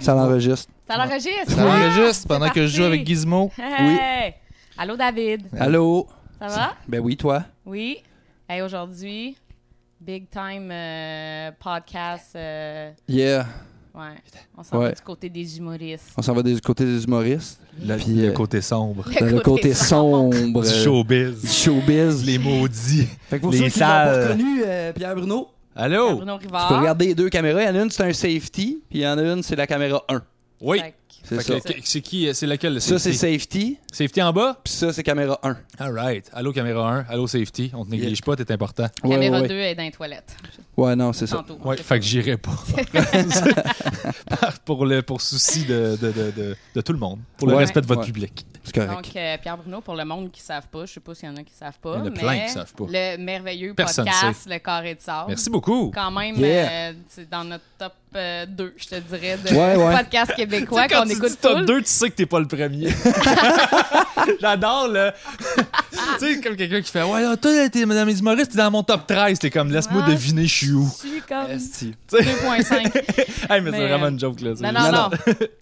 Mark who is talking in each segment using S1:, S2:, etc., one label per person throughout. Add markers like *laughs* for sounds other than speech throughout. S1: ça l'enregistre.
S2: Ça l'enregistre.
S3: Ça enregistre pendant
S2: Ah, c'est
S3: que je joue
S2: parti.
S3: avec Gizmo.
S2: Hey! Allô, David.
S1: Allô?
S2: Ça va?
S1: Ben oui, toi.
S2: Oui. Hey, aujourd'hui, big time euh, podcast. euh,
S1: Yeah.
S2: ouais. On s'en va
S1: Ouais.
S2: du côté des humoristes.
S1: On s'en va du côté des humoristes.
S3: Le,
S1: Puis, euh,
S3: le côté sombre.
S1: dans le côté sombre.
S3: Du
S1: euh, du
S3: showbiz.
S1: showbiz.
S3: Les maudits.
S1: Fait que pour
S4: les
S1: ceux qui l'ont pas
S4: salles.
S1: reconnu, euh, Pierre Bruno,
S3: Allô?
S2: Bruno
S1: Oh! tu peux
S2: Rivard.
S1: regarder les deux caméras. Il y en a une, c'est un safety, puis il y en a une, c'est la caméra 1.
S3: Oui.
S2: Fait que-
S1: C'est ça.
S3: Fait que- C'est qui? euh, C'est laquelle? le
S1: Ça, c'est
S3: safety?
S1: safety,
S3: Safety en bas?
S1: puis ça, c'est caméra 1.
S3: All right. Allô, caméra 1. Allô, safety. On te néglige pas, t'es important.
S1: Ouais,
S2: Caméra
S1: ouais, ouais.
S2: 2 est dans les toilettes.
S1: Ouais, non, c'est ça.
S2: Tantôt.
S3: Ouais, fait que j'irai pas. pour le pour souci de, de, de, de, de tout le monde. Pour le
S1: Ouais.
S3: respect de votre
S1: Ouais.
S3: public.
S1: C'est correct.
S2: Donc, euh, Pierre Bruno, pour le monde qui ne savent pas, je ne sais pas s'il y en a qui ne savent pas.
S3: Il y en a
S2: mais
S3: plein qui savent pas.
S2: Le merveilleux
S3: Personne
S2: podcast, Le Carré de Sable.
S3: Merci beaucoup.
S2: Quand même,
S1: Yeah.
S2: euh, c'est dans notre top 2, je te dirais, de
S1: Ouais, ouais.
S2: podcasts québécois
S3: Tu sais, quand
S2: qu'on
S3: tu
S2: écoute
S3: dis top
S2: full.
S3: 2, tu sais que t'es pas le premier. *laughs* J'adore le. tu sais, comme quelqu'un qui fait Ouais, là, toi, t'es Madame les humoristes, t'es dans mon top 13. T'es comme Laisse-moi
S2: Ouais.
S3: deviner, je suis où.
S2: Je suis comme
S3: Esti. *laughs*
S2: 2.5.
S3: Hey, mais,
S2: Mais,
S3: c'est vraiment
S2: euh,
S3: une joke, là.
S2: Non, non, non.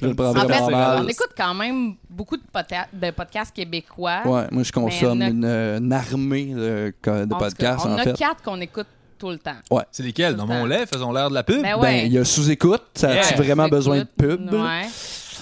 S1: Je le prends
S2: En fait,
S1: vraiment mal.
S2: on écoute quand même beaucoup de, pota- de podcasts québécois.
S1: Ouais, moi, je consomme
S2: notre-
S1: une, euh, une armée de, co- de
S2: ben, En tout cas,
S1: podcasts,
S2: On
S1: en
S2: a
S1: fait.
S2: quatre qu'on écoute tout le temps.
S3: C'est lesquels Non,
S2: Tout le
S3: mais on
S2: temps.
S3: lève, faisons l'air de la pub.
S2: Ben ouais.
S1: Ben, il y a sous-écoute. Ça
S3: Yeah.
S1: a-tu vraiment besoin de pub?
S2: Ouais.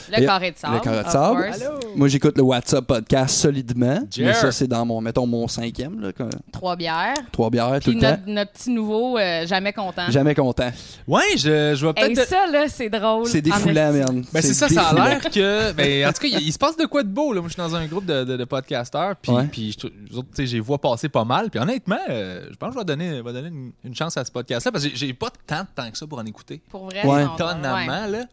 S2: Le
S1: Et-
S2: Carré de Sable.
S1: Le Carré de
S2: of
S1: Sable.
S2: course.
S1: Moi, j'écoute le WhatsApp podcast solidement.
S3: Jer.
S1: Mais ça, c'est dans mon, mettons, mon cinquième, là, quand-
S2: Trois bières.
S1: trois bières tout
S2: Puis
S1: le temps.
S2: notre, notre petit nouveau, euh, jamais content.
S1: Jamais content.
S3: Ouais, je, je vais
S2: Et
S3: peut-être.
S2: ça, là, c'est drôle.
S1: C'est
S2: En
S1: défoulant,
S2: esti.
S1: merde.
S3: Ben c'est ça, ça a
S1: défoulant.
S3: l'air que. Ben, en tout cas, il, il se passe de quoi de beau. Là. Moi, je suis dans un groupe de, de- de podcasteurs, puis,
S1: Ouais.
S3: puis je trou- les autres, tu sais, j'ai vois passer pas mal. Puis honnêtement, euh, je pense que je vais donner, vais donner une, une chance à ce podcast-là, parce que j'ai- j'ai pas tant de temps que ça pour en écouter.
S2: Pour vrai,
S1: Ouais.
S2: c'est longtemps. Ah, ben Ouais.
S3: Étonnamment, là.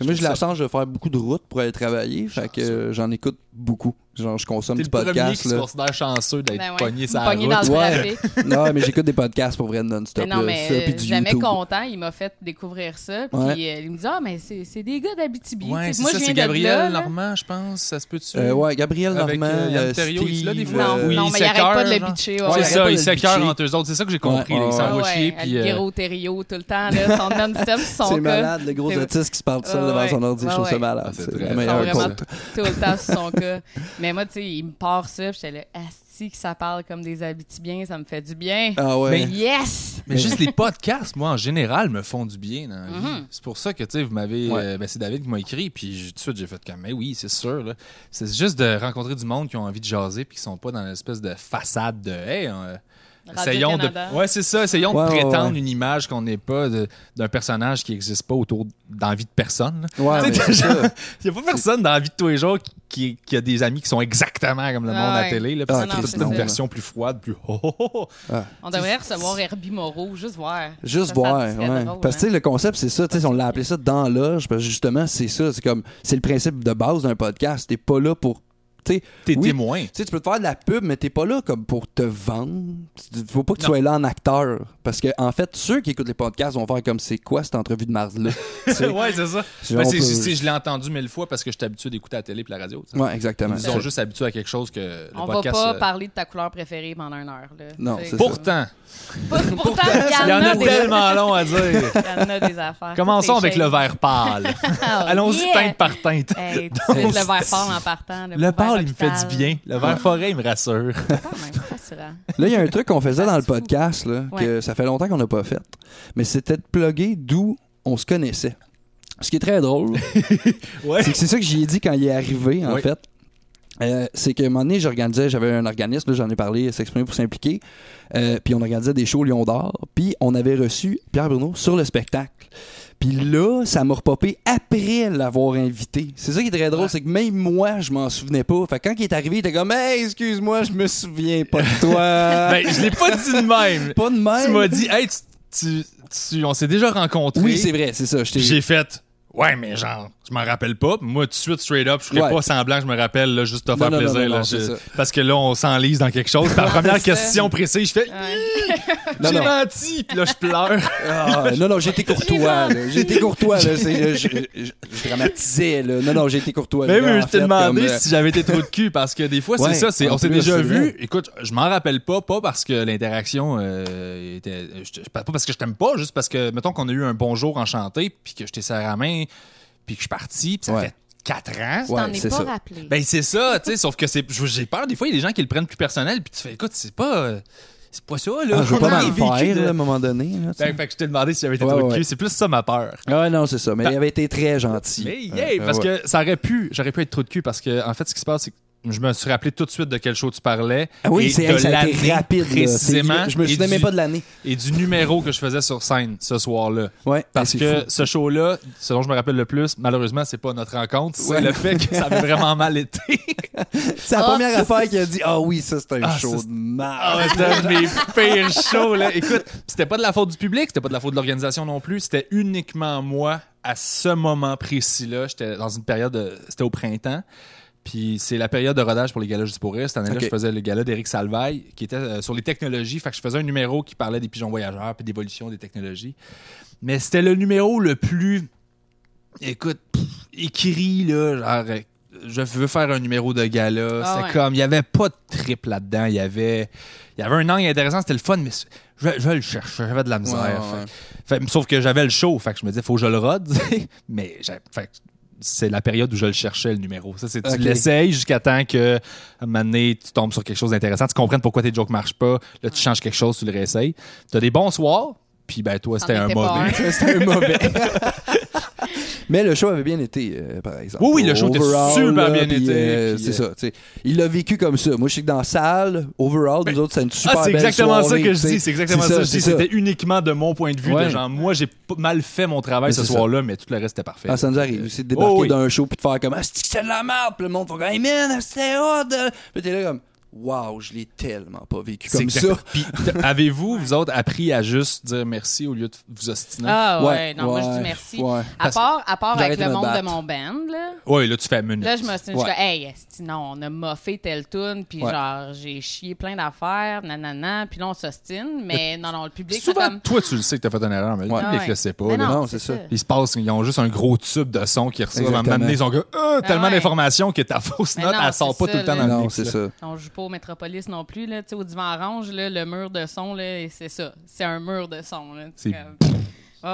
S1: Moi, j'ai la
S3: trouve ça-
S1: chance de faire beaucoup de routes pour aller travailler. Fait que euh, j'en écoute beaucoup. Genre, je consomme
S3: T'es
S1: du
S3: le premier
S1: podcast.
S3: qui se
S1: Là.
S3: considère chanceux d'être
S2: Ben ouais.
S3: pogné sur la
S2: Pogné dans
S3: route.
S2: le
S1: Ouais.
S2: trafic.
S1: non, mais j'écoute des podcasts pour vrai
S2: Mais
S1: non-stop.
S2: non,
S1: là.
S2: mais
S1: Ça,
S2: euh,
S1: puis du
S2: jamais
S1: YouTube.
S2: content, il m'a fait découvrir ça. Puis
S1: Ouais.
S2: euh, il me dit Ah, mais c'est c'est des gars d'Abitibi.
S3: Ouais,
S2: Tu sais,
S3: c'est
S2: moi,
S3: ça,
S2: je
S3: c'est
S2: viens de là,
S3: Gabriel
S2: là.
S3: Normand, je pense. Ça se peut-tu?
S1: Euh, ouais, Gabriel
S3: Avec,
S1: Normand,
S3: euh, Yann
S1: euh,
S3: Thériault, il est là des
S1: Steve,
S3: fois?
S2: Non,
S1: euh,
S3: Oui,
S2: non,
S3: il
S2: mais il arrête
S3: s'écarte,
S2: pas de le
S3: genre.
S2: bitcher.
S1: Ouais,
S3: c'est
S1: arrête pas
S3: ça,
S1: de
S3: ils
S1: le
S3: s'écœurent
S1: bitcher.
S3: entre eux autres. C'est ça que j'ai compris,
S1: Ouais,
S3: les
S1: ouais,
S2: Ah ouais,
S3: sandwichés. puis, euh,
S2: Alguero Terrio, tout le temps, là,
S3: *laughs*
S2: son non-stop, son
S1: C'est
S2: cas.
S1: malade, le gros
S2: C'est-
S1: autiste qui se parle tout seul
S2: Ah
S1: devant
S2: ouais.
S1: son ordi.
S2: Ah
S1: je trouve ça
S2: ouais.
S1: malade.
S3: Ah, c'est
S1: c'est
S3: très
S1: la
S3: fort,
S1: meilleure
S2: ça.
S1: compte.
S2: Tout le temps
S1: *laughs*
S2: sur son cas. Mais moi, tu sais, il me part ça, puis j'étais là, Asti, que ça parle comme des Abitibiens, ça me fait du bien.
S1: Ah ouais.
S3: Mais-
S2: Yes!
S3: Mais juste les podcasts, moi, en général, me font du bien dans la vie. C'est pour ça que, tu sais, vous m'avez.
S1: Mhm. Ouais.
S3: euh, ben, c'est David qui m'a écrit, puis j'ai- tout de suite, j'ai fait comme, mais oui, c'est sûr, là. C'est juste de rencontrer du monde qui ont envie de jaser, puis qui sont pas dans l'espèce de façade de, hey, euh, essayons
S2: Radio-Canada.
S3: de. Ouais, c'est ça, essayons
S1: Ouais,
S3: de
S1: ouais,
S3: prétendre
S1: ouais.
S3: une image qu'on n'est pas de- d'un personnage qui n'existe pas autour d'envie de personne, là.
S1: Ouais, mais
S3: Tu sais,
S1: c'est
S3: genre,
S1: ça.
S3: Il n'y a pas personne dans la vie de tous les jours qui- qui, qui a des amis qui sont exactement comme le
S2: Ah
S3: monde à la
S2: ouais.
S3: télé. Là,
S1: Ah,
S3: parce que
S2: non,
S3: c'est
S2: c'est
S3: toute une
S2: ça.
S3: version plus froide, plus. *laughs* oh, oh, oh.
S2: On devrait recevoir Herbie Moreau, juste voir.
S1: Juste
S2: Ça, ça
S1: voir,
S2: serait
S1: ouais.
S2: drôle,
S1: parce que tu
S2: hein.
S1: sais, le concept, c'est ça. Tu sais, on l'a appelé ça dans l'âge, parce que justement, c'est ça. C'est comme, c'est le principe de base d'un podcast. T'es pas là pour, tu sais,
S3: T'es
S1: Oui.
S3: témoin.
S1: tu sais, tu peux te faire de la pub, mais t'es pas là comme pour te vendre. Tu- Faut pas que tu
S3: Non.
S1: sois là en acteur, parce que en fait, ceux qui écoutent les podcasts vont faire comme, c'est quoi cette entrevue de Mars là
S3: *laughs* ouais, c'est ça.
S1: Si
S3: Ben,
S1: on
S3: c'est-
S1: peut-
S3: c'est- je l'ai entendu mille fois parce que je suis habitué d'écouter la télé et la radio. tu sais.
S1: *laughs* Ouais, exactement.
S3: Ils sont juste habitués à quelque chose que le
S2: On
S3: podcast.
S2: va pas
S3: euh,
S2: parler de ta couleur préférée pendant une heure. Là.
S1: Non,
S2: Tu sais,
S1: c'est
S2: comme-
S3: Pourtant,
S2: Pour- Pourtant, il y en a des-
S3: tellement long
S2: *laughs*
S3: à dire.
S2: il y en a des affaires.
S3: Commençons
S2: Toutes les
S3: avec le
S2: shades. *laughs*
S3: vert pâle.
S2: Ah,
S3: Allons-y
S2: yeah!
S3: teinte par teinte. *laughs*
S2: Hey, tout de suite, le verre fort en partant. Le,
S3: Le
S2: verre
S3: pâle, il me fait du
S2: hôpital.
S3: bien. Le vert forêt, il me rassure.
S2: Quand même, c'est
S3: *laughs*
S2: rassurant.
S1: Là, *laughs* il y a un truc qu'on faisait dans le
S2: C'est fou.
S1: podcast, là,
S2: Ouais.
S1: que ça fait longtemps qu'on n'a pas fait, mais c'était de plugger d'où on se connaissait. Ce qui est très drôle,
S3: *laughs* Ouais.
S1: c'est que c'est ça que j'y ai dit quand il est arrivé, en
S3: Oui.
S1: fait. Euh, c'est qu'à un moment donné, j'organisais, j'avais un organisme, là, j'en ai parlé, s'exprimer pour s'impliquer, euh, puis on organisait des shows Lyon d'or, puis on avait reçu Pierre Bruno sur le spectacle. Puis là, ça m'a repopé après l'avoir invité. C'est ça qui est très drôle, c'est que même moi, je m'en souvenais pas. Fait que quand il est arrivé, il était comme, hey, excuse-moi, je me souviens pas de toi.
S3: *laughs* Ben, je l'ai pas dit de même.
S1: pas de même.
S3: Tu m'as dit, hey, tu- tu- tu- on s'est déjà rencontrés.
S1: Oui, c'est vrai, c'est ça. Je
S3: Puis
S1: t'ai
S3: j'ai fait ouais mais genre je m'en rappelle pas Puis moi tout de suite straight up je ferais
S1: Ouais.
S3: pas semblant que je me rappelle là, juste te
S1: Non,
S3: faire
S1: non, non,
S3: plaisir
S1: non,
S3: là,
S1: non, c'est
S3: je-
S1: ça.
S3: parce que là on s'enlise dans quelque chose Puis la première
S2: c'est ça.
S3: question précise je fais
S1: Non,
S3: j'ai
S1: non.
S3: menti puis là je
S1: *laughs*
S3: pleure
S1: Ah, non, non, j'étais courtois. là. J'étais courtois. Là. C'est- Je, je- je- je dramatisais. Là. Non, non, j'étais courtois.
S3: mais
S1: là,
S3: Ben oui
S1: en
S3: je t'ai
S1: fait,
S3: demandé
S1: comme, euh,
S3: si j'avais été trop de cul parce que des fois
S1: Ouais,
S3: c'est ça c'est
S1: en
S3: on s'est
S1: plus,
S3: déjà
S1: c'est
S3: vu
S1: vrai.
S3: écoute je m'en rappelle pas pas parce que l'interaction euh, était je te- pas parce que je t'aime pas juste parce que mettons qu'on a eu un bonjour enchanté puis que je t'ai serré la main puis que je suis parti, puis ça
S1: Ouais.
S3: fait quatre ans.
S2: Tu t'en
S1: Ouais,
S2: es
S1: c'est
S2: pas
S1: ça.
S2: rappelé.
S3: Ben c'est ça, tu sais, sauf que c'est j'ai peur des fois il y a des gens qui le prennent plus personnel puis tu fais écoute, c'est pas euh, c'est pas ça là.
S1: Ah, je veux pas
S3: Comment
S1: mal
S3: il a vécu
S1: faire,
S3: de-
S1: là, à un moment donné. là, tu sais.
S3: Ben, Fait, fait que je t'ai demandé si j'avais été
S1: Ouais,
S3: trop
S1: ouais.
S3: cul, c'est plus ça ma peur.
S1: Ah Euh, non, c'est ça. Mais il avait été très gentil.
S3: Ben, Mais yeah, parce que ça aurait pu, j'aurais pu être trop de cul parce que en fait ce qui se passe c'est que je me suis rappelé tout de suite de quel show tu parlais.
S1: Ah oui,
S3: et
S1: c'est
S3: de
S1: hey, ça a
S3: l'année
S1: été rapide. là. C'est-
S3: précisément.
S1: Je me
S3: et
S1: souvenais
S3: du-
S1: même pas de l'année.
S3: Et du numéro que je faisais sur scène ce soir-là.
S1: Ouais,
S3: Parce
S1: c'est
S3: que
S1: fou.
S3: ce show-là, selon je me rappelle le plus, malheureusement, c'est pas notre rencontre, c'est
S1: Ouais.
S3: le fait que ça avait vraiment mal été.
S1: *laughs* c'est la
S2: Ah.
S1: première affaire qu'il a dit Ah oui, ça c'est un
S3: Ah, ça,
S1: show
S3: c'est-
S1: de mal.
S3: Ah, ouais, c'était un de mes pires shows, là. Écoute, pis c'était pas de la faute du public, c'était pas de la faute de l'organisation non plus, c'était uniquement moi à ce moment précis-là. J'étais dans une période, de- c'était au printemps. Puis c'est la période de rodage pour les galas juste pour rire. Cette année-là,
S1: Ok.
S3: je faisais le gala d'Éric Salvaille, qui était euh, sur les technologies. Fait que je faisais un numéro qui parlait des pigeons voyageurs puis d'évolution des technologies. Mais c'était le numéro le plus écoute, pff, écrit, là, genre, euh, je veux faire un numéro de gala.
S2: Ah
S3: c'est
S2: ouais.
S3: comme, il n'y avait pas de trip là-dedans. Il y avait, il y avait un angle intéressant, c'était le fun, mais c'est- je, je le cherchais, j'avais de la misère.
S1: Ouais, ouais.
S3: Fait- fait- sauf que j'avais le show, fait que je me disais, faut que je le rode. *laughs* mais j'ai- fait que c'est la période où je le cherchais, le numéro. Ça, c'est, tu
S1: Ok.
S3: l'essayes jusqu'à temps que, à un moment donné, tu tombes sur quelque chose d'intéressant, tu comprennes pourquoi tes jokes marchent pas, là, tu changes quelque chose, tu le réessayes. Tu as des bons soirs, puis ben, toi,
S2: T'en
S3: c'était un
S2: étais pas
S3: *laughs* mauvais.
S1: C'était un mauvais. *laughs* Mais le show avait bien été, euh, par exemple.
S3: Oui, oui, le show était super bien
S1: puis,
S3: été,
S1: euh,
S3: puis,
S1: c'est
S3: euh,
S1: ça, tu sais. Il l'a vécu comme ça. Moi, je sais que dans la salle, overall, nous autres, c'est une super
S3: Ah, c'est
S1: belle
S3: exactement
S1: soirée,
S3: ça que je
S1: tu sais.
S3: dis. C'est exactement
S1: C'est
S3: ça.
S1: ça,
S3: que je dis.
S1: c'est ça.
S3: C'était uniquement de mon point de vue. De
S1: Ouais.
S3: genre, moi, j'ai pas mal fait mon travail
S1: Mais
S3: ce
S1: c'est ça.
S3: soir-là, mais tout le reste était parfait.
S1: Ah, ça nous arrive aussi de débarquer
S3: Oh oui.
S1: d'un show puis de faire comme Ah, c'est que c'est de la merde. Puis le monde fait comme Hey man, c'était hot. euh. Puis t'es là comme Waouh, je l'ai tellement pas vécu
S3: C'est
S1: comme ça.
S3: exact- Puis, t- avez-vous, vous autres, appris à juste dire merci au lieu de vous obstiner?
S2: Ah ouais, non, moi je
S1: ouais,
S2: dis merci.
S1: ouais.
S2: À
S3: Parce-
S2: part, à part
S1: J'ai
S2: avec
S1: arrêté de
S2: le
S1: me
S2: monde de
S1: battre.
S2: mon band, là.
S3: Oui, là, tu fais une
S2: Là, je me suis dit,
S1: Ouais.
S2: hey, esti, non, on a moffé telle tune, puis
S1: Ouais.
S2: genre, j'ai chié plein d'affaires, nanana, puis là, on s'ostine, mais non, non, le public, c'est
S3: Souvent,
S2: comme.
S3: toi, tu le sais que t'as fait une erreur, mais le
S1: Ouais.
S3: public
S2: Ah ouais.
S3: le sait pas.
S2: Mais
S3: là.
S1: non, c'est ça.
S3: Ils se passent, ils ont juste un gros tube de son qui reçoivent à un moment donné, Ils ont comme, Ah, tellement
S2: ouais.
S3: d'informations que ta *laughs* fausse
S2: Mais
S3: note,
S2: non,
S3: elle sort
S2: c'est
S3: pas
S2: ça,
S3: tout le temps
S2: là.
S3: dans le
S1: *laughs* Non,
S3: mix,
S1: c'est
S3: là.
S1: ça.
S2: On joue pas au Métropolis non plus, là. Tu sais, au Divan Orange, là, le mur de son, là, c'est ça. C'est un mur de son, là.
S3: C'est-
S2: C'est comme. Ouais,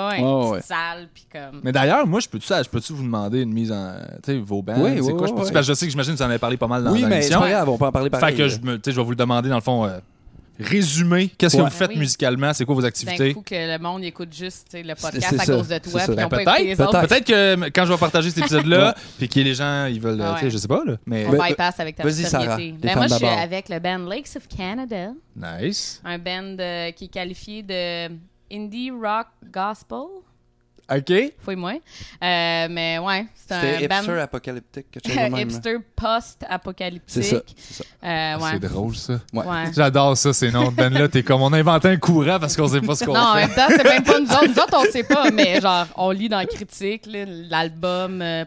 S2: ouais,
S1: Ouais,
S2: une
S1: ouais.
S2: petite salle, puis comme.
S3: Mais d'ailleurs, moi, je peux-tu je peux vous demander une mise en. Tu sais, vos bands?
S1: Oui,
S3: c'est
S1: oui,
S3: quoi? je, peux-tu-
S1: oui.
S3: parce que je sais que j'imagine que vous en avez parlé pas mal dans
S1: Oui,
S3: dans
S1: mais c'est
S3: l'émission.
S1: pas grave, on peut en parler par
S3: Fait que je, me- tu sais, je vais vous le demander, dans le fond, euh, résumé, qu'est-ce
S1: Ouais.
S3: que vous faites
S2: Ah oui.
S3: musicalement, c'est quoi vos
S2: D'un
S3: activités?
S2: coup, que le monde écoute juste tu sais, le
S1: c'est
S2: podcast à
S1: ça,
S2: cause de
S1: c'est
S2: toi,
S1: ça.
S2: puis
S1: Ben,
S2: on peut écouter les
S1: peut-être,
S2: autres.
S3: Peut-être que euh, quand je vais partager cet épisode-là, puis que les gens, ils veulent, euh,
S2: Ouais.
S3: tu sais, je sais pas, là. Mais
S2: On
S1: Ben,
S2: bypass avec ta
S1: vas-y, Sarah,
S2: notoriété.
S1: les
S2: Ben,
S1: femmes
S2: moi, je suis
S1: d'abord.
S2: avec le band Lakes of Canada,
S3: nice.
S2: un band euh, qui est qualifié de indie rock gospel.
S3: OK.
S2: Fouille-moi. Euh, mais ouais, c'est un
S1: C'était
S2: band
S1: hipster apocalyptique, quelque
S2: *laughs*
S1: chose de même. là.
S2: hipster
S1: C'est ça.
S2: post-apocalyptique.
S1: c'est ça.
S2: Euh, ouais.
S3: C'est drôle, ça.
S1: Ouais.
S2: Ouais.
S3: J'adore ça, ces noms de Ben là. T'es comme, on a inventé un courant parce qu'on sait pas ce qu'on
S2: Non, en
S3: fait.
S2: même temps, c'est même
S3: *laughs*
S2: pas nous autres. Nous autres, on sait pas, mais genre, on lit dans Critique là, l'album euh,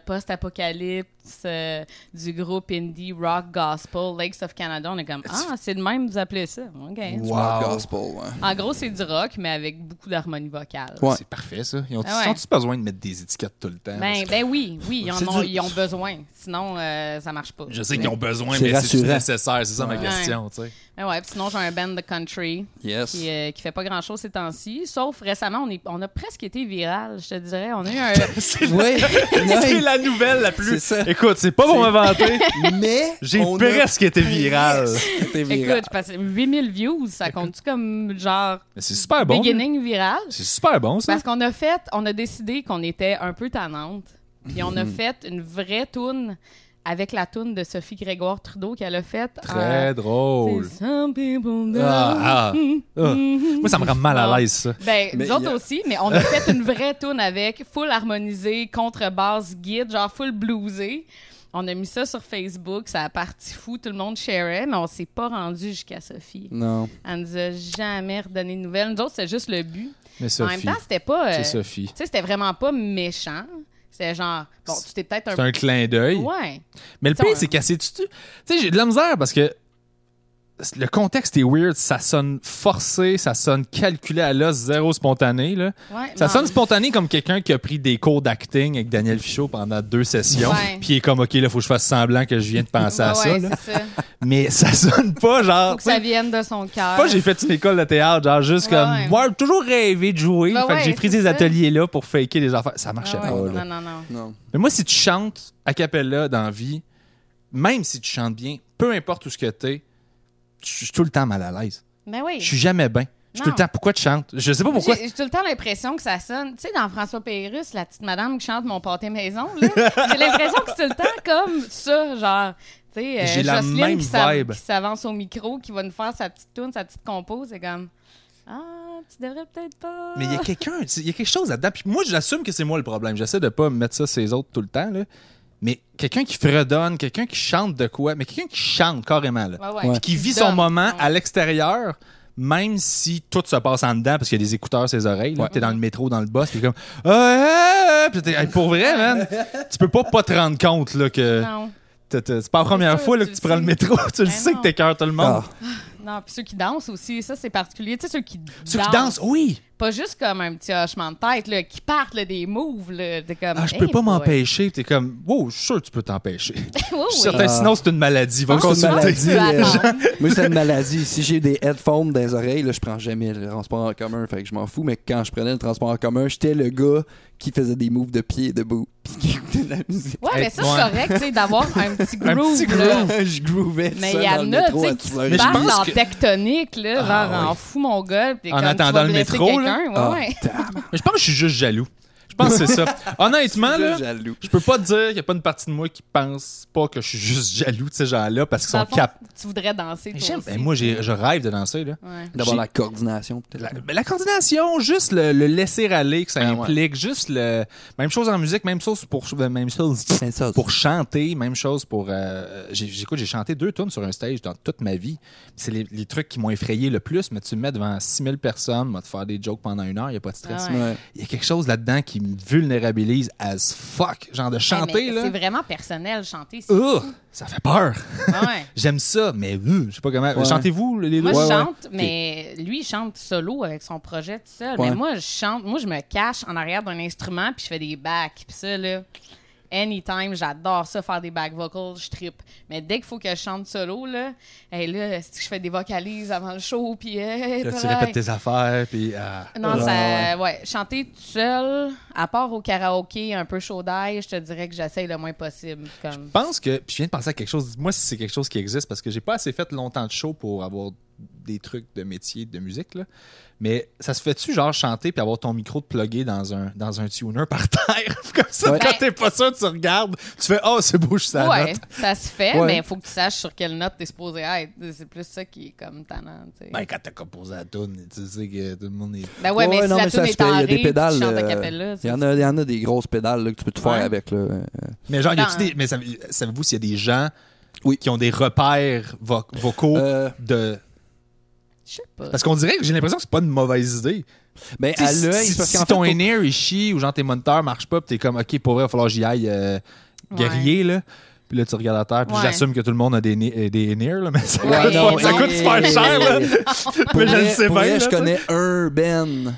S2: post-apocalypse euh, du groupe indie rock gospel Lakes of Canada. On est comme Ah, c'est le même, vous appelez ça. OK.
S1: Wow.
S3: Wow.
S1: Gospel, ouais.
S2: En gros, c'est du rock, mais avec beaucoup d'harmonie vocale.
S1: Ouais.
S3: C'est parfait, ça. Ils ont
S2: Ah ouais.
S3: ils ont-tu besoin de mettre des étiquettes tout le temps? Parce
S2: Ben,
S3: que
S2: ben oui, oui, ils, en
S1: C'est
S2: ont,
S1: du-
S2: ils ont besoin. Sinon, euh, ça marche pas.
S3: Je sais qu'ils ont besoin,
S1: C'est
S3: mais c'est
S1: rassurant.
S3: nécessaire. C'est ça ma
S1: Ouais.
S3: question, tu sais.
S2: Ben ouais, puis sinon, j'ai un band de country
S1: Yes.
S2: qui, euh, qui fait pas grand-chose ces temps-ci. Sauf récemment, on, est, on a presque été viral, je te dirais. On a eu un.
S3: *laughs* C'est la-
S1: *laughs* Oui,
S3: c'est
S1: oui.
S3: la nouvelle la
S1: C'est
S3: plus.
S1: ça.
S3: Écoute, c'est pas pour me vanter.
S1: mais
S3: J'ai
S1: on a
S3: presque été viral.
S1: été viral.
S2: Écoute, je passe 8000 views, ça compte-tu comme genre
S3: Mais c'est super bon.
S2: beginning viral?
S3: C'est super bon, ça.
S2: Parce qu'on a fait, on a décidé qu'on était un peu tannante, puis on a
S3: Mhm.
S2: fait une vraie toune avec la toune de Sophie Grégoire Trudeau qu'elle a faite.
S3: Très
S2: euh,
S3: drôle.
S2: c'est Some people know.
S3: Ah, ah. Ah. Moi, ça me rend mal à l'aise, ça.
S2: Ben,
S1: Mais
S2: nous autres
S1: il y a-
S2: aussi, mais on a fait une vraie toune avec full harmonisé, contrebasse, guide, genre full bluesé. On a mis ça sur Facebook, ça a parti fou, tout le monde shareait, mais on s'est pas rendu jusqu'à Sophie.
S1: Non.
S2: Elle nous a jamais redonné de nouvelles. Nous autres, c'est juste le but.
S3: Mais
S2: En même
S3: Sophie,
S2: temps, c'était pas. euh,
S3: c'est
S2: tu
S3: Sophie.
S2: sais, c'était vraiment pas méchant. C'était genre, bon, tu t'es peut-être un
S3: C'est un clin d'œil.
S2: Ouais.
S3: Mais le
S2: T'sais,
S3: pire,
S2: on-
S3: c'est qu'elle s'est tu sais, j'ai de la misère parce que le contexte est weird. Ça sonne forcé, ça sonne calculé à l'os, zéro spontané. Là.
S2: Ouais,
S3: Ça
S2: non.
S3: sonne spontané comme quelqu'un qui a pris des cours d'acting avec Daniel Fichot pendant deux sessions.
S2: Ouais.
S3: Puis il est comme, OK, là, faut que je fasse semblant que je viens de penser à
S2: Ouais,
S3: ça.
S2: ouais,
S3: là.
S2: c'est ça.
S3: Mais ça sonne pas genre.
S2: Faut que ça vienne de son cœur.
S3: Pas j'ai fait une école de théâtre, genre juste
S2: Ouais,
S3: comme
S2: ouais.
S3: moi j'ai toujours rêvé de jouer.
S2: Ben
S3: fait que
S2: ouais,
S3: j'ai pris
S2: c'est
S3: ces
S2: ça.
S3: ateliers là pour faker les affaires. Ça
S2: Ah
S3: marchait
S2: ouais,
S3: pas.
S2: Non,
S3: là.
S2: non, non.
S1: Non.
S3: Mais moi si tu chantes a cappella dans la vie, même si tu chantes bien, peu importe où ce que t'es, je suis tout le temps mal à l'aise.
S2: Mais Ben oui.
S3: Je suis jamais bien. Je suis tout le
S2: Non.
S3: temps pourquoi tu chantes Je sais pas pourquoi.
S2: J'ai j'ai tout le temps l'impression que ça sonne. Tu sais, dans François Pérusse, la petite madame qui chante mon pâté maison,
S3: *laughs*
S2: là, j'ai l'impression que c'est tout le temps comme ça, genre. Tu sais, euh,
S3: J'ai la
S2: Jocelyne
S3: même
S2: qui s'av-
S3: vibe.
S2: qui s'avance au micro, qui va nous faire sa petite tune, sa petite compo, c'est comme. Ah, tu devrais peut-être pas.
S3: Mais il y a quelqu'un, il y a quelque chose là-dedans. Puis moi, j'assume que c'est moi le problème. J'essaie de pas mettre ça sur les autres tout le temps. Là. Mais quelqu'un qui fredonne, quelqu'un qui chante de quoi, mais quelqu'un qui chante carrément. Là.
S2: Ouais, ouais.
S1: Ouais.
S3: Puis qui vit
S2: Donne.
S3: son moment
S2: Ouais.
S3: à l'extérieur, même si tout se passe en dedans, parce qu'il y a des écouteurs à ses oreilles. là.
S1: Ouais.
S3: T'es dans le métro, dans le bus, puis comme. Ah, ah, ah. Puis t'es- hey, pour vrai, man, tu peux pas pas te rendre compte là, que.
S2: Non.
S3: t'as- t'as- C'est pas la première
S2: sûr,
S3: fois là,
S2: tu
S3: que tu
S2: le
S3: prends le
S2: sais.
S3: métro. tu le
S2: Ben
S3: sais
S2: non.
S3: que t'écœures tout le monde.
S1: Ah.
S2: Non, puis ceux qui dansent aussi, ça c'est particulier. Tu sais, ceux qui
S3: Ceux
S2: dansent.
S3: qui dansent, oui.
S2: Pas juste comme un petit hochement de tête, là, qui partent là, des moves. Là, de comme,
S3: Ah, je
S2: Hey,
S3: peux pas
S2: boy. *laughs*
S3: m'empêcher. T'es comme, wow, je suis sûr que tu peux t'empêcher.
S2: oui,
S3: Je suis
S2: Oh, oui.
S3: certain,
S1: Ah.
S3: sinon c'est une maladie. Va
S2: Ah, c'est une
S3: consulter.
S2: maladie.
S1: maladie. euh,
S2: Tu attends.
S1: moi, c'est une maladie. Si j'ai des headphones dans les oreilles, là, je prends jamais le transport en commun. Fait que je m'en fous. Mais quand je prenais le transport en commun, j'étais le gars qui faisait des moves de pied debout. *laughs* Puis qui écoutait de la musique.
S2: Ouais, mais ça,
S3: Ouais.
S2: c'est correct, tu sais, d'avoir
S3: *laughs*
S2: un petit groove.
S3: petit
S2: là.
S1: je groovais.
S2: Mais
S1: ça
S2: il y
S1: dans
S2: en
S1: le
S2: a,
S1: métro
S2: tu
S1: à
S2: sais,
S1: 10
S2: qui
S1: heures.
S3: Mais
S2: parlent
S3: je pense
S2: en
S3: que-
S2: tectonique, là,
S3: Ah,
S2: genre en
S3: oui.
S2: fou mon gars.
S3: En attendant le métro,
S2: Quelqu'un,
S1: Ah,
S2: ouais, ouais.
S1: tabarnak,
S3: Mais je pense que je suis juste jaloux. Je pense que c'est
S2: *laughs*
S3: ça. Honnêtement, là,
S1: jaloux.
S3: je peux pas te dire qu'il y a pas une partie de moi qui pense pas que je suis juste jaloux de ces gens-là parce qu'ils
S2: Dans le
S3: sont
S2: fond,
S3: capables.
S2: Tu voudrais danser, toi
S3: J'aime.
S2: aussi.
S3: Ben, moi, j'ai- je rêve de danser. Là.
S2: Ouais.
S1: D'avoir
S3: J'ai-
S1: la coordination, peut-être.
S3: La, ben, la coordination, juste le, le laisser aller que ça
S1: Ah, ouais.
S3: implique, juste le. Même chose en musique, même chose pour, ben, même chose
S1: C'est ça.
S3: pour chanter, même chose pour. euh, j'ai- J'écoute, j'ai chanté deux tunes sur un stage dans toute ma vie. C'est les, les trucs qui m'ont effrayé le plus, mais tu me mets devant 6000 personnes, moi, te faire des jokes pendant une heure, il n'y a pas de stress.
S2: Ah
S1: Ouais. Ouais.
S3: Il y a quelque chose là-dedans qui me vulnérabilise as fuck. Genre de chanter,
S2: Ouais, mais
S3: là. Euh.
S2: C'est vraiment personnel, chanter. c'est-
S3: Ugh, ça fait peur.
S2: Ouais.
S3: J'aime ça, mais euh, je sais pas comment.
S1: Ouais.
S3: Chantez-vous les deux.
S2: Moi, je
S1: ouais.
S2: chante, mais lui, il chante solo avec son projet tout seul.
S1: Ouais.
S2: Mais moi, je chante, moi, je me cache en arrière d'un instrument puis je fais des backs. Puis ça, là, anytime, j'adore ça, faire des back vocals, je trippe. Mais dès qu'il faut que je chante solo, là, hey, là, c'est que je fais des vocalises avant le show, puis hey,
S3: Là, tu
S2: pareil.
S3: répètes tes affaires, puis. ah.
S2: Non,
S1: Ouais,
S2: ça, ouais, chanter tout seul, à part au karaoké, un peu chaud d'ail, je te dirais que j'essaye le moins possible. Comme...
S3: Je pense que. Puis je viens de penser à quelque chose. Moi, si c'est quelque chose qui existe, parce que j'ai pas assez fait longtemps de show pour avoir des trucs de métier, de musique, là. Mais ça se fait-tu, genre, chanter puis avoir ton micro de plugué dans un, dans un tuner par *laughs* terre? Comme ça,
S1: Ouais.
S3: quand
S2: Ben-
S3: t'es pas sûr, tu regardes, tu fais Oh, c'est beau, je suis à la
S2: ouais,
S3: note.
S2: ça se fait,
S1: Ouais.
S2: mais il faut que tu saches sur quelle note t'es supposé être. C'est plus ça qui est comme tannant, tu sais.
S3: Ben, quand t'as composé la tune, tu sais que tout le monde est.
S2: Ben ouais, mais si
S1: non,
S2: la
S1: mais ça
S2: tune
S1: se
S2: est
S1: fait. Il y
S2: en
S1: a des pédales.
S2: tu chantes a
S1: euh,
S2: cappella.
S1: Il
S2: c'est-
S1: y, en a- il y en a des grosses pédales là, que tu peux tout faire
S2: Ouais.
S1: avec. Là. Euh,
S3: Mais genre, y a-tu
S2: Dans-
S3: des. Mais ça- savez-vous s'il y a des gens
S1: Oui.
S3: qui ont des repères vo- vocaux
S1: Euh,
S3: de.
S2: Je sais pas.
S3: Parce qu'on dirait que j'ai l'impression que c'est pas une mauvaise idée.
S1: ben,
S3: T'sais,
S1: à
S3: si
S1: l'œil,
S3: si-
S1: parce
S3: si
S1: qu'en fait,
S3: ton
S1: faut-
S3: in-ear il chie ou genre tes moniteurs marchent pas, puis t'es comme ok, pour vrai, il va falloir que j'y aille euh, guerrier là. Puis là, tu regardes à terre, puis
S2: Ouais.
S3: j'assume que tout le monde a des, ni- euh, des in-ear, là, mais ça,
S2: Ouais,
S3: coûte-
S2: non,
S3: ça
S2: non.
S3: coûte super cher, là.
S1: Pour
S3: *laughs* mais je le
S1: vrai-
S3: sais
S1: pour
S3: bien,
S1: vrai,
S3: là,
S1: je
S3: ça.
S1: connais un Ben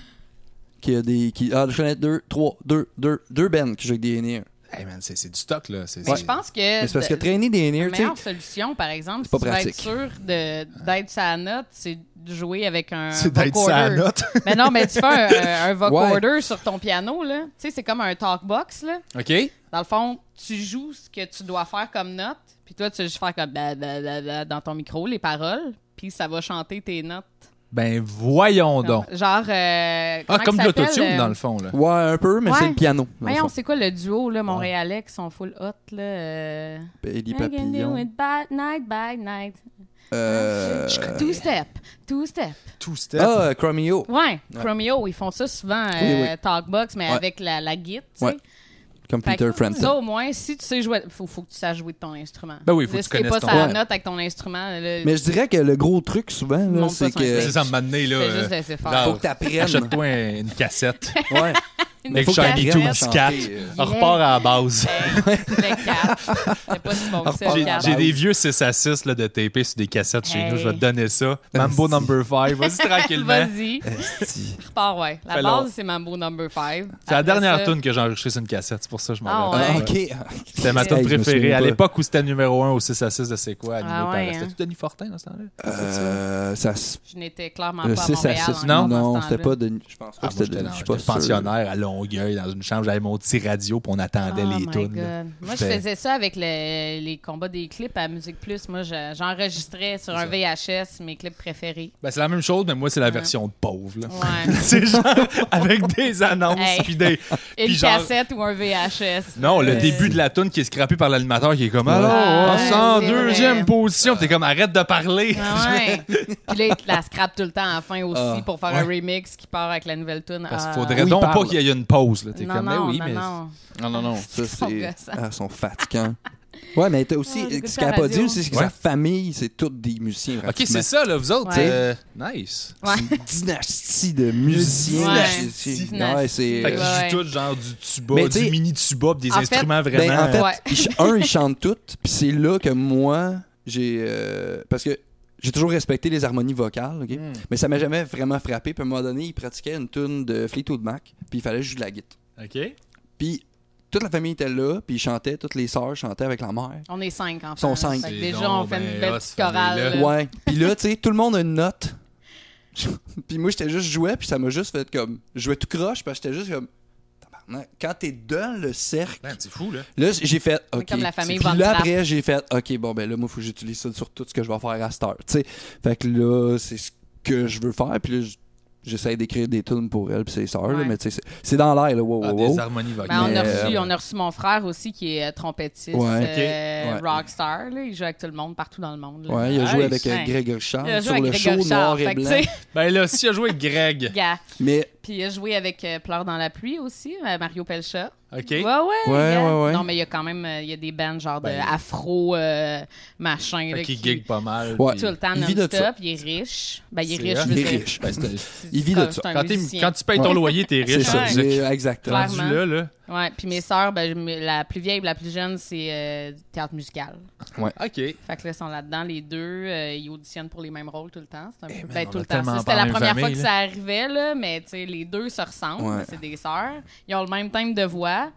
S1: qui a des. Qui, ah, je connais deux, trois, deux, deux, deux Ben qui jouent avec des in-ears.
S3: Hey man, c'est c'est du stock, là. C'est-
S2: Mais
S3: c'est-
S2: je pense
S1: Mais
S2: que,
S1: c'est parce que
S2: de-
S1: traîner des
S2: la
S1: in-ears, tu sais.
S2: meilleure solution, par exemple,
S1: pas
S2: si tu veux être
S1: pratique.
S2: sûr de- d'être sa note, c'est de jouer avec un
S3: *laughs* c'est d'être ça à
S2: vocorder.
S1: *laughs*
S3: note.
S2: Mais non, mais tu fais un, un, un vocorder
S1: Ouais.
S2: sur ton piano, là. Tu sais, c'est comme un talkbox, là.
S3: OK?
S2: Dans le fond, tu joues ce que tu dois faire comme note, puis toi, tu vas juste faire comme da, da, da, da dans ton micro, les paroles, puis ça va chanter tes notes.
S3: Ben voyons donc.
S2: Genre, euh,
S3: Ah,
S2: comment
S3: comme
S2: il
S3: de
S2: s'appelle,
S3: l'autotune,
S2: euh,
S3: dans le fond, là.
S1: Ouais, un peu, mais
S2: Ouais.
S1: c'est le piano. dans le
S2: Voyons,
S1: fond.
S2: c'est quoi le duo, là, Montréalais, qui sont full hot, là? euh,
S1: Baby
S2: I can do
S1: Papillon.
S2: it by night by night.
S1: Euh,
S2: Two step, two step.
S3: Two step.
S1: Ah, euh, Chromeo.
S2: Ouais, Chromeo, ils font ça souvent, euh,
S1: Oui, oui.
S2: Talkbox, mais
S1: Ouais.
S2: avec la, la guide, tu sais.
S1: Ouais. Comme
S2: Fait que,
S1: Peter
S2: Ça,
S1: Frampton.
S2: au moins, si tu sais jouer, faut, faut que tu saches jouer de ton instrument.
S3: Ben oui, faut
S2: Là,
S3: que tu
S2: si t'es
S3: connaisses
S2: pas
S3: ton-
S2: sa
S1: Ouais.
S2: note avec ton instrument, là,
S1: Mais je dirais que le gros truc, souvent, là,
S2: Monte
S1: c'est
S2: pas son
S1: que.
S3: C'est ça, m'amener, là.
S2: Fais juste
S3: euh,
S2: *laughs* laisser faire.
S3: là,
S1: Faut que t'apprennes.
S3: *laughs* Achète-toi un- une cassette.
S1: Ouais.
S2: *laughs* Une
S3: Mais
S2: petite
S3: que Shiny
S2: casquette.
S3: Toon scat
S2: Yeah.
S3: repart à la base.
S2: Hey, Le cap. Je sais pas si bon que ça, le
S3: Ah, J'ai
S2: cap.
S3: j'ai des vieux 6 à 6 là, de taper sur des cassettes chez
S2: Hey.
S3: nous. Je vais te donner ça. *laughs* Mambo
S1: Merci.
S3: number 5. Vas-y tranquillement.
S2: Vas-y.
S1: Esti.
S2: Repars, ouais. La
S3: Fais-le.
S2: base, c'est Mambo Number 5.
S3: C'est la dernière tune que j'ai enregistrée sur une cassette. C'est pour ça que je m'en
S2: Ah,
S3: rappelle.
S2: ouais.
S1: Ah, ok.
S3: C'était ma
S2: Hey,
S3: tune
S1: je me
S3: préférée.
S1: souviens
S3: À
S1: pas.
S3: l'époque où c'était le numéro 1 au 6 à 6 de C'est quoi, animé
S2: Ah
S3: par.
S2: ouais, hein.
S3: C'était Denis Fortin dans ce temps-là?
S1: Euh, ça se-
S2: Je n'étais clairement
S3: Euh,
S1: le
S2: pas
S1: 6 à
S2: à Montréal.
S1: 6.
S2: hein,
S1: Non,
S2: dans ce
S1: non,
S2: temps-là.
S1: c'était pas de. Je pense pas
S3: Ah,
S1: que
S3: moi,
S1: c'était
S3: j'étais
S1: de.
S3: dans-
S1: Je suis pas
S3: j'étais
S1: sûr.
S3: pensionnaire à Longueuil dans une chambre. J'avais mon petit radio puis on attendait
S2: Oh
S3: les
S2: my
S3: tunes. là.
S2: God. Moi, je
S3: C'était-
S2: faisais ça avec le- les combats des clips à Musique Plus. Moi, je- j'enregistrais sur un VHS mes clips
S3: *laughs*
S2: préférés.
S3: Ben, c'est la même chose, mais moi, c'est la version de pauvre. là. *laughs*
S2: Ouais.
S3: c'est genre avec des annonces
S2: Hey.
S3: puis des.
S2: Une
S3: puis genre-
S2: cassette ou un VHS.
S3: Non, le
S2: Euh,
S3: début de la tune qui est scrappée par l'animateur qui est comme
S2: Ah,
S3: Alors,
S2: ouais,
S3: en
S2: c'est
S3: 102e
S2: vrai.
S3: position. Puis T'es comme Arrête de parler.
S2: *laughs* Ah ouais. Puis là, ils te la scrapent tout le temps à la fin aussi
S1: Ah,
S2: pour faire un remix qui part avec la nouvelle tune.
S3: Parce qu'il
S2: Ah.
S3: faudrait
S1: Oui,
S3: donc
S1: parle.
S3: pas qu'il y ait une pause. là. T'es
S2: Non,
S3: comme
S2: non,
S3: Mais oui,
S2: non,
S3: mais.
S2: non.
S3: Non, non, non.
S1: Ça,
S2: *laughs* Ils sont
S1: c'est.
S2: gossants.
S1: Ah, ils sont fatigants. *laughs* Ouais, mais t'as aussi.
S2: Ouais, j'écoute
S1: Ce qu'elle a
S2: la
S1: pas
S2: radio.
S1: dit aussi, c'est que
S3: Ouais.
S1: sa famille, c'est toutes des musiciens.
S3: Ok,
S1: pratiquement.
S3: c'est ça, là, vous autres.
S2: Ouais.
S3: euh, nice.
S2: Ouais.
S1: C'est une dynastie de musiciens.
S2: Ouais.
S1: C'est- c'est-
S2: Dynastie.
S1: Ouais, c'est. euh,
S3: Fait qu'ils
S2: Ouais.
S3: jouent tous genre du tuba,
S1: Mais
S3: du
S1: t'sais-
S3: mini tuba, pis des
S2: En fait,
S3: instruments
S1: Ben,
S3: vraiment.
S1: en fait,
S2: Ouais.
S1: ils ch- un, ils chantent toutes, puis c'est là que moi, j'ai. euh, parce que j'ai toujours respecté les harmonies vocales, ok?
S3: Hmm.
S1: mais ça m'a jamais vraiment frappé. Puis à un moment donné, ils pratiquaient une tune de Fleetwood Mac, puis il fallait jouer de la guitare.
S3: euh, Ok.
S1: Puis toute la famille était là, puis ils chantaient, toutes les sœurs chantaient avec la mère.
S2: On est cinq, en fait.
S1: sont cinq.
S2: Fait que
S3: C'est
S2: déjà, on
S3: donc
S2: fait
S3: ben
S2: une belle
S3: hot,
S2: petite
S3: cette famille-là.
S2: chorale. là.
S1: Ouais. Puis là, tu sais, tout le monde a une note. *laughs* puis moi, j'étais juste jouais, puis ça m'a juste fait comme. Je jouais tout croche, parce que j'étais juste comme. Tabarnak. Quand t'es dans le cercle,
S3: Man, ben, C'est fou, là.
S1: Là, j'ai fait OK.
S2: comme la famille Von
S1: puis là
S2: Trapp.
S1: après, j'ai fait OK, bon ben là moi faut que j'utilise ça sur tout ce que je vais faire à cette heure, tu sais. Fait que là, c'est ce que je veux faire puis là j- j'essaie d'écrire des tunes pour elle puis ses sœurs là,
S2: Ouais.
S1: mais tu sais c'est- c'est dans l'air là, wow,
S3: Ah,
S1: wow, wow.
S3: des harmonies vocales.
S2: Ben, on, a
S1: Mais,
S2: reçu,
S1: euh,
S2: on a reçu mon frère aussi qui est euh, trompettiste,
S1: Ouais.
S2: euh,
S1: Ok. Ouais.
S2: rockstar. là. Il joue avec tout le monde partout dans le monde. là.
S1: Ouais, il a joué avec
S3: Nice.
S1: euh,
S2: Ouais.
S1: Greg Richard
S2: Il a joué
S1: sur
S2: avec
S1: le
S2: Grégory
S1: show
S2: Charles,
S1: Noir
S2: fait
S1: et
S2: que,
S1: blanc.
S2: tu sais,
S3: Ben là, si a joué avec Greg.
S2: gars.
S1: Mais
S2: Puis il a joué avec euh, Pleurs dans la pluie aussi, euh, Mario Pelcha.
S3: OK.
S2: Ouais, ouais,
S1: Ouais,
S2: gars.
S1: ouais, ouais.
S2: Non, mais il y a quand même euh, il y a des bands genre
S3: Ben,
S2: de afro euh, machin. là,
S3: Fait
S2: qui,
S3: qu'il gig pas mal.
S1: Ouais.
S3: puis-
S2: Tout le temps
S1: Il vit de ça.
S2: non-stop. Il est riche. Ben, il est
S3: C'est
S2: riche.
S3: vrai.
S2: je veux
S1: il est
S2: dire.
S1: riche.
S3: Ben, c'est-
S1: Il vit de
S2: C'est
S1: ça.
S2: un
S3: quand, t'es-
S2: musicien.
S3: quand tu payes ton loyer, t'es
S1: C'est
S3: riche.
S1: ça,
S3: hein.
S2: Ouais.
S1: j'ai- exact.
S2: Ouais.
S3: Rendu
S2: Clairement.
S3: là, là.
S2: Ouais, puis mes sœurs, ben, je- la plus vieille, la plus jeune, c'est euh, théâtre musical.
S3: OK.
S2: Fait que là, ils sont là-dedans, les deux. euh, ils auditionnent pour les mêmes rôles tout le temps. C'est un-
S3: man,
S2: ben,
S3: Eh, on
S2: tout
S3: a
S2: le temps.
S3: tellement
S2: Ça, C'était la
S3: parlé
S2: première
S3: famille,
S2: fois que ça arrivait, là, mais tu sais, les deux se ressemblent.
S1: Ouais.
S2: C'est des sœurs. Ils ont le même thème de voix.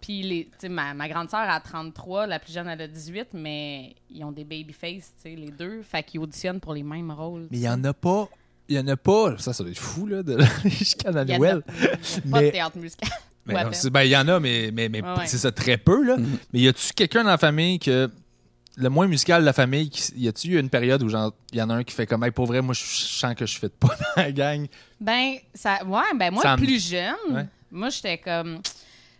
S2: Puis les, tu sais, ma, ma grande sœur a 33, la plus jeune, elle a 18, mais ils ont des babyface, tu sais, les deux. Fait qu'ils auditionnent pour les mêmes rôles.
S3: Mais il y en a pas. Il y en a pas. Ça, ça doit être fou, là, de *laughs* jusqu'à
S2: Il y en a-
S3: Noël.
S2: il y a pas
S3: Mais-
S2: de théâtre musical.
S3: Mais
S2: ou à
S3: non,
S2: peine.
S3: c'est- Ben, il y en a, mais, mais, mais
S2: Ouais, ouais.
S3: c'est ça, très peu, là. Mais y a-tu quelqu'un dans la famille que. Le moins musical de la famille, qui- y a-tu eu une période où genre, y en a un qui fait comme, hey, pour vrai, moi, je sens que je fais de pas *laughs* dans la gang.
S2: Ben, ça, ouais, ben moi,
S3: Ça me-
S2: plus jeune,
S3: Ouais.
S2: moi, j'étais comme,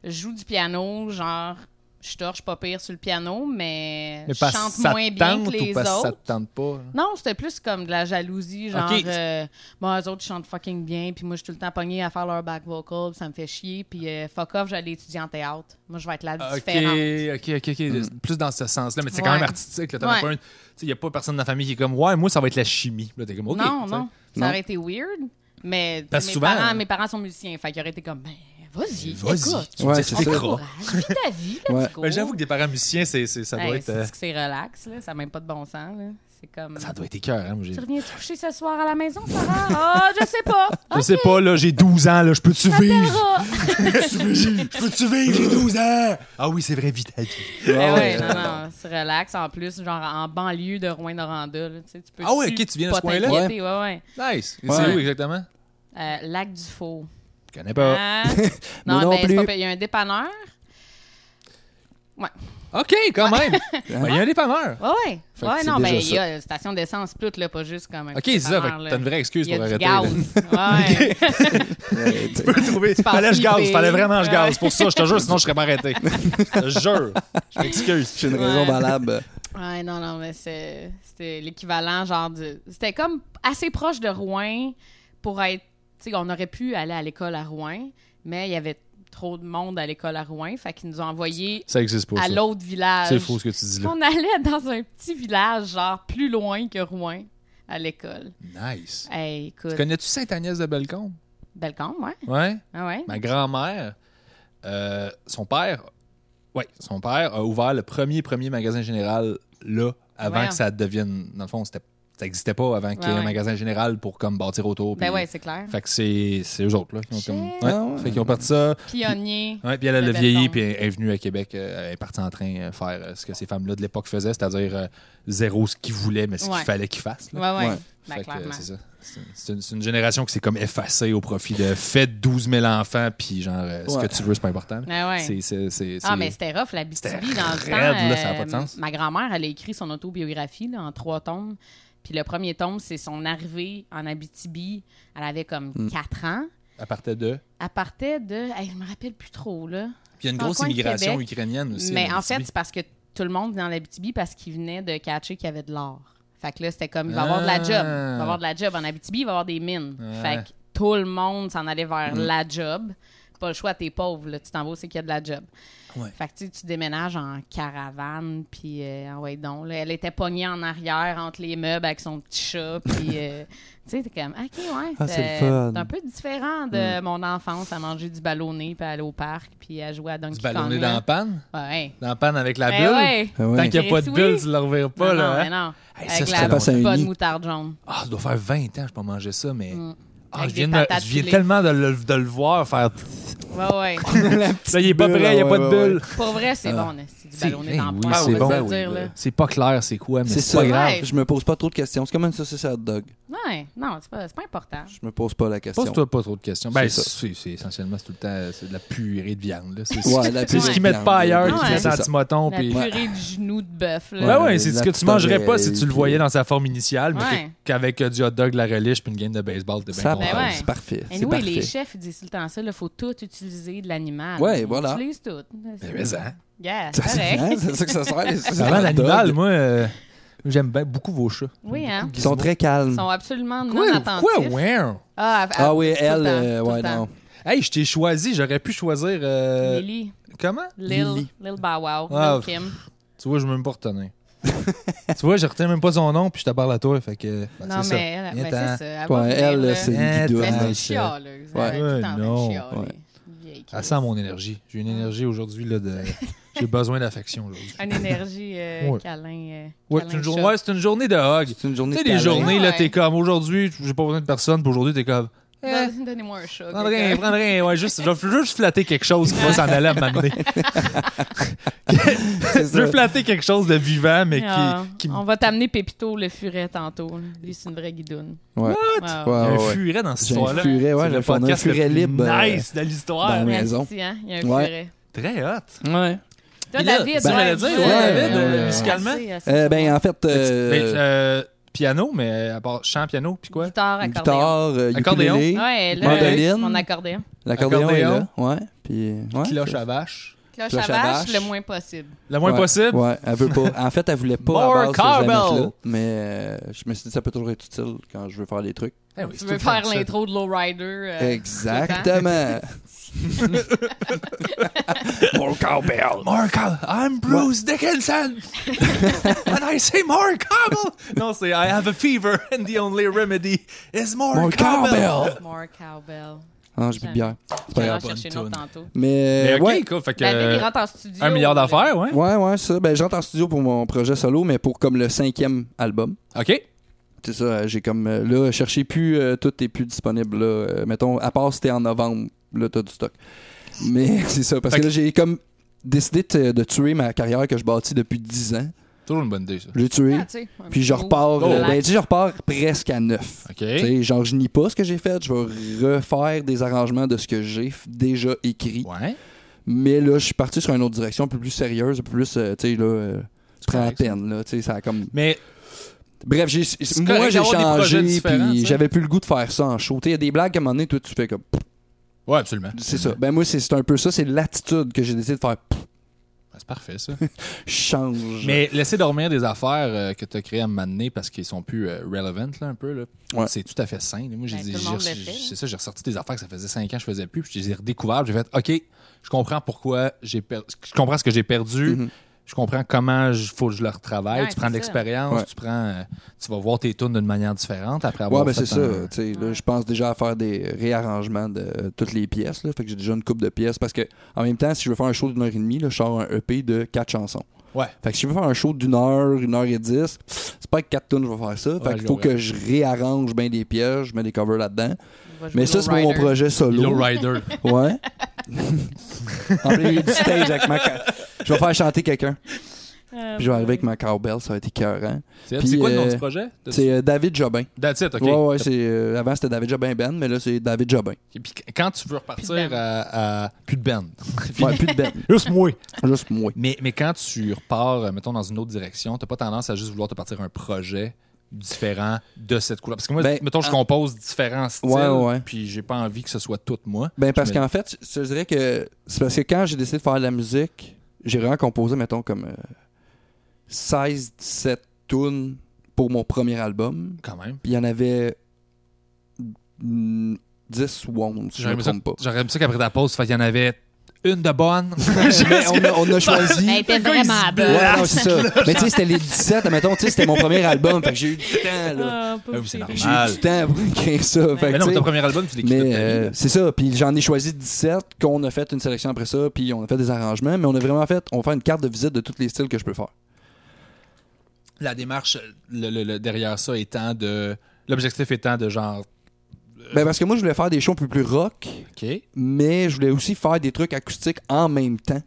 S2: je joue du piano, genre, je torche pas pire sur le piano, mais,
S3: Mais
S2: je
S3: parce
S2: chante
S3: que ça
S2: moins
S3: te
S2: bien que
S3: tente
S2: les
S3: ou parce que ça
S2: autres.
S3: te tente pas. là?
S2: Non, c'était plus comme de la jalousie, genre,
S3: Ok.
S2: euh, bon, eux autres, ils chantent fucking bien, puis moi, je suis tout le temps pognée à faire leur back vocal, puis ça me fait chier, puis euh, fuck off, j'allais étudier en théâtre. Moi, je vais être la différente.
S3: Ok, ok, ok. Plus dans ce sens-là, mais c'est quand
S2: Ouais.
S3: même artistique. là. T'en as
S2: Ouais.
S3: pas une- Tu sais, y a pas personne dans la famille qui est comme, ouais, moi, ça va être la chimie. Là, t'es comme, ok.
S2: non,
S3: tu sais.
S2: non,
S1: Non.
S2: ça aurait été weird, mais
S3: Parce que
S2: mes,
S3: souvent, euh,
S2: parents, mes parents sont musiciens, fait qu'ils auraient été comme, ben, vas-y,
S3: Vas-y.
S2: écoute,
S3: tu
S1: Ouais,
S3: nous
S1: c'est
S2: on
S1: ça.
S3: expliqueras.
S2: t'encourage, vis ta vie, let's
S1: Ouais.
S2: go.
S3: Ben, J'avoue que des parents musiciens, c'est, c'est- ça, doit
S2: Hey,
S3: être,
S2: c'est-
S3: euh,
S2: c'est que c'est relax, là. Ça n'a même pas de bon sens, là. C'est comme.
S3: ça doit être écœurant. moi, j'ai-
S2: Tu reviens te coucher ce soir à la maison, Sarah? Ah, je sais pas.
S3: Je sais pas, là, j'ai 12 ans, là, je peux-tu vivre?
S2: Sarah!
S3: *laughs* Je peux-tu vivre? J'ai 12 ans! Ah oui, c'est vrai, vite ta vie.
S2: Ben ouais, non, non, c'est relax. En plus, genre en banlieue de Rouen-Noranda, là. Tu sais, tu peux.
S3: Ah ouais, ok, tu viens de
S2: pas
S3: ce coin-là?
S2: t'inquiéter, Ouais, ouais.
S3: Nice. Et
S1: Ouais.
S3: C'est où exactement?
S2: Euh, Lac du Faux.
S3: Je connais pas.
S2: Hein?
S1: Moi non
S2: ben, c'est
S1: plus.
S2: pas pire. Il y a un dépanneur.
S3: Ah. Ok, quand
S2: *laughs*
S3: même. Ben, Il y a des panneurs.
S2: Ouais, ouais.
S1: Fait que
S2: ouais,
S1: c'est
S2: non, ben,
S1: déjà
S2: il y a une station d'essence, toute, là, pas juste comme un.
S3: Ok,
S2: petit
S3: c'est ça, fait
S2: dépanneur,
S3: que
S2: là.
S3: t'as une vraie excuse
S2: Il y
S3: pour
S2: a du
S3: arrêter.
S2: gaz.
S3: *laughs* là.
S2: Ouais.
S1: Euh, t'sais,
S3: peux le trouver.
S2: penses
S3: Fallait que je gaze,
S2: qu'il
S3: fallait
S2: fait.
S3: vraiment que je gaze.
S2: Ouais.
S3: Pour ça, je te jure, sinon je serais
S2: *laughs*
S3: pas arrêté. Je te jure. Je m'excuse.
S1: J'ai une raison
S2: Ouais.
S3: *laughs*
S1: valable.
S2: Ouais, non, non, mais c'est- c'était l'équivalent, genre, du. C'était comme assez proche de Rouen pour être. Tu sais, on aurait pu aller à l'école à Rouen, mais il y avait trop de monde à l'école à Rouen, fait qu'ils nous ont envoyés
S3: Ça existe pas.
S2: à
S3: ça.
S2: l'autre village.
S3: C'est faux ce que tu dis là.
S2: On allait dans un petit village, genre, plus loin que Rouen, à l'école.
S3: Nice.
S2: Hey, écoute.
S3: Connais-tu Sainte-Agnès de Bellecombe?
S2: Belcombe, ouais.
S3: Ouais.
S2: Ah ouais.
S3: Ma grand-mère, euh, son père, ouais, son père a ouvert le premier premier magasin général là, avant
S2: Voyons.
S3: que ça devienne, dans le fond, c'était- ça n'existait pas avant qu'il y ait
S2: Ouais,
S3: un
S2: ouais.
S3: magasin général pour comme bâtir autour.
S2: ben
S3: puis-
S2: ouais, c'est clair.
S3: Fait que c'est c'est eux autres là. Qui ont comme-
S2: Shit.
S3: Ouais.
S1: Ah ouais.
S3: Fait qu'ils ont parti ça.
S2: Pionnier.
S3: Ouais, puis elle, elle
S2: Le
S3: a vieilli,
S2: béton.
S3: puis elle est venue à Québec, euh, elle est partie en train euh, faire euh, ce que ces femmes-là de l'époque faisaient, c'est-à-dire euh, zéro ce qu'ils voulaient, mais ce
S2: Ouais.
S3: qu'il fallait qu'ils fassent.
S2: Ouais,
S3: là.
S2: ouais.
S1: Ouais.
S2: Ben,
S3: Fait que, euh,
S2: clairement.
S3: c'est ça. C'est une- C'est une, c'est une génération qui s'est comme effacée au profit de faites 12 000 enfants, puis genre, euh, ce
S1: Ouais.
S3: que tu veux, c'est pas important. là.
S2: Ah ouais.
S3: C'est- c'est- c'est-
S2: Ah,
S3: c'est-
S2: mais c'était rough, la BTB dans
S3: C'était
S2: le temps.
S3: raide, là, ça a pas de
S2: euh,
S3: sens.
S2: Ma grand-mère, elle a écrit son autobiographie là, en trois tomes. Puis le premier tome, c'est son arrivée en Abitibi. Elle avait comme
S3: Hmm.
S2: quatre ans.
S3: à partir de.
S2: Elle partait de. Hey, je me rappelle plus trop, là.
S3: Puis il y a une
S2: Dans le
S3: grosse
S2: coin de
S3: immigration
S2: Québec.
S3: ukrainienne aussi.
S2: Mais
S3: en
S2: en fait,
S3: Abitibi.
S2: c'est parce que tout le monde venait en Abitibi parce qu'il venait de catcher qu'il y avait de l'or. Fait que là, c'était comme, il va y avoir de la job. Il va y avoir de la job. En Abitibi, il va y avoir des mines.
S3: Ah! Ouais. Mm.
S2: Fait que tout le monde s'en allait vers la job. Pas le choix, t'es pauvre, là. Tu t'en vas, où c'est qu'il y a de la job.
S3: Ouais.
S2: Fait que tu sais, tu déménages en caravane, puis euh, ah ouais, donc, là, elle était pognée en arrière entre les meubles avec son petit chat, *laughs* puis euh, tu sais, t'es comme, ok, ouais,
S1: Ah, c'est le
S2: euh,
S1: fun.
S2: un peu différent de
S3: Mm.
S2: mon enfance à manger du ballonné, puis à aller au parc, puis à jouer à Donkey
S3: du
S2: Kong.
S3: ballonné
S2: là.
S3: dans la panne,
S2: Ouais.
S3: dans la panne avec la
S2: Ben
S3: bulle.
S2: ouais.
S1: Ah ouais.
S3: Tant qu'il n'y a pas de
S2: Chris,
S3: bulle,
S2: oui.
S3: tu ne le reverras pas.
S2: non,
S3: là, hein?
S2: mais non.
S3: Hey, ça,
S2: Avec
S3: ça
S2: la
S3: fait
S1: passe à
S2: bonne
S1: un nid.
S2: moutarde jaune.
S3: Ah, ça doit faire 20 ans, je pas mangé ça, mais. Ah,
S2: Mm. Avec
S3: je viens,
S2: des
S3: de me-
S2: patates
S3: je viens
S2: pilées.
S3: tellement de le, de le voir
S2: *laughs*
S3: faire.
S2: Ouais,
S3: *laughs*
S2: ouais.
S3: Là, il est pas
S1: bulle,
S3: prêt, il n'y a
S1: ouais,
S3: pas de
S1: ouais, ouais.
S3: bulle.
S2: Pour vrai, c'est
S1: Ah.
S2: bon, là, c'est du ballonné dans le
S3: oui,
S2: poing,
S3: c'est
S2: on va
S3: bon.
S2: se
S3: Ben
S2: le
S3: oui,
S2: dire, là.
S3: C'est pas clair, c'est quoi, mais
S1: C'est
S3: c'est
S1: ça.
S3: pas grave.
S2: Ouais.
S1: Je me pose pas trop de questions. C'est comme une saucisse à hot dog.
S2: Ouais, non, c'est pas, c'est pas important.
S1: Je me pose pas la question.
S3: Pose-toi pas trop de questions. Ben,
S1: C'est ça.
S3: c'est c'est- essentiellement, c'est tout le temps euh, c'est de la purée de viande. là. C'est
S1: Ouais, la
S3: c'est ce
S1: purée
S3: qu'ils
S1: de
S3: mettent
S1: viande.
S3: pas ailleurs, qu'ils
S2: Ouais.
S3: mettent en
S1: C'est ça.
S3: timoton.
S2: La
S3: puis-
S2: purée de genou de bœuf, là.
S3: Ben
S1: Ouais,
S3: ouais,
S1: la
S3: c'est ce que
S1: petite
S3: tu mangerais pas
S1: oreille,
S3: si tu le
S1: puis-
S3: voyais dans sa forme initiale, mais
S2: Ouais.
S3: que- qu'avec euh, du hot dog, de la relish puis une game de baseball, t'es bien
S1: Ça
S3: content.
S2: Ben
S1: passe.
S2: ouais.
S1: C'est parfait.
S2: Et
S1: c'est
S2: nous, les
S1: parfait.
S2: chefs ils disent tout le temps ça, il faut tout utiliser de l'animal.
S1: Ouais,
S2: On
S1: voilà.
S2: utilise tout.
S3: Ben, mais hein.
S2: Yeah, c'est
S1: Ça, C'est
S2: correct.
S1: hein, c'est ça que ça sert. les saucisses
S3: Parlant
S1: à hot dog.
S3: d'animal, moi, euh, j'aime bien beaucoup vos chats.
S2: Oui, hein.
S1: Ils sont très calmes.
S2: Ils sont absolument non
S3: Quoi,
S2: attentifs.
S3: quoi, ouais?
S2: Ah, à- à-
S1: Ah oui,
S2: tout le
S1: elle,
S2: temps,
S1: euh,
S2: tout le
S1: ouais,
S2: temps.
S1: non.
S3: Hey, je t'ai choisi, j'aurais pu choisir. euh,
S2: Lily,
S3: Comment?
S2: Lil,
S1: Lily.
S2: Lil Bow Wow,
S3: Ah,
S2: Lil Kim.
S3: Tu vois, je veux même pas retenir. *laughs* tu vois, je retiens même pas son nom, puis je te parle à toi. Fait que. ben,
S2: Non,
S3: c'est
S2: mais elle, ben, c'est
S3: Viens-t'en.
S2: ça. Elle, va
S1: Ouais,
S2: venir,
S1: elle, euh,
S2: là.
S1: c'est
S3: Eh,
S1: une guidoune.
S2: Mais c'est
S3: Ouais,
S2: une
S3: c'est-
S2: chialeuse.
S1: Ouais.
S2: Elle est tout le temps en train de
S3: Ouais,
S2: chialer.
S1: non.
S2: Vieille
S3: Elle
S2: crise.
S3: sent mon énergie. J'ai une énergie aujourd'hui. là de... J'ai besoin d'affection aujourd'hui.
S2: Une énergie euh,
S3: Ouais.
S2: câlin. euh,
S3: Ouais,
S2: câlin
S3: c'est une, jour-
S2: chat.
S3: ouais, c'est une journée de hug.
S1: C'est une
S3: Tu
S1: journée
S3: sais,
S1: de
S3: les
S1: câlin.
S3: journées, là,
S2: Ouais.
S3: t'es comme aujourd'hui, j'ai pas besoin de personne, puis aujourd'hui, t'es comme. Eh,
S2: Don- Donnez-moi un chat.
S3: prends
S2: quelqu'un.
S3: rien, prends rien. Ouais, juste, je veux juste flatter quelque chose qui va s'en aller à m'amener.
S1: C'est
S3: Je veux
S1: ça.
S3: flatter quelque chose de vivant, *laughs* mais
S2: Ah,
S3: qui. qui...
S2: On va t'amener Pépito le furet tantôt. là. Lui, c'est une vraie guidoune.
S1: Ouais.
S2: Ah,
S1: Ouais,
S3: Il y a un
S1: ouais, ouais.
S3: furet dans cette
S1: J'ai un
S3: histoire-là.
S1: furet, ouais,
S3: C'est
S1: j'ai
S3: le
S1: fondé un
S3: podcast le
S1: furet
S3: plus
S1: libre. euh,
S3: Nice de l'histoire.
S1: dans la
S2: ouais.
S1: maison.
S2: Merci, hein, Il y a un
S1: Ouais.
S2: furet.
S3: Très hot.
S1: Ouais.
S2: Toi,
S3: Et là,
S2: David,
S3: tu
S2: ouais,
S3: voulais dire, ouais,
S1: David, euh,
S3: musicalement?
S2: Assez, assez
S1: Euh, ben,
S2: souvent.
S1: en fait, euh,
S3: Mais, euh, piano, mais à part chant, piano, puis quoi?
S2: Guitare, accordéon.
S1: guitare, euh,
S3: Accordéon.
S1: ukulélé,
S2: Ouais, là,
S1: Mandoline.
S2: mon accordéon.
S1: l'accordéon est
S3: Accordéon.
S1: là. Ouais. Puis, euh, ouais.
S3: Cloche
S1: c'est-
S3: à vache.
S2: Cloche
S1: Cloche
S2: à
S1: à
S2: vache,
S1: vache.
S2: le moins possible.
S3: Le moins
S1: Ouais.
S3: possible.
S1: Ouais, elle veut pas. En fait, elle voulait pas
S3: More
S1: à base que je la mette
S3: cowbell.
S1: là, mais euh, je me suis dit ça peut toujours être utile quand je veux faire des trucs.
S3: Eh oui,
S2: Tu
S3: c'est
S2: veux
S3: tout le
S2: faire
S3: temps ça.
S2: l'intro de Lowrider. euh,
S1: Exactement. More cowbell.
S3: Mark, Hamill, I'm Bruce Dickinson. *laughs* and I say Mark Hamill. Non, c'est I have a fever *laughs* and the only remedy is Mark,
S1: More
S3: Hamill.
S1: cowbell.
S2: More cowbell.
S1: Ah, j'ai plus de bière. C'est
S2: Je
S1: pas
S2: vais en
S1: grave.
S3: bonne
S2: chercher une autre
S3: toune.
S2: tantôt.
S1: Mais
S3: Mais
S1: euh,
S3: Eh, ok,
S1: ouais.
S3: cool, fait que,
S2: David, il
S3: euh,
S2: rentre en studio. Ah,
S3: un milliard d'affaires, ouais.
S1: Ouais, ouais, ça. Ben, j'entre en studio pour mon projet solo, mais pour comme le cinquième album.
S3: OK.
S1: C'est ça, euh, j'ai comme. euh, Là, chercher plus, euh, tout est plus disponible. Là. Euh, mettons, à part si t'es en novembre, là, t'as du stock. Mais *laughs* c'est ça, parce
S3: Fait
S1: que là,
S3: que-
S1: j'ai comme décidé de, de tuer ma carrière que je bâtis depuis 10 ans.
S3: Toujours une bonne idée, ça.
S1: Je l'ai tuée,
S2: Ah, tu sais, un
S1: puis
S2: petit
S1: je repars.
S2: move,
S1: euh,
S2: relax.
S1: ben, tu sais, je repars presque à neuf.
S3: OK.
S1: Tu sais, genre, je nie pas ce que j'ai fait, je vais refaire des arrangements de ce que j'ai f- déjà écrit.
S3: Ouais.
S1: Mais là, je suis parti sur une autre direction, un peu plus sérieuse, un peu plus, euh, tu sais, là, euh, tu prends la
S3: correct, ça.
S1: peine, là, tu sais, ça a comme.
S3: Mais
S1: Bref, j'ai, moi
S3: correct
S1: j'ai
S3: d'avoir des projets
S1: changé,
S3: différents, tu
S1: puis
S3: sais.
S1: j'avais plus le goût de faire ça en show. Tu sais, Il y a des blagues qu'à un moment donné, toi tu fais comme.
S3: ouais, absolument.
S1: C'est ça. Ben moi c'est, c'est un peu ça, c'est l'attitude que j'ai décidé de faire.
S3: Ouais, C'est parfait ça.
S1: Je Change.
S3: Mais laisser dormir des affaires euh, que tu as créées à un moment donné parce qu'ils sont plus euh, relevant là, un peu. là.
S1: Ouais.
S3: C'est tout à fait sain. Moi, j'ai
S2: Ben,
S3: dit,
S2: tout le
S3: j'ai-
S2: monde le
S3: j'ai-
S2: fait, là.
S3: c'est ça, j'ai ressorti des affaires que ça faisait 5 ans que je faisais plus, puis je les ai redécouvertes. J'ai fait, OK, je comprends pourquoi j'ai per- je comprends ce que j'ai perdu.
S1: Mhm.
S3: je comprends comment il faut que je le retravaille.
S2: Ouais,
S3: tu prends de
S2: c'est ça.
S3: l'expérience,
S1: Ouais.
S3: tu prends, euh, tu vas voir tes tunes d'une manière différente après avoir
S1: Ouais, ben
S3: fait
S1: c'est ça.
S3: un-
S1: tu sais, là,
S2: Ouais.
S1: Je pense déjà à faire des réarrangements de euh, toutes les pièces. Là, fait que j'ai déjà une coupe de pièces. Parce que en même temps, si je veux faire un show d'une heure et demie, là, je sors un EP de quatre chansons.
S3: Ouais.
S1: Fait que si je veux faire un show d'une heure, une heure et dix, c'est pas avec quatre tunes que je vais faire ça. Fait
S3: Ouais,
S1: qu'il
S3: je
S1: faut
S3: comprends.
S1: que je réarrange bien des pièges, je mets des covers là-dedans.
S2: On va jouer
S1: Mais ça,
S2: Low
S1: c'est pour mon
S2: Rider.
S1: projet solo.
S2: *laughs*
S3: Lowrider. *laughs*
S1: Ouais. en plein milieu du stage avec ma. ca- Je vais faire chanter quelqu'un.
S2: Euh,
S1: Puis je vais arriver avec ma cowbell, ça va être écœurant.
S3: c'est
S1: Puis,
S3: c'est quoi le nom
S1: euh,
S3: du projet? De-
S1: C'est euh, David Jobin.
S3: That's it, OK.
S1: Ouais, ouais, c'est, euh, avant c'était David Jobin Ben, mais là c'est David Jobin.
S3: Et puis qu- quand tu veux repartir
S2: Plus de band.
S3: à, à- Plus de band.
S1: Ouais, plus de Ben.
S3: *laughs* Juste moi.
S1: Juste moi.
S3: Mais, mais quand tu repars, euh, mettons, dans une autre direction, t'as pas tendance à juste vouloir te partir un projet différent de cette couleur. Parce que moi,
S1: Ben,
S3: mettons, je
S1: en-
S3: compose différents styles,
S1: Ouais, ouais.
S3: puis j'ai pas envie que ce soit tout moi.
S1: Ben parce
S3: Je me-
S1: qu'en fait, je je dirais que c'est parce que quand j'ai décidé de faire de la musique, j'ai vraiment composé, mettons, comme euh, 16, 17 tunes pour mon premier album.
S3: Quand même.
S1: Puis il y en avait mm, 10 ou 11, si je me
S3: J'aurais aimé ça,
S1: trompe pas.
S3: j'aurais aimé ça qu'après ta pause, fait qu'il y en avait une
S1: *laughs*
S3: de bonne. *laughs*
S1: Mais on a, on a choisi.
S2: Elle ben, était vraiment bonne.
S1: Ouais, non, c'est ça.
S3: *laughs*
S1: Mais tu sais, c'était les 17, mettons, tu sais, c'était mon premier album. Fait que j'ai eu du temps, là.
S2: *laughs* Ah, pauvre
S3: Ah oui, c'est
S2: chérie.
S3: normal.
S1: J'ai eu du temps pour écrire ça. Fait que,
S3: mais non,
S1: tu sais,
S3: ton premier album, tu l'écris toute
S1: Mais
S3: ta vie.
S1: euh, c'est ça. Puis j'en ai choisi 17 qu'on a fait une sélection après ça. Puis on a fait des arrangements. Mais on a vraiment fait, on fait une carte de visite de tous les styles que je peux faire.
S3: La démarche le- le- le- derrière ça étant de. L'objectif étant de genre. Euh.
S1: Ben parce que moi, je voulais faire des shows un peu plus rock.
S3: OK.
S1: Mais je voulais aussi faire des trucs acoustiques en même temps.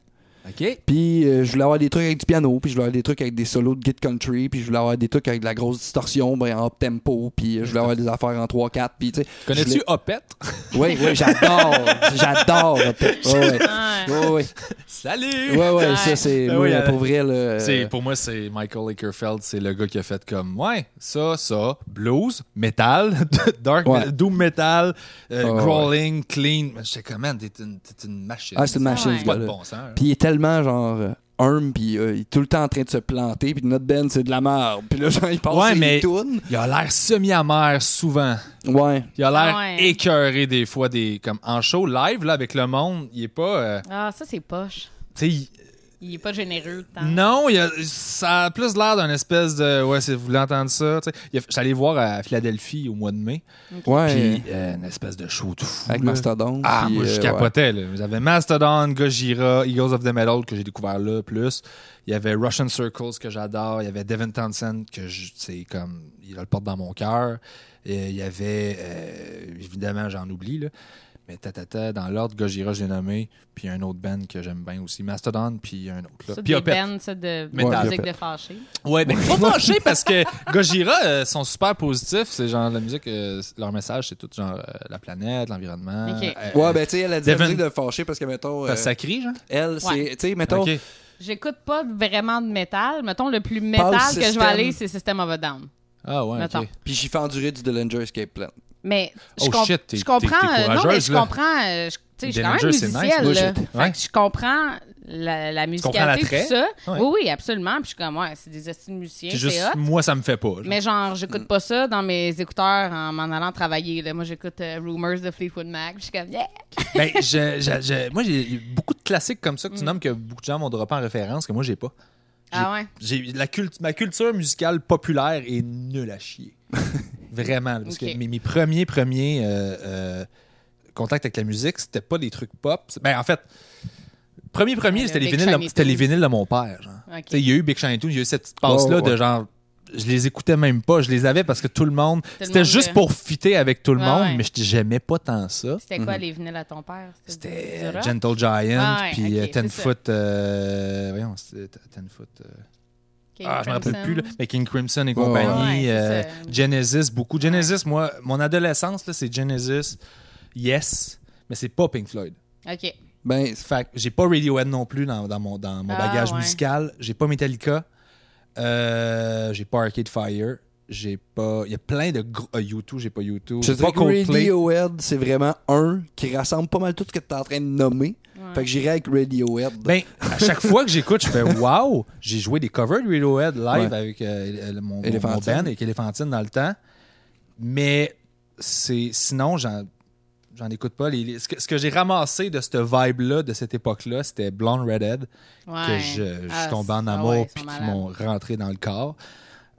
S3: OK.
S1: Puis euh, je voulais avoir des trucs avec du piano. Puis je voulais avoir des trucs avec des solos de git country. Puis je voulais avoir des trucs avec de la grosse distorsion, ben, en up tempo. Puis euh, je voulais avoir des affaires en 3-4. Puis tu sais.
S3: Connais-tu Opette?
S1: Oui, oui, j'adore. j'adore. Ouais, ouais.
S2: Ouais.
S1: Ouais, ouais.
S3: *laughs* Salut!
S1: Ouais, ouais,
S2: Ouais.
S1: ça, c'est.
S3: Ben
S1: moi,
S3: oui, euh,
S1: pour vrai, là.
S3: C'est- Pour moi, c'est Michael Lakerfeld, c'est le gars qui a fait comme, ouais, ça, ça, blues, metal, *laughs* dark,
S1: Ouais.
S3: doom metal, euh,
S1: Ah, ouais.
S3: crawling, clean. J'étais comme, man, t'es une, t'es une machine.
S1: Ah, c'est une machine,
S2: Ouais.
S1: ce
S3: C'est pas de
S1: gars-là.
S3: bon sens.
S1: Puis il est tellement genre euh, humble, puis euh, il est tout le temps en train de se planter, puis notre ben c'est de la merde. Puis là, genre, il passe
S3: Ouais,
S1: et
S3: mais-
S1: il tourne.
S3: Il a l'air semi-amer souvent.
S1: Ouais.
S3: Il a l'air
S2: Ah ouais.
S3: écœuré des fois. Des, comme en show live, là, avec le monde, il est pas. euh,
S2: Ah, ça, c'est poche.
S3: tu sais, il-
S2: Il est pas généreux. tant.
S3: Non, il a- ça a plus l'air d'un espèce de. Ouais, si vous voulez entendre ça. tu sais. Il a- J'étais allé voir à Philadelphie au mois de mai.
S1: Ouais.
S3: Puis, euh, une espèce de show tout fou.
S1: avec
S3: là.
S1: Mastodon.
S3: Ah,
S1: puis,
S3: moi,
S1: euh,
S3: je
S1: ouais.
S3: capotais. là. J'avais Mastodon, Gojira, Eagles of the Metal, que j'ai découvert là, plus. Il y avait Russian Circles, que j'adore. Il y avait Devin Townsend, que je- c'est comme... Il a le porte dans mon cœur. Et Il y avait... euh, évidemment, j'en oublie, là. Mais tatata, dans l'ordre, Gojira, je l'ai nommé. Puis un autre band que j'aime bien aussi. Mastodon, puis un autre. Là.
S2: Ça,
S3: Puis
S2: des
S3: Opeth.
S2: bands, ça, de
S3: Metal.
S2: musique de fâché. *laughs*
S3: Ouais, ben, faut pas fâcher parce que Gojira euh, sont super positifs. C'est genre la musique, euh, leur message, c'est tout genre euh, la planète, l'environnement.
S2: Ok.
S3: euh,
S1: Ouais, ben, tu sais, elle a dit
S3: Devin-
S1: de le fâcher parce que, mettons, euh,
S3: parce que ça crie, genre.
S1: elle, c'est.
S2: Ouais.
S1: Tu sais, mettons,
S3: Ok.
S2: J'écoute pas vraiment de métal. Mettons, le plus métal que
S1: Pulse
S2: je
S1: System.
S2: vais aller, c'est System of a Down.
S3: Ah ouais,
S2: Mettons.
S3: ok.
S1: puis j'ai fait endurer du Dillinger Escape Plan.
S2: Mais je,
S3: Oh
S2: com-
S3: shit, t'es-
S2: je comprends.
S3: t'es- t'es
S2: euh, non, mais
S3: courageuse,
S2: je
S3: là.
S2: comprends. euh, je- tu sais, je suis quand même
S3: Dillinger, c'est nice,
S2: musicienne.
S1: moi,
S2: là.
S1: je-
S2: Fait
S3: ouais.
S2: que je comprends la, la
S3: comprends
S2: musicalité,
S3: l'attrait.
S2: tout ça.
S3: Ouais.
S2: Oui, oui, absolument. Puis je suis comme, ouais, c'est des estimes musiciens,
S3: Puis
S2: c'est
S3: juste, Mm.
S2: hot.
S3: moi, ça me fait pas. genre.
S2: Mais genre, j'écoute pas ça dans mes écouteurs en m'en allant travailler. Là. Moi, j'écoute euh, Rumors de Fleetwood Mac. puis Je suis comme, yeah!
S3: *laughs* Ben, je- je- je- moi, j'ai eu beaucoup de classiques comme ça que tu
S2: Mm.
S3: nommes que beaucoup de gens m'ont droppé en référence que moi, j'ai pas.
S2: Ah ouais.
S3: J'ai, la cult- ma culture musicale populaire est nulle
S2: *laughs*
S3: à chier. Vraiment. Parce
S2: Ok.
S3: que mes, mes premiers, premiers euh, euh, contacts avec la musique, c'était pas des trucs pop. C'est- Ben, en fait, premier, premier,
S2: Ouais, le
S3: c'était, les
S2: Big
S3: vinyles, de-
S2: Shiny
S3: c'était les
S2: Tunes. Oh,
S3: vinyles de mon père. genre.
S2: Ok.
S3: Tu sais, Il y a eu Big Shiny Tunes, il y a eu cette petite passe-là
S1: Ouais, ouais,
S3: de
S1: ouais.
S3: genre. Je les écoutais même pas, je les avais parce que tout le monde.
S2: le
S3: c'était
S2: monde euh,
S3: juste
S2: le-
S3: pour fitter avec tout le
S2: Ouais,
S3: monde,
S2: ouais.
S3: mais je j'aimais pas tant ça.
S2: C'était quoi les vinyles à ton père?
S3: Mm-hmm. C'était
S2: du- du
S3: euh,
S2: rock?
S3: Gentle Giant,
S2: Ah ouais,
S3: puis
S2: ok,
S3: euh, Ten
S2: c'est ça.
S3: Foot. euh, voyons, c'était Ten Foot. euh,
S2: King
S3: ah, je me rappelle
S2: Crimson.
S3: plus, là, mais King Crimson et
S1: Ouais, ouais.
S3: compagnie.
S2: Ouais, c'est
S3: euh,
S2: ça.
S3: Genesis, beaucoup. Genesis, moi, mon adolescence, là, c'est Genesis, yes, mais c'est pas Pink Floyd.
S2: OK.
S1: Ben, c'est-
S3: Fait que j'ai pas Radiohead non plus dans, dans mon, dans mon
S2: Ah,
S3: bagage
S2: ouais.
S3: musical. J'ai pas Metallica. Euh, j'ai pas Arcade Fire. J'ai pas. Il y a plein de gros. euh, U2, j'ai pas
S1: je
S3: U2. J'ai
S1: te dirais
S3: pas
S1: que
S3: Coldplay.
S1: Radiohead, c'est vraiment un qui rassemble pas mal tout ce que t'es en train de nommer. Fait que j'irais avec Radiohead.
S3: Ben, à chaque fois que j'écoute, je fais Wow, j'ai joué des covers de Radiohead live
S1: Ouais.
S3: avec euh, euh, mon, mon- mon
S1: Éléphantine.
S3: band, avec Elephantine dans le temps. Mais c'est sinon, j'en- j'en écoute pas. Les, les- ce que, ce que j'ai ramassé de cette vibe-là, de cette époque-là, c'était Blonde Redhead, que
S2: Ouais.
S3: je, je
S2: Ah,
S3: suis tombé en
S2: c'est- ah
S3: amour,
S2: ouais, ils sont
S3: puis qui
S2: malades.
S3: m'ont rentré dans le corps.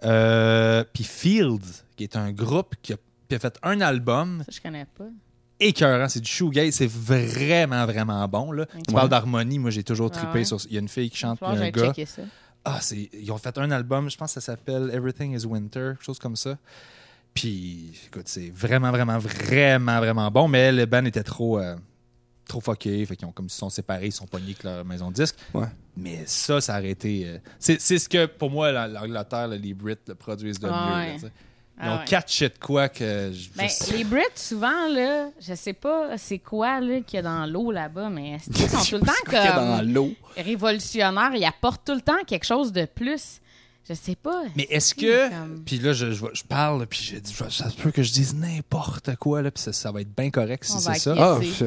S3: Euh, puis Fields, qui est un groupe qui a, qui a fait un album
S2: Ça, je connais pas.
S3: écœurant. C'est du shoegaze, c'est vraiment, vraiment bon. Là. Tu
S2: Ouais.
S3: parles d'harmonie, moi j'ai toujours
S2: Ah
S3: trippé
S2: ouais.
S3: sur. Il y a une fille qui
S2: Je
S3: chante, puis
S2: pense que
S3: un
S2: j'ai
S3: gars.
S2: checké ça.
S3: Ah, c'est. Ils ont fait un album, je pense que ça s'appelle Everything is Winter, quelque chose comme ça. Puis, écoute, c'est vraiment, vraiment, vraiment, vraiment bon, mais le band était trop, euh, trop fucké. Fait qu'ils ont comme ils se sont séparés, ils se sont pognés avec leur maison de disque.
S1: Ouais.
S3: Mais ça, ça a arrêté. euh, c'est, c'est ce que, pour moi, la- l'Angleterre, là, les Brits le produisent de
S2: Ah
S3: mieux. là,
S2: ouais.
S3: tu sais. ils
S2: Ah
S3: ont
S2: ouais.
S3: catché de quoi que. Je,
S2: Ben,
S3: je sais-
S2: les Brits, souvent, là, je sais pas c'est quoi là, qu'il y a dans l'eau là-bas, mais est-ce
S1: *laughs*
S2: qu'ils sont tout le temps
S1: C'est quoi qu'il y a dans
S2: comme
S1: l'eau.
S2: révolutionnaires. Ils apportent tout le temps quelque chose de plus. Je sais pas.
S3: Mais est-ce
S2: si,
S3: que.
S2: comme-
S3: Puis là, je, je, je parle, puis je dis, ça se peut que je dise n'importe quoi, là, puis ça, ça va être bien correct si
S2: On
S3: c'est
S2: va
S3: ça.
S2: acquiescer.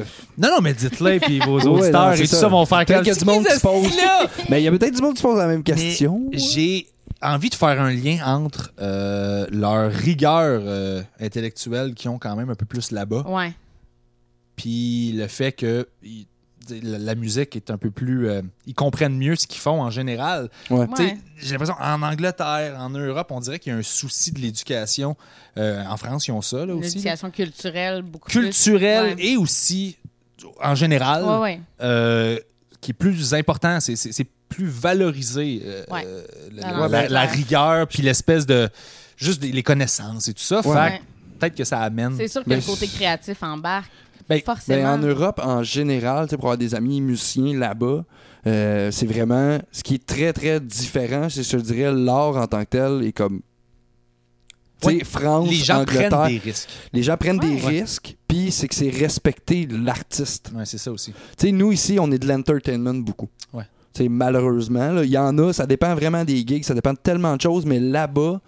S1: Ah,
S2: c'est-
S1: c'est-
S3: Non, non, mais dites-le, puis vos
S1: *laughs* Ouais,
S3: auditeurs
S1: non,
S3: et
S1: c'est
S3: tout
S1: ça.
S3: ça vont faire
S1: Peut-être
S3: comme
S1: qu'il y a du monde qui se pose. Mais il y a peut-être du monde qui se pose la même question.
S3: Mais J'ai envie de faire un lien entre euh, leur rigueur euh, intellectuelle qu'ils ont quand même un peu plus là-bas,
S2: Ouais.
S3: puis le fait que ils- la la musique est un peu plus... euh, ils comprennent mieux ce qu'ils font en général.
S1: Ouais.
S3: Tu sais,
S2: Ouais.
S3: J'ai l'impression en Angleterre, en Europe, on dirait qu'il y a un souci de l'éducation. Euh, en France, ils ont ça là, aussi. là.
S2: L'éducation culturelle, beaucoup
S3: Culturel
S2: Ouais.
S3: et aussi en général.
S2: plus. Ouais, ouais.
S3: euh, qui est plus important, c'est- c'est c'est plus valorisé euh,
S2: Ouais.
S3: euh, le-
S2: Ah,
S3: le-
S2: ouais,
S3: la,
S2: ben,
S3: la
S2: clair.
S3: rigueur puis l'espèce de juste des- les connaissances et tout ça.
S1: Ouais.
S3: Fait
S2: Ouais.
S3: que peut-être que ça amène.
S2: C'est sûr que
S1: Ben,
S2: le côté
S1: je-
S2: créatif embarque.
S3: Ben,
S1: Ben,
S2: forcément.
S1: en Europe, en général, tu sais, pour avoir des amis musiciens là-bas, euh, c'est vraiment ce qui est très, très différent, c'est, je te dirais, l'art en tant que tel est comme. Tu sais,
S3: Ouais.
S1: France,
S3: les gens
S1: Angleterre,
S3: prennent des risques.
S1: les gens prennent des
S2: Ouais. Ouais.
S1: risques, puis c'est que c'est respecter l'artiste.
S3: Ouais, c'est ça aussi.
S1: Tu sais, nous ici, on est de l'entertainment beaucoup.
S3: Ouais.
S1: Tu sais, malheureusement, là, il y en a, ça dépend vraiment des gigs, ça dépend de tellement de choses, mais là-bas,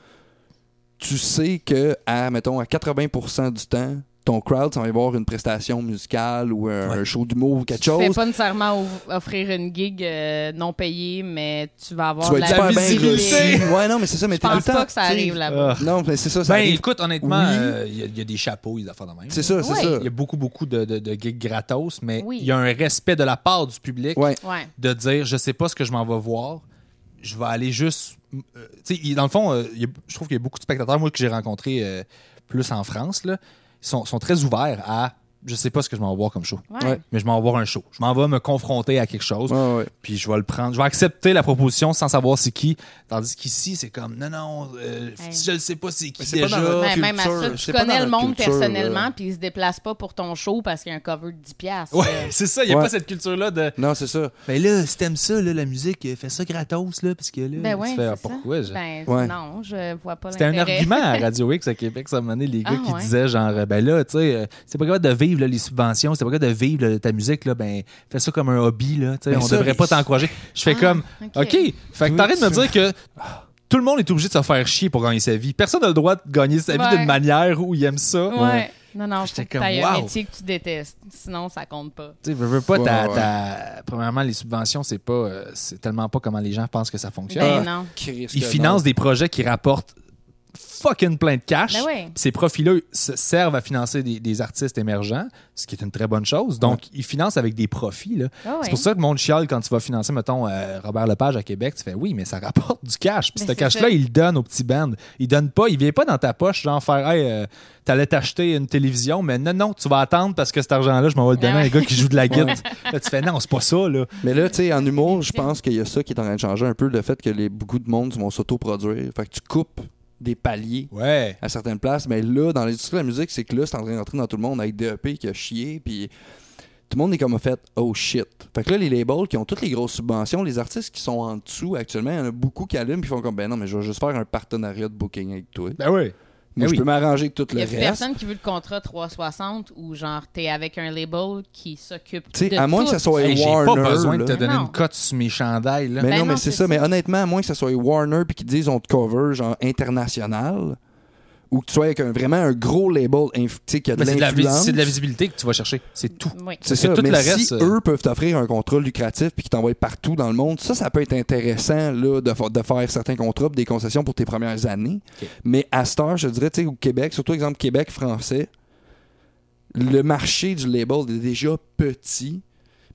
S1: tu sais que, à, mettons, à 80% du temps, ton crowd, ça va y voir une prestation musicale ou un,
S3: Ouais.
S1: un show d'humour ou quelque
S2: Tu fais
S1: chose.
S2: pas nécessairement ouv- offrir une gig euh, non payée, mais tu vas avoir
S1: Tu vas
S2: de
S1: être super
S2: la
S1: bien
S2: visibilité.
S3: visibilité.
S1: reçu. Ouais, non, mais c'est ça, mais
S2: Je
S1: t'es tout le
S2: pense
S1: temps.
S2: pas que ça
S1: tu sais,
S2: arrive là-bas.
S3: Ah.
S1: Non, mais c'est ça, ça
S3: Ben,
S1: arrive.
S3: écoute, honnêtement,
S1: Oui.
S3: euh, il y, a- il y a des chapeaux, des affaires de même.
S1: C'est ça, c'est
S2: Ouais.
S1: ça.
S3: Il y a beaucoup, beaucoup de, de, de gigs gratos, mais il
S2: Oui.
S3: y a un respect de la part du public
S1: Ouais.
S2: Ouais.
S3: de dire je sais pas ce que je m'en vais voir, je vais aller juste. euh, tu sais, il- dans le fond, euh, il y a- je trouve qu'il y a beaucoup de spectateurs, moi, que j'ai rencontrés euh, plus en France, là, ils sont, sont très ouverts à je sais pas ce que je m'en vais voir comme show.
S2: Ouais.
S1: Ouais.
S3: Mais je m'en vais voir un show. Je m'en vais me confronter à quelque chose,
S1: Ouais, ouais.
S3: puis je vais le prendre. Je vais accepter la proposition sans savoir c'est qui. Tandis qu'ici, c'est comme non, non, euh,
S2: Hey.
S3: si je ne sais pas c'est qui
S1: Mais c'est pas
S3: déjà.
S1: dans notre
S2: Ouais, Ben, même à
S1: culture,
S2: ça,
S1: c'est
S2: tu
S1: pas dans
S2: connais le
S1: notre
S2: monde
S1: culture,
S2: personnellement,
S1: là.
S2: puis ils se déplacent pas pour ton show parce qu'il y a un cover de 10$. piastres,
S3: Ouais, *laughs*
S2: là.
S3: c'est ça, il n'y a
S1: Ouais.
S3: pas cette culture-là de.
S1: Non, c'est ça.
S3: Mais là, si t'aimes ça, là, la musique, euh, fais ça gratos, là, parce que là,
S2: Ben
S3: tu
S2: ouais,
S3: fais, ah,
S2: c'est ça.
S3: pourquoi? je-
S2: Ben,
S1: Ouais.
S2: non, je vois pas
S3: C'était un
S2: l'intérêt.
S3: argument à Radio X à Québec, ça moment donné, les gars
S2: Ah,
S3: qui
S2: ouais.
S3: disaient genre, euh, ben là, tu sais, euh, c'est pas capable de vivre là, les subventions, c'est pas capable de vivre là, ta musique, là, ben fais ça comme un hobby, là, tu sais,
S1: Ben
S3: on
S1: ça,
S3: devrait pas
S1: ils-
S3: t'encourager. Je fais
S2: Ah,
S3: comme,
S2: ok.
S3: OK, fait que
S1: Oui,
S3: t'arrêtes de me
S1: ça.
S3: dire que tout le monde est obligé de se faire chier pour gagner sa vie. Personne n'a le droit de gagner sa vie
S2: Ouais.
S3: d'une manière où il aime ça.
S2: Ouais.
S1: Ouais.
S2: Non, non, faut
S3: J'étais
S2: que
S3: comme,
S2: t'ailles un
S3: wow.
S2: métier que tu détestes. Sinon, ça compte pas.
S3: Tu sais, veux, veux pas,
S1: Ouais,
S3: ta,
S1: ouais.
S3: ta- premièrement, les subventions, c'est pas, euh, c'est tellement pas comment les gens pensent que ça
S2: Ben
S3: fonctionne.
S2: non.
S3: Ils financent des projets qui rapportent fucking plein de cash.
S2: Ben ouais.
S3: Puis Ces profits-là se- servent à financer des, des artistes émergents, ce qui est une très bonne chose. Donc, ils financent avec des profits. là.
S2: Ah ouais.
S3: C'est pour ça que mon chial, quand tu vas financer, mettons, euh, Robert Lepage à Québec, tu fais oui, mais ça rapporte du cash. Puis
S2: Ben,
S3: ce
S2: c'est
S3: cash-là,
S2: ça.
S3: il le donne aux petits bands. Il donne pas, il vient pas dans ta poche, genre faire Hey, euh, t'allais t'acheter une télévision, mais non, non, tu vas attendre parce que cet argent-là, je m'en vais le
S2: Ben
S3: donner à un
S2: ouais.
S3: gars qui
S2: *laughs*
S3: joue de la guitare. Là, tu fais non, c'est pas ça, là.
S1: Mais là, tu sais, en humour, je pense qu'il y a ça qui est en train de changer un peu, le fait que les, beaucoup de monde vont s'autoproduire. Fait que tu coupes des paliers
S3: Ouais.
S1: à certaines places. Mais là, dans l'industrie de la musique, c'est que là, c'est en train d'entrer dans tout le monde avec DEP qui a chié, puis tout le monde est comme fait « Oh shit ». Fait que là, les labels qui ont toutes les grosses subventions, les artistes qui sont en dessous actuellement, il y en a beaucoup qui allument puis font comme « Ben non, mais je vais juste faire un partenariat de booking avec toi.
S3: Ben oui.
S1: Moi,
S3: Eh
S1: je
S3: oui.
S1: peux m'arranger avec tout
S2: Il
S1: le
S2: y a
S1: reste.
S2: plus » personne qui veut le contrat 360 ou genre t'es avec un label qui s'occupe
S1: Tu
S2: de
S1: sais, à moins que
S2: tout.
S1: ça soit
S3: Hey, J'ai
S1: Warner.
S3: pas besoin de
S1: là.
S3: te donner
S2: Non.
S3: une cote sur mes chandails, là.
S1: Mais
S2: Ben
S1: non,
S2: non,
S1: mais c'est
S2: c'est
S1: ça.
S2: ça.
S1: Mais honnêtement, à moins que ça soit Warner puis qu'ils disent on te cover genre international ou que tu sois avec un, vraiment un gros label inf- tu sais, qui a de
S3: Mais c'est de, la vis-
S1: l'influence.
S3: c'est de la visibilité que tu vas chercher. C'est tout.
S2: Oui.
S1: C'est
S3: Parce que
S1: ça,
S3: tout
S1: mais
S3: le
S1: si
S3: reste, euh,
S1: eux peuvent t'offrir un contrat lucratif puis qu'ils t'envoient partout dans le monde, ça, ça peut être intéressant là, de, fa- de faire certains contrats pis des concessions pour tes premières années.
S3: Ok.
S1: Mais à cette heure, je dirais, tu sais, au Québec, surtout exemple Québec français, le marché du label est déjà petit.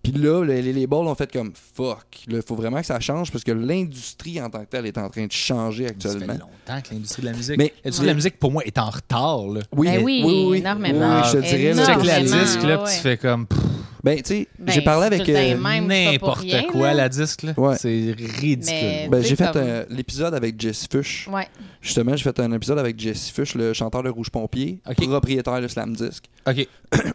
S1: Puis là, le- les labels ont fait comme fuck. Il faut vraiment que ça change parce que l'industrie en tant que telle est en train de changer
S3: Ça fait
S1: actuellement.
S3: longtemps que l'industrie de la musique.
S1: Mais-
S3: L'industrie de la musique, pour moi, est en retard. Là.
S2: Ben oui, énormément.
S1: Oui, oui, je te
S2: Ah,
S1: dirais.
S3: Tu
S1: là,
S3: check la
S2: Énormément,
S3: disque, là,
S2: ouais,
S3: puis tu
S2: ouais.
S3: fais comme pff,
S1: Ben, tu sais,
S2: Ben,
S1: j'ai parlé
S2: c'est
S1: avec.
S2: tout le temps
S1: euh,
S2: les mêmes, c'est pas pour
S3: n'importe
S2: rien,
S3: quoi,
S2: là.
S3: la disque. là.
S1: Ouais.
S3: C'est ridicule.
S2: Mais-
S1: ben, j'ai
S2: C'est
S1: fait
S2: comme-
S1: euh, l'épisode avec Jesse Fush.
S2: Ouais.
S1: Justement, j'ai fait un épisode avec Jesse Fush, le chanteur de Rouge Pompier,
S3: Ok.
S1: propriétaire de Slam Disc.
S3: OK.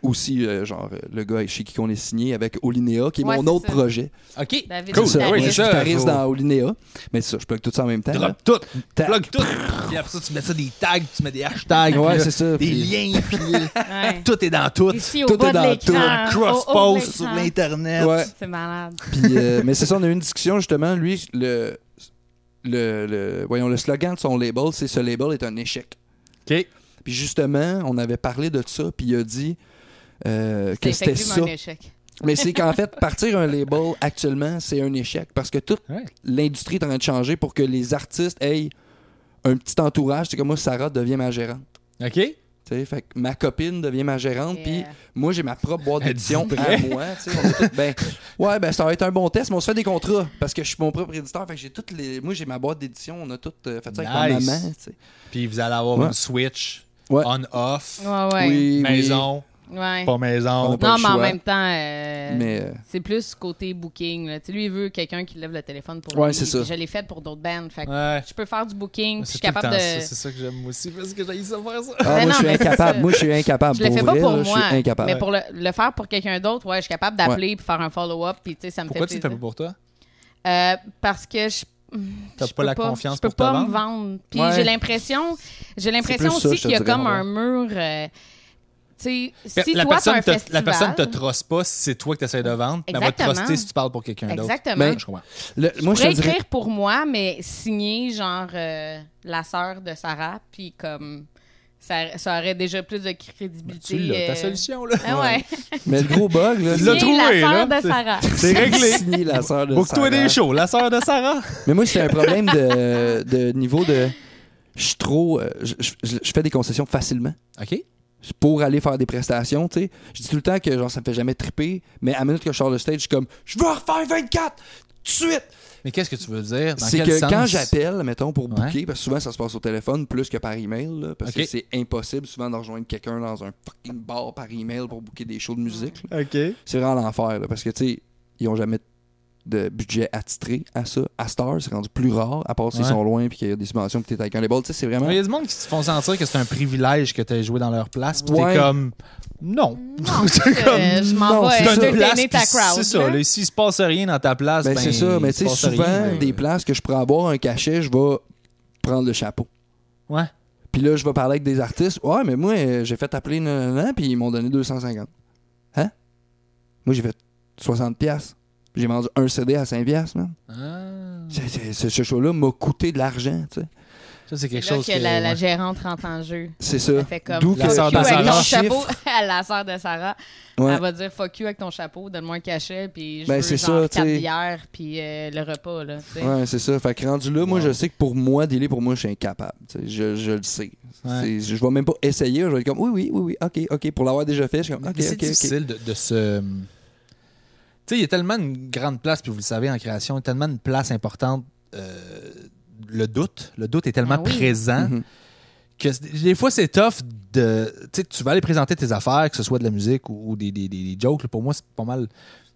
S1: Aussi, euh, genre, euh, le gars chez qui on est signé avec Olinéa, qui est
S2: Ouais,
S1: mon
S2: c'est
S1: autre
S2: ça.
S1: projet.
S3: OK.
S2: David
S3: cool.
S1: C'est ça,
S3: oui,
S1: moi,
S3: c'est
S1: je suis
S3: ça.
S1: guitariste
S3: faut-
S1: dans Olinéa. Mais c'est ça, je plug tout ça en même temps. là.
S3: Drop tout.
S1: Ta-
S3: Plug
S1: *laughs*
S3: tout. Puis après ça, tu mets ça des tags, tu mets des hashtags.
S1: Ouais,
S3: puis là,
S1: c'est ça,
S3: Des
S1: puis-
S3: liens. puis
S1: *laughs*
S3: là,
S2: Ouais.
S3: tout est dans tout.
S2: Ici, au
S1: tout est
S2: bas
S1: dans
S2: de l'écran.
S1: tout.
S2: au- au haut de
S3: Cross-post sur
S2: l'écran.
S3: l'Internet.
S1: Ouais.
S2: C'est malade.
S1: Puis, euh, *laughs* mais c'est ça, on a eu une discussion justement. Lui, le, le, le- voyons, le slogan de son label, c'est ce label est un échec.
S3: OK.
S1: Puis justement, on avait parlé de ça, puis il a dit euh, que
S2: C'est
S1: c'était
S2: effectivement
S1: ça.
S2: un échec.
S1: Mais c'est qu'en fait, partir un label actuellement, c'est un échec parce que toute
S3: Ouais.
S1: l'industrie est en train de changer pour que les artistes aient un petit entourage. C'est comme moi, Sarah devient ma gérante.
S3: OK.
S1: Tu sais, fait que ma copine devient ma gérante,
S2: Yeah.
S1: puis moi, j'ai ma propre boîte
S3: Elle
S1: d'édition
S3: dit
S1: à
S3: vrai.
S1: moi. tu sais, on est tous- ben, ouais, ben, ça va être un bon test, mais on se fait des contrats parce que je suis mon propre éditeur. Fait que j'ai toutes les. Moi, j'ai ma boîte d'édition, on a tout euh, fait ça avec
S3: Nice.
S1: ma maman. tu sais.
S3: Puis vous allez avoir
S1: Ouais.
S3: une switch
S1: Ouais.
S3: on-off.
S2: euh, Ouais, ouais.
S1: Oui,
S3: Maison,
S2: Ouais.
S3: pas
S1: On a
S3: maison.
S1: pas
S2: non,
S1: le
S2: mais en
S1: choix.
S2: même temps, euh,
S1: oui, mais euh,
S2: c'est plus côté booking. Là. Tu sais, Lui, il veut quelqu'un qui lève le téléphone pour
S1: Ouais,
S2: lui.
S1: c'est ça.
S2: Puis Je l'ai fait pour d'autres bands. Fait que
S3: Ouais.
S2: Je peux faire du booking, puis je
S3: C'est
S2: suis
S3: tout le
S2: capable
S3: temps ça.
S2: de...
S3: C'est ça que j'aime moi aussi parce que j'ai ça faire ça.
S1: ah,
S2: Ben
S1: moi,
S2: non,
S1: je
S2: mais
S1: suis
S2: c'est
S1: incapable.
S2: ça.
S1: Moi, je suis incapable.
S2: Je le
S1: Pour
S2: fais pas
S1: vrai,
S2: pour
S1: là, Je
S2: moi,
S1: suis incapable.
S2: mais pour le, le faire pour quelqu'un d'autre, ouais, je suis capable d'appeler puis faire un follow-up, puis tu sais, ça me
S3: Pourquoi tu
S2: fait
S3: le fais
S2: plaisir.
S3: pas pour toi?
S2: Euh, parce que je
S3: T'as
S2: je
S3: pas
S2: peux
S3: la confiance
S2: je peux
S3: pour te
S2: pas me vendre. Puis
S1: Ouais.
S2: j'ai l'impression, j'ai l'impression
S1: plus ça,
S2: aussi
S1: je te
S2: qu'il y a
S1: dirais,
S2: comme
S1: moi.
S2: un mur. euh, tu sais,
S3: Pe-
S2: si
S3: la,
S2: toi t'as
S3: personne
S2: un
S3: te, la
S2: festival,
S3: personne te trosse pas si c'est toi que tu essaies de vendre. mais Elle va te
S2: Exactement.
S3: truster si tu parles pour quelqu'un d'autre.
S2: Exactement.
S1: Ben,
S3: Je comprends.
S1: Le- moi, je te
S2: je pourrais
S1: dirais.
S2: écrire pour moi, mais signer genre euh, la sœur de Sarah, puis comme ça, ça aurait déjà plus de crédibilité.
S3: Ben, Tu l'as, ta
S2: euh,
S3: solution, là.
S2: Ah ouais.
S1: Mais le gros bug, là,
S3: Tu l'as
S2: Signer
S3: trouvé,
S2: la
S3: là.
S2: sœur de Sarah.
S3: *laughs* C'est réglé.
S1: Signer la sœur de
S3: *laughs* Book-toi
S1: Sarah.
S3: des shows, la sœur de Sarah.
S1: Mais moi, c'est un problème de, de niveau de. Je suis trop. euh, je- je- je je fais des concessions facilement.
S3: OK.
S1: C'est pour aller faire des prestations, tu sais. Je dis tout le temps que genre ça me fait jamais triper, mais à la minute que je sors le stage, je suis comme je veux refaire 24 tout de suite.
S3: Mais qu'est-ce que tu veux dire? Dans
S1: C'est
S3: quel
S1: que
S3: sens?
S1: quand j'appelle, mettons pour
S3: Ouais.
S1: booker, parce que souvent ça se passe au téléphone plus que par email, là, parce
S3: Ok.
S1: que c'est impossible souvent de rejoindre quelqu'un dans un fucking bar par email pour booker des shows de musique. là.
S3: OK.
S1: C'est vraiment l'enfer, là, parce que tu sais ils ont jamais de budget attitré à ça. À Star, c'est rendu plus rare, à part s'ils
S3: Ouais.
S1: sont loin puis qu'il y a des subventions puis t'es avec un label. Tu sais, c'est vraiment.
S3: Il y a du monde qui se font sentir que c'est un privilège que tu joué dans leur place. Puis
S1: Ouais.
S3: t'es comme. Non. *laughs*
S2: Non,
S3: T'es comme,
S2: euh, je
S1: non,
S2: m'en vais
S1: c'est
S3: t'as une
S2: entertainer
S3: place,
S2: ta
S3: puis
S2: crowd.
S3: C'est ça.
S2: là.
S3: Là, s'il se passe rien dans ta place,
S1: Ben,
S3: ben,
S1: c'est ça, mais
S3: il se
S1: tu sais,
S3: passe rien, ben,
S1: souvent,
S3: mais-
S1: des places que je pourrais avoir un cachet, je vais prendre le chapeau.
S3: Ouais.
S1: Puis là, je vais parler avec des artistes. Ouais, mais moi, euh, j'ai fait appeler nan, nan, nan, puis ils m'ont donné 250. Hein? Moi, j'ai fait 60$. piastres. J'ai vendu un CD à 5$, piastres, man.
S3: Ah.
S1: C'est- c'est- c'est- Ce show-là m'a coûté de l'argent, tu sais.
S3: Ça, c'est quelque
S2: là
S3: chose
S2: que,
S3: que-
S2: la, la
S3: ouais.
S2: gérante rentre en jeu.
S1: C'est
S2: Elle
S1: ça.
S2: fait comme
S1: D'où
S2: fuck
S1: que-
S3: sœur
S2: you
S3: de
S2: avec
S3: Sarah.
S2: ton chapeau *laughs* à la sœur de Sarah.
S1: Ouais.
S2: Elle va dire fuck you avec ton chapeau, donne-moi un cachet, puis je
S1: Ben,
S2: veux
S1: c'est
S2: genre
S1: ça, tu
S2: quatre
S1: sais.
S2: bières, puis euh, le repas, là, tu sais.
S1: Ouais, c'est ça. Fait que rendu là, moi,
S3: Wow.
S1: je sais que pour moi, délai, pour moi, je suis incapable. tu sais. Je, je le sais.
S3: Ouais.
S1: C'est- Je vais même pas essayer. Je vais être comme, oui, oui, oui, oui, OK, OK. Pour l'avoir déjà fait, je suis comme,
S3: Mais
S1: OK,
S3: c'est
S1: OK, OK.
S3: difficile de, de se. euh, Tu sais, il y a tellement une grande place, puis vous le savez, en création, il y a tellement une place importante. euh, le doute, le doute est tellement
S2: Ah oui.
S3: présent
S1: Mhm.
S3: que c- des fois, c'est tough de. Tu sais, tu vas aller présenter tes affaires, que ce soit de la musique ou, ou des, des- des- des jokes. là. pour moi, c'est pas mal.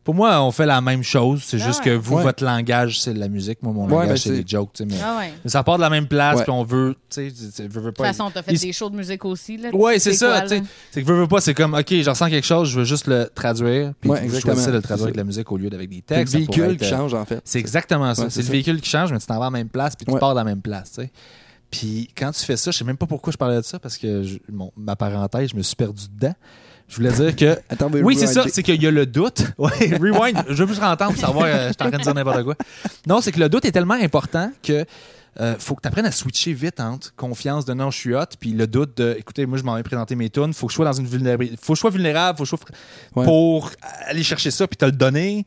S3: Pour moi, on fait la même chose. C'est
S2: Ah
S3: juste
S2: ouais.
S3: que vous,
S1: Ouais.
S3: votre langage, c'est de la musique. Moi, mon
S1: Ouais, ben,
S3: langage, c'est
S1: c'est-
S3: des jokes. tu sais, Mais...
S2: Ah ouais. De
S3: mais ça part de la même place,
S1: Ouais.
S3: puis on veut. Tu sais, tu- tu- veux- veux
S2: toute
S3: pas-
S2: façon, t'as fait
S3: Il-
S2: des shows de musique aussi, là.
S3: Ouais,
S2: tu
S3: c'est
S2: sais
S3: ça.
S2: quoi, là.
S3: tu sais. C'est que veux, veux pas, c'est comme, OK, je ressens quelque chose, je veux juste le traduire. Puis
S1: Ouais,
S3: je
S1: exactement.
S3: choisis de le
S1: C'est
S3: traduire
S1: ça.
S3: avec la musique au lieu d'avec des
S1: C'est le
S3: textes. Ça pourrait
S1: véhicule
S3: être,
S1: qui
S3: euh,
S1: change, en fait.
S3: C'est exactement ça.
S1: Ouais, c'est
S3: c'est le
S1: ça.
S3: véhicule qui change, mais tu t'en vas à la même place, puis tu
S1: Ouais.
S3: pars de la même place. tu sais. Puis quand tu fais ça, je sais même pas pourquoi je parlais de ça, parce que je- mon- ma parenthèse, je me suis perdu dedans. Je voulais dire que.
S1: Attends,
S3: Oui, c'est ça,
S1: rewinder.
S3: c'est qu'il y a le doute.
S1: *laughs*
S3: Ouais, *laughs* rewind, je veux juste rentendre pour savoir, euh, je suis en train de dire n'importe quoi. Non, c'est que le doute est tellement important que euh, faut que tu apprennes à switcher vite entre confiance de non, je suis hot, puis le doute de écoutez, moi, je m'en vais présenter mes tunes, faut que je sois dans une vulnérabilité, faut que je sois vulnérable, faut que je sois fr-
S1: Ouais.
S3: pour aller chercher ça puis te le donner.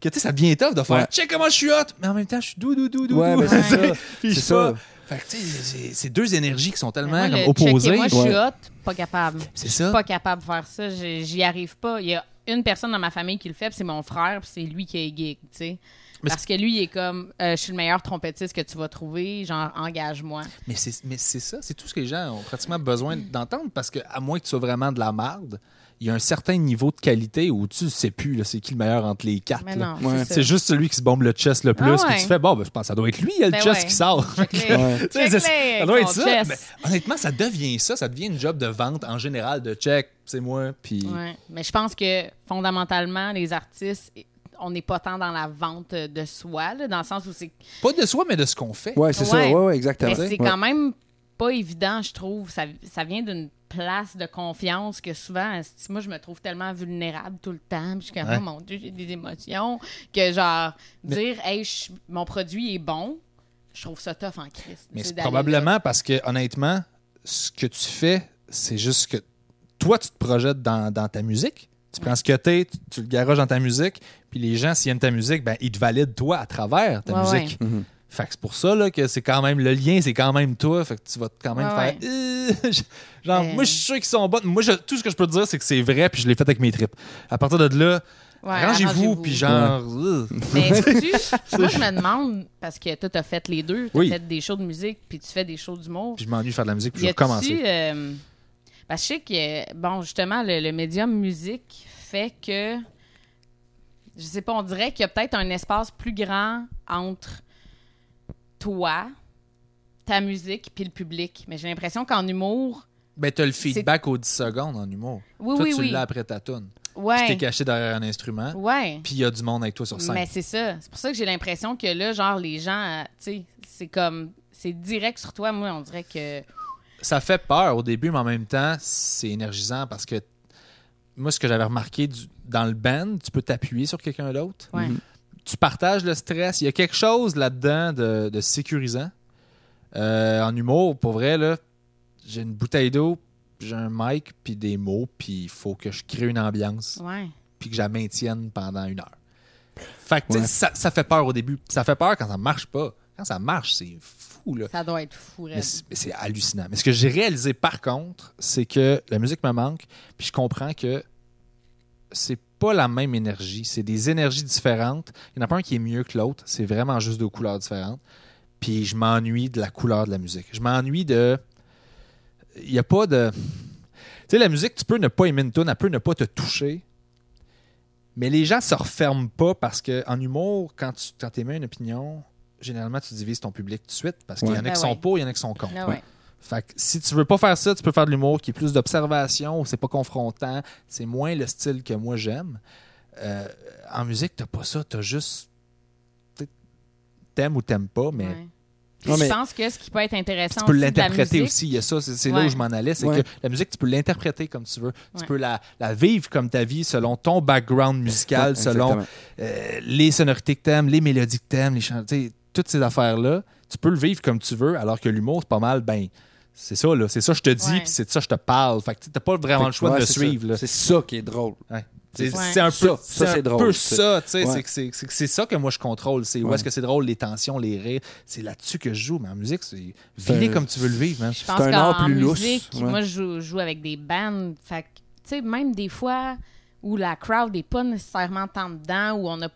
S3: Que tu sais, ça devient tough de faire
S1: Ouais.
S3: check comment je suis hot, mais en même temps, je suis doux, doux, doux, doux.
S1: Ouais,
S3: doux.
S1: mais
S3: *laughs*
S1: c'est ça.
S3: Puis je
S1: C'est
S3: suis pas-
S1: ça.
S3: Fait que tu sais, c'est- c'est deux énergies qui sont
S2: Mais
S3: tellement
S2: moi,
S3: comme, Ah.
S2: le checker,
S3: opposées.
S2: Moi, je suis
S1: Ouais.
S2: hot, Pas capable.
S3: C'est ça.
S2: Pas capable de faire ça. J'ai- J'y arrive pas. Il y a une personne dans ma famille qui le fait, puis c'est mon frère, puis c'est lui qui est geek, tu sais.
S3: Mais
S2: Parce que lui, il est comme, euh, je suis le meilleur trompettiste que tu vas trouver, genre, engage-moi.
S3: Mais c'est, mais c'est ça, c'est tout ce que les gens ont pratiquement besoin d'entendre parce que, à moins que tu sois vraiment de la marde, il y a un certain niveau de qualité où tu sais plus là, c'est qui le meilleur entre les quatre.
S2: Mais
S3: là.
S2: non,
S1: Ouais.
S2: c'est
S3: C'est
S2: ça.
S3: juste celui qui se bombe le chest le plus.
S2: Ah ouais.
S3: Puis tu fais, bon, ben, je pense que ça doit être lui, il y a le
S2: Ben
S3: chest
S2: ouais.
S3: qui sort.
S2: Check-les.
S1: Ouais.
S3: *laughs* Tu sais, c'est-
S2: Check-les
S3: ça doit
S2: avec
S3: être
S2: ton
S3: ça.
S2: chest.
S3: Mais honnêtement, ça devient ça. Ça devient une job de vente en général de check, c'est moi. Puis
S2: Ouais. Mais je pense que fondamentalement, les artistes, on n'est pas tant dans la vente de soi, là, dans le sens où c'est
S3: pas de soi, mais de ce qu'on fait.
S1: Ouais, c'est ça.
S2: Ouais.
S1: Ouais, ouais, exactement.
S2: Mais c'est
S1: Ouais.
S2: quand même pas évident, je trouve. Ça, ça vient d'une place de confiance que souvent, esti, moi, je me trouve tellement vulnérable tout le temps. puis Je suis comme,
S3: Ouais.
S2: oh mon Dieu, j'ai des émotions. Que genre, dire, hey, je- mon produit est bon, je trouve ça tough en crise.
S3: Mais
S2: Tu sais,
S3: c'est
S2: d'aller
S3: probablement parce que, honnêtement, ce que tu fais, c'est juste que toi, tu te projettes dans, dans ta musique. Tu prends ce que t'es, tu, tu le garages dans ta musique, puis les gens, s'ils aiment ta musique, ben, ils te valident toi à travers ta
S2: Ouais,
S3: musique.
S1: Mhm.
S3: Fait que c'est pour ça là, que c'est quand même le lien, c'est quand même toi. Fait que tu vas quand même
S2: Ouais,
S3: faire. Euh, *laughs* genre,
S2: Mais-
S3: moi, je suis sûr qu'ils sont bonnes. Moi, je- tout ce que je peux te dire, c'est que c'est vrai, puis je l'ai fait avec mes tripes. À partir de là,
S2: là. euh, Ouais,
S3: arrangez-vous, puis genre. euh, *laughs*
S2: Mais tu, moi, je me demande, parce que toi, t'as fait les deux, t'as
S3: Oui.
S2: fait des shows de musique, puis tu fais des shows d'humour.
S3: puis je m'ennuie de faire de la musique, puis
S2: Y
S3: je vais
S2: a-tu,
S3: recommencer.
S2: euh, parce que je sais que, bon, justement, le, le médium musique fait que, je sais pas, on dirait qu'il y a peut-être un espace plus grand entre toi, ta musique, puis le public. Mais j'ai l'impression qu'en humour,
S3: Ben, t'as le feedback aux 10 secondes en humour.
S2: oui,
S3: toi,
S2: oui,
S3: tu
S2: oui. Ben.
S3: l'as après ta toune. Puis t'es
S2: Ouais,
S3: caché derrière un instrument,
S2: ouais.
S3: puis il y a du monde avec toi sur scène.
S2: Mais c'est ça. C'est pour ça que j'ai l'impression que là, genre, les gens, euh, tu sais, c'est comme, c'est direct sur toi. Moi, on dirait que,
S3: Ça fait peur au début, mais en même temps, c'est énergisant parce que moi, ce que j'avais remarqué du- dans le band, tu peux t'appuyer sur quelqu'un d'autre.
S2: ouais.
S3: Tu partages le stress. Il y a quelque chose là-dedans de, de sécurisant. Euh, en humour, pour vrai, là, j'ai une bouteille d'eau, j'ai un mic, puis des mots, puis il faut que je crée une ambiance.
S2: Ouais.
S3: puis que je la maintienne pendant une heure. Fait que, tu sais,
S1: Ouais.
S3: ça, ça fait peur au début. Ça fait peur quand ça marche pas. Quand ça marche, c'est fou, là.
S2: Ça doit être fou, raide.
S3: Mais c'est mais c'est hallucinant. Mais ce que j'ai réalisé, par contre, c'est que la musique me manque, puis je comprends que c'est pas la même énergie. C'est des énergies différentes. Il n'y en a pas un qui est mieux que l'autre. C'est vraiment juste deux couleurs différentes. Puis je m'ennuie de la couleur de la musique. Je m'ennuie de... Il n'y a pas de... Tu sais, la musique, tu peux ne pas aimer une tune, elle peut ne pas te toucher. Mais les gens se referment pas parce que en humour, quand tu quand émets une opinion, généralement, tu divises ton public tout de suite parce qu'il y en a
S2: Ouais.
S3: qui
S2: Ben
S3: sont
S2: ouais.
S3: pour, il y en a qui sont contre.
S2: Ah ouais.
S3: Fait que si tu veux pas faire ça, tu peux faire de l'humour qui est plus d'observation, c'est pas confrontant, c'est moins le style que moi j'aime. Euh, en musique, t'as pas ça, t'as juste. t'sais, T'aimes ou t'aimes pas, mais
S2: Ouais.
S1: Ouais, mais-
S2: Je pense que ce qui peut être intéressant
S3: tu peux
S2: aussi de la
S3: l'interpréter
S2: musique,
S3: aussi. Il y a ça, c'est c'est là
S2: Ouais.
S3: où je m'en allais. C'est
S1: Ouais.
S3: que la musique, tu peux l'interpréter comme tu veux. Tu
S2: Ouais.
S3: peux la, la vivre comme ta vie selon ton background musical,
S1: Ouais,
S3: selon
S1: exactement.
S3: euh, les sonorités que t'aimes, les mélodies que t'aimes, les chants, tu sais, toutes ces affaires-là, tu peux le vivre comme tu veux, alors que l'humour, c'est pas mal, ben, c'est ça, là. C'est ça, que je te dis,
S2: Ouais.
S3: puis c'est de ça, que je te parle. Fait que tu sais, t'as pas vraiment le choix
S1: Ouais,
S3: de le
S1: c'est
S3: suivre,
S1: ça.
S3: là.
S1: C'est ça qui est drôle.
S3: C'est
S2: Ouais.
S3: c'est un peu
S1: Ça, ça,
S3: c'est
S1: c'est
S3: un
S1: drôle,
S3: peu
S1: tu sais.
S3: ça, tu sais.
S1: Ouais.
S3: c'est que c'est- c'est que C'est ça que moi, je contrôle. C'est où
S1: Ouais.
S3: est-ce que c'est drôle, les tensions, les rires. C'est là-dessus que je joue, mais en musique, c'est.
S1: C'est
S3: Vis-les
S1: un-
S3: comme tu veux le vivre, man.
S2: je
S1: C'est
S2: pense
S1: un art
S2: qu'en en
S1: plus lousse,
S2: musique,
S1: ouais.
S2: moi, je joue, je joue avec des bands. Fait que, tu sais, même des fois où la crowd n'est pas nécessairement tant dedans, où on a,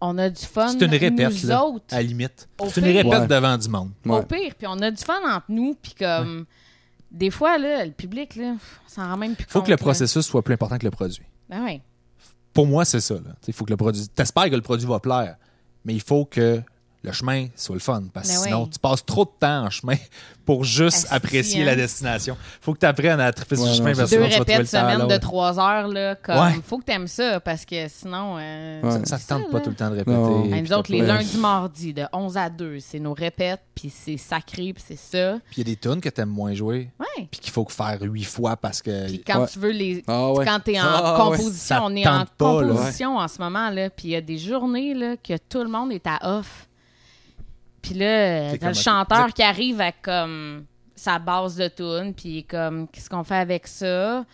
S2: on a du fun.
S3: C'est une répète,
S2: nous
S3: là,
S2: autres,
S3: à la limite.
S2: Au
S3: C'est une
S2: pire.
S3: répète
S1: Ouais.
S3: devant du monde.
S1: Ouais.
S2: au pire. Puis on a du fun entre nous. Puis comme, des fois, là, le public, là, pff, on s'en rend même plus
S3: Faut
S2: compte.
S3: que le
S2: là.
S3: processus soit plus important que le produit.
S2: Ben ouais.
S3: pour moi, c'est ça. Il faut que le produit. T'espères que le produit va plaire, mais il faut que le chemin soit le fun. Parce que
S2: Mais
S3: sinon,
S2: ouais.
S3: tu passes trop de temps en chemin pour juste
S2: Asti,
S3: apprécier
S2: hein.
S3: la destination. faut que tu apprennes à triper sur
S1: Ouais,
S3: le chemin
S1: non,
S3: parce que
S2: Deux
S3: sinon, tu vas trouver
S2: répètes
S3: le temps à
S2: semaine de
S3: l'autre.
S2: trois heures, là, comme,
S3: Ouais.
S2: faut que t'aimes ça, parce que sinon... euh,
S1: Ouais.
S3: Ça
S2: c'est
S3: te tente
S2: ça,
S3: pas
S2: là.
S3: tout le temps
S1: Non.
S3: de répéter.
S2: Ben,
S3: puis
S2: nous autres,
S3: t'as
S2: les
S3: pas-
S2: lundis, mardis, de 11 à 2, c'est nos répètes, puis c'est sacré, puis c'est ça.
S3: Puis il y a des tunes que t'aimes moins jouer,
S2: Ouais.
S3: puis qu'il faut faire huit fois parce que.
S2: Puis quand
S1: Ouais.
S2: tu veux les.
S1: Ah ouais.
S2: Quand t'es en
S1: Ah ouais.
S2: composition,
S3: Ça
S2: on est
S3: tente
S2: en
S3: pas, là.
S2: composition en ce moment, là. Puis il y a des journées, là, que tout le monde est à off. Puis là,
S3: C'est
S2: t'as le
S3: comme-
S2: chanteur qui arrive à comme sa base de tune, puis il est comme, qu'est-ce qu'on fait avec ça?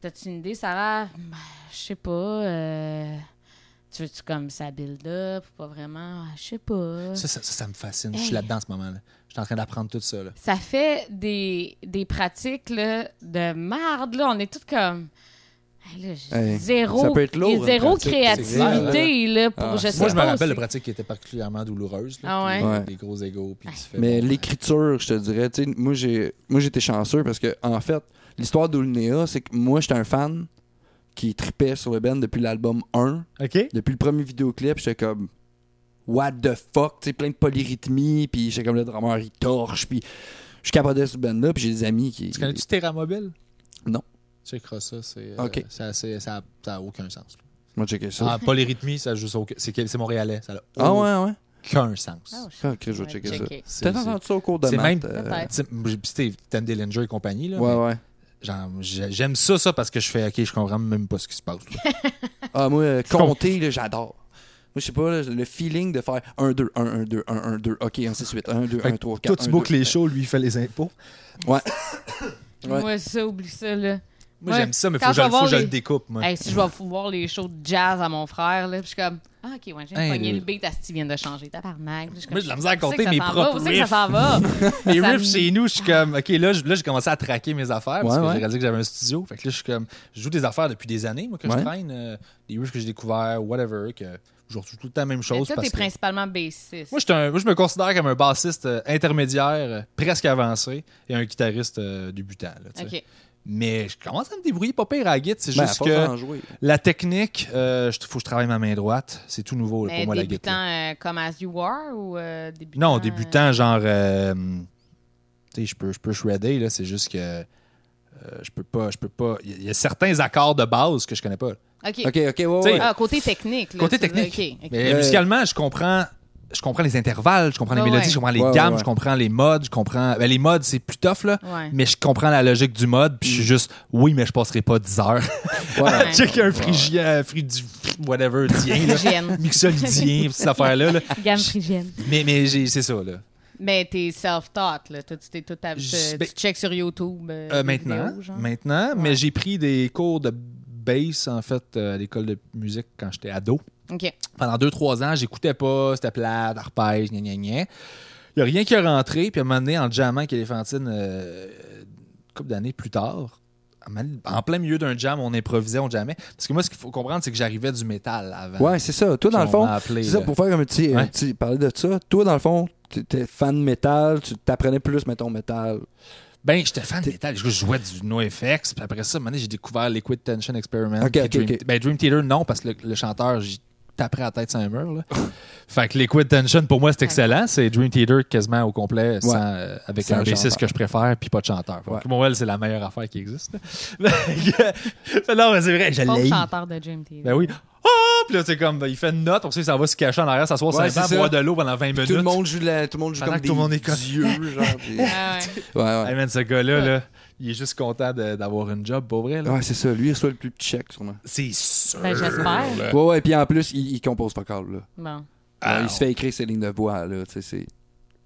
S2: T'as-tu une idée, Sarah? Ben, Je sais pas. euh, Tu veux-tu comme ça build up ou pas vraiment? Ah, Je sais pas.
S3: Ça, ça, ça, ça me fascine. Je suis
S2: Hey.
S3: là-dedans en ce moment. Là. Je suis en train d'apprendre tout ça. Là.
S2: Ça fait des, des pratiques là, de marde. Là. On est tous comme. Hey, là, j'ai
S1: Hey,
S2: zéro,
S1: ça peut être lourd,
S2: et zéro
S1: une pratique,
S3: c'est clair, hein. là.
S2: créativité là, pour
S1: Ah,
S2: je
S1: moi,
S2: sais
S3: Moi, je me
S2: pas
S3: rappelle de
S2: aussi.
S3: pratiques qui étaient particulièrement douloureuses. Là,
S2: Ah
S3: puis,
S1: ouais?
S3: euh,
S1: Ouais.
S3: Des gros égaux. Puis tu fais,
S1: Mais
S3: bon,
S1: l'écriture, je te dirais, tu sais, moi j'ai moi j'étais chanceux parce que en fait, l'histoire d'Ulnea, c'est que moi j'étais un fan qui tripait sur le band depuis l'album 1,
S3: ouais. OK.
S1: depuis le premier vidéoclip, j'étais comme what the fuck, tu sais, plein de polyrythmie, puis j'étais comme le drummer il torche, puis je capotais sur ce band là, puis j'ai des amis qui
S3: Tu connais-tu Terramobile?
S1: Non.
S3: Checkeras ça. C'est, euh,
S1: OK.
S3: c'est assez- ça n'a aucun sens. là.
S1: Moi checker ça.
S3: Ah, oh. pas les rythmies, ça joue sur aucun- c'est, quel- c'est montréalais. Ça n'a
S1: Ah ouais ouais.
S3: aucun sens.
S2: Ah,
S1: Ah, ok, je
S2: je
S1: vais checker ça.
S2: checker.
S3: C'est-
S1: T'as entendu ça au cours de
S3: c'est
S1: maths,
S3: même-
S1: euh,
S2: Peut-être.
S3: c'est- tu sais, puis, tu sais, Tim Dillinger et compagnie. Là,
S1: Ouais ouais.
S3: Genre, j'ai- j'aime ça, ça, parce que je fais, OK, je comprends même pas ce qui se passe. là.
S1: Ah, moi, euh,
S3: comprends.
S1: compter, là, j'adore. Moi, je sais pas, là, le feeling de faire 1, 2, 1, 1, 2, 1, 1, 2, ok, 1, 6, 8, 1, 2,
S3: Fait
S1: 1,
S3: que
S1: 3, 4.
S3: Toi, tu boucles les shows, lui, il fait les impôts.
S1: Ouais.
S2: Moi, ça, oublie ça. Là.
S3: Moi,
S2: Ouais.
S3: j'aime ça, mais faut
S2: Quand
S3: que je,
S2: je vais
S3: le- faut que je
S2: voir
S3: le
S2: les-
S3: découpe, moi.
S2: Hey, si je vais voir les shows de jazz à mon frère, là, puis je suis comme, ah, ok, ouais, j'ai
S3: Hey,
S2: pogné
S3: le-
S2: le beat, à ce qui vient de changer, tabarnak. Puis je suis comme,
S3: Moi, j'ai de la misère à
S2: Où c'est que
S3: compter
S2: ça
S3: mes
S2: s'en va?
S3: propres
S2: Où c'est que ça s'en
S3: *laughs*
S2: va?
S3: Les
S2: Ça me-
S3: riffs chez nous, je suis comme, OK, là, je- là, j'ai commencé à traquer mes affaires parce
S1: Ouais,
S3: que
S1: ouais.
S3: j'ai réalisé que j'avais un studio. Fait que là, je suis comme, je joue des affaires depuis des années, moi, que
S1: Ouais.
S3: je traîne, euh, des riffs que j'ai découverts, whatever, que je joue tout le temps la même
S2: Mais
S3: chose.
S2: Toi,
S3: parce
S2: t'es
S3: que-
S2: principalement bassiste.
S3: moi, je suis un- moi, je me considère comme un bassiste euh, intermédiaire, euh, presque avancé, et un guitariste euh, débutant. là, tu sais.
S2: Ok.
S3: Mais je commence à me débrouiller pas pire à la guitare. C'est
S1: Ben, à
S3: juste
S1: force
S3: que
S1: d'en jouer.
S3: la technique, il faut que je travaille ma main droite. C'est tout nouveau là,
S2: Mais
S3: pour moi, la guitare.
S2: débutant euh, comme As You Were ou euh, débutant?
S3: Non,
S2: euh,
S3: débutant, genre. euh, tu sais, je peux, je peux shredder, là. C'est juste que. euh, je peux pas. Je peux pas. Il y a- il y, a certains accords de base que je connais pas.
S2: Ok.
S1: Ok, ok, ouais, ouais.
S3: T'sais,
S2: Ah, côté technique. là,
S3: Côté
S2: tu veux-
S3: technique.
S2: ok, ok.
S3: Mais
S1: Euh,
S3: musicalement, je comprends. Je comprends les intervalles, je comprends les
S2: Ouais,
S3: mélodies,
S2: ouais.
S3: je comprends les
S1: Ouais, ouais,
S3: gammes,
S1: ouais.
S3: je comprends les modes, je comprends. ben, les modes, c'est plus tough, là.
S2: Ouais.
S3: Mais je comprends la logique du mode, puis je
S1: Mm.
S3: suis juste, oui, mais je passerai pas 10 heures.
S1: ouais.
S3: *laughs* Check un frigien, frigi, whatever, tien, là. *laughs*
S2: Phrygienne.
S3: mixolydien, pis cette affaire-là. là.
S2: Gamme phrygienne.
S3: Mais, mais j'ai- c'est ça, là.
S2: Mais t'es self-taught, là. Toi, tu t'es tout à... tu-
S3: Je-
S2: Tu checks sur YouTube. euh,
S3: Euh,
S2: des
S3: maintenant,
S2: vidéos, genre.
S3: maintenant,
S2: Ouais.
S3: mais j'ai pris des cours de bass en fait euh, à l'école de musique quand j'étais ado.
S2: Ok.
S3: Pendant 2-3 ans, j'écoutais pas, c'était plat, arpège, gna gna gna. Il n'y a rien qui est rentré, puis à un moment donné, en jammant avec Elephantine, euh, une couple d'années plus tard, à un moment donné, en plein milieu d'un jam, on improvisait, on jammait. Parce que moi, ce qu'il faut comprendre, c'est que j'arrivais du métal avant.
S1: Ouais, c'est ça. Toi, dans le
S3: Puis on
S1: fond,
S3: m'a appelé,
S1: c'est ça,
S3: là.
S1: pour faire un petit, un
S3: Ouais.
S1: petit- parler de ça, toi, dans le fond, t'étais fan de métal, tu t'apprenais plus, mettons, métal.
S3: Ben, j'étais fan de métal. Je jouais du NoFX. Puis après ça, un moment donné, j'ai découvert Liquid Tension Experiment.
S1: Ok,
S3: puis
S1: ok,
S3: Dream,
S1: ok.
S3: Ben, Dream Theater, non, parce que le, le chanteur, j'y taperais la tête sur un mur. là. *laughs* fait que Liquid Tension, pour moi, c'est excellent. C'est Dream Theater quasiment au complet, sans, euh, avec
S1: Sans
S3: un bassiste
S1: chanteur.
S3: que je préfère, puis pas de chanteur.
S1: Ouais.
S3: Donc, Pour moi, c'est la meilleure affaire qui existe. là. *laughs* Fait que- non, mais c'est vrai, je
S2: Pauvre
S3: l'ai.
S2: chanteur de Dream TV.
S3: Ben oui. Ah! Puis là, c'est comme, ben, il fait une note, on sait, ça va se cacher en arrière, s'asseoir
S1: Ouais,
S3: sur un banc,
S1: c'est
S3: boire de
S1: ça.
S3: l'eau pendant 20 minutes.
S1: Tout le monde joue, la, tout le monde joue
S3: Pendant
S1: comme
S3: que tout le monde est
S1: des
S3: comme-
S1: dieux, genre.
S3: *laughs*
S1: puis- Ouais,
S2: Ah ouais.
S1: ouais.
S3: Hey, man, ce gars-là, là, il est juste content de- d'avoir une job, pour vrai. Là.
S1: Ouais, c'est ça. Lui, il reçoit le plus de chèques, sûrement.
S3: C'est sûr.
S2: Ben, j'espère.
S3: là.
S1: Ouais, ouais, puis en plus, il, il compose pas encore, là.
S2: Bon.
S3: Ah,
S1: Ouais, il se fait écrire ses lignes de voix, là. tu sais, C'est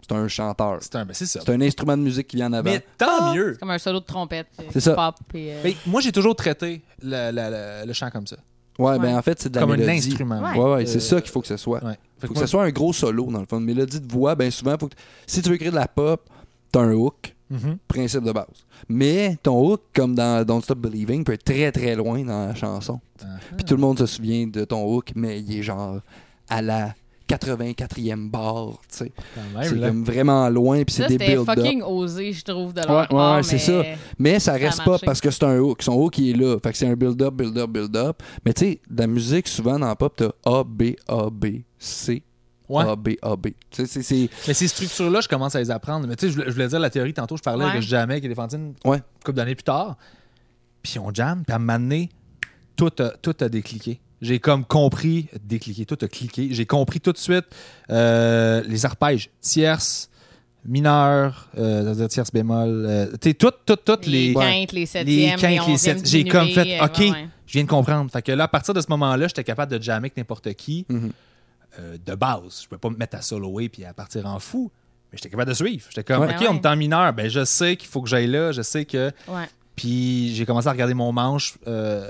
S1: c'est un chanteur.
S3: C'est un, ben, c'est ça.
S1: C'est un instrument de musique qui vient en avant.
S3: Mais tant mieux.
S2: Ah, C'est comme un solo de trompette. euh,
S1: C'est ça.
S2: Pop et. euh,
S3: Ben, moi, j'ai toujours traité le, le- le- le chant comme ça.
S1: Ouais,
S2: Ouais.
S1: ben en fait, c'est de la
S3: Comme un
S1: mélodie.
S3: instrument.
S2: Ouais.
S1: Ouais, ouais, c'est
S3: Euh,
S1: ça qu'il faut que ce soit.
S3: Ouais. Fait que
S1: Faut que
S3: moi,
S1: ce soit un gros solo, dans le fond. Une mélodie de voix, ben souvent, faut que... si tu veux écrire de la pop, t'as un hook,
S3: Mhm.
S1: principe de base. Mais ton hook, comme dans Don't Stop Believing, peut être très très loin dans la chanson.
S3: Ah.
S1: Puis tout le monde se souvient de ton hook, mais il est genre à la 84e barre, tu sais.
S3: Quand
S1: C'est
S3: même, Ah, là.
S1: comme vraiment loin, puis
S2: Ça,
S1: c'est des
S2: c'était
S1: build-up.
S2: fucking osé, je trouve, de leur
S1: Ouais, ouais,
S2: part,
S1: ouais, c'est ça.
S2: mais-
S1: Mais ça
S2: Ça a
S1: reste pas
S2: marché.
S1: parce que c'est un hook. Son hook, il est là. Fait que c'est un build-up, build-up, build-up. Mais tu sais, la musique, souvent dans la pop, t'as A, B, A, B, C,
S3: Ouais.
S1: A, B, A, B. Tu sais, c'est- c'est.
S3: Mais ces structures-là, je commence à les apprendre. Mais tu sais, je voulais- je voulais dire la théorie tantôt, je parlais
S2: Ouais.
S3: avec Jamais, avec Elephantine,
S1: Ouais.
S3: couple d'années plus tard. Puis on jam, puis à un moment donné, tout a, tout a décliqué. J'ai comme compris, décliqué, tout a cliqué. J'ai compris tout de suite euh, les arpèges, tierces, mineures, euh, tierces bémol, euh, tu sais, tout, tout, tout
S2: les,
S3: les,
S2: quintes, les
S3: les
S2: septièmes,
S3: quintes, les
S2: septièmes.
S3: septièmes. J'ai comme fait,
S2: euh,
S3: OK, je viens de comprendre. Fait que là, à partir de ce moment-là, j'étais capable de jammer avec n'importe qui
S1: Mhm.
S3: euh, de base. Je pouvais pas me mettre à soloer puis à partir en fou. Mais j'étais capable de suivre. J'étais comme,
S2: Ouais.
S3: OK,
S2: Ouais.
S3: on est en mineur. Ben, je sais qu'il faut que j'aille là. Je sais que.
S2: Ouais.
S3: Puis j'ai commencé à regarder mon manche, euh,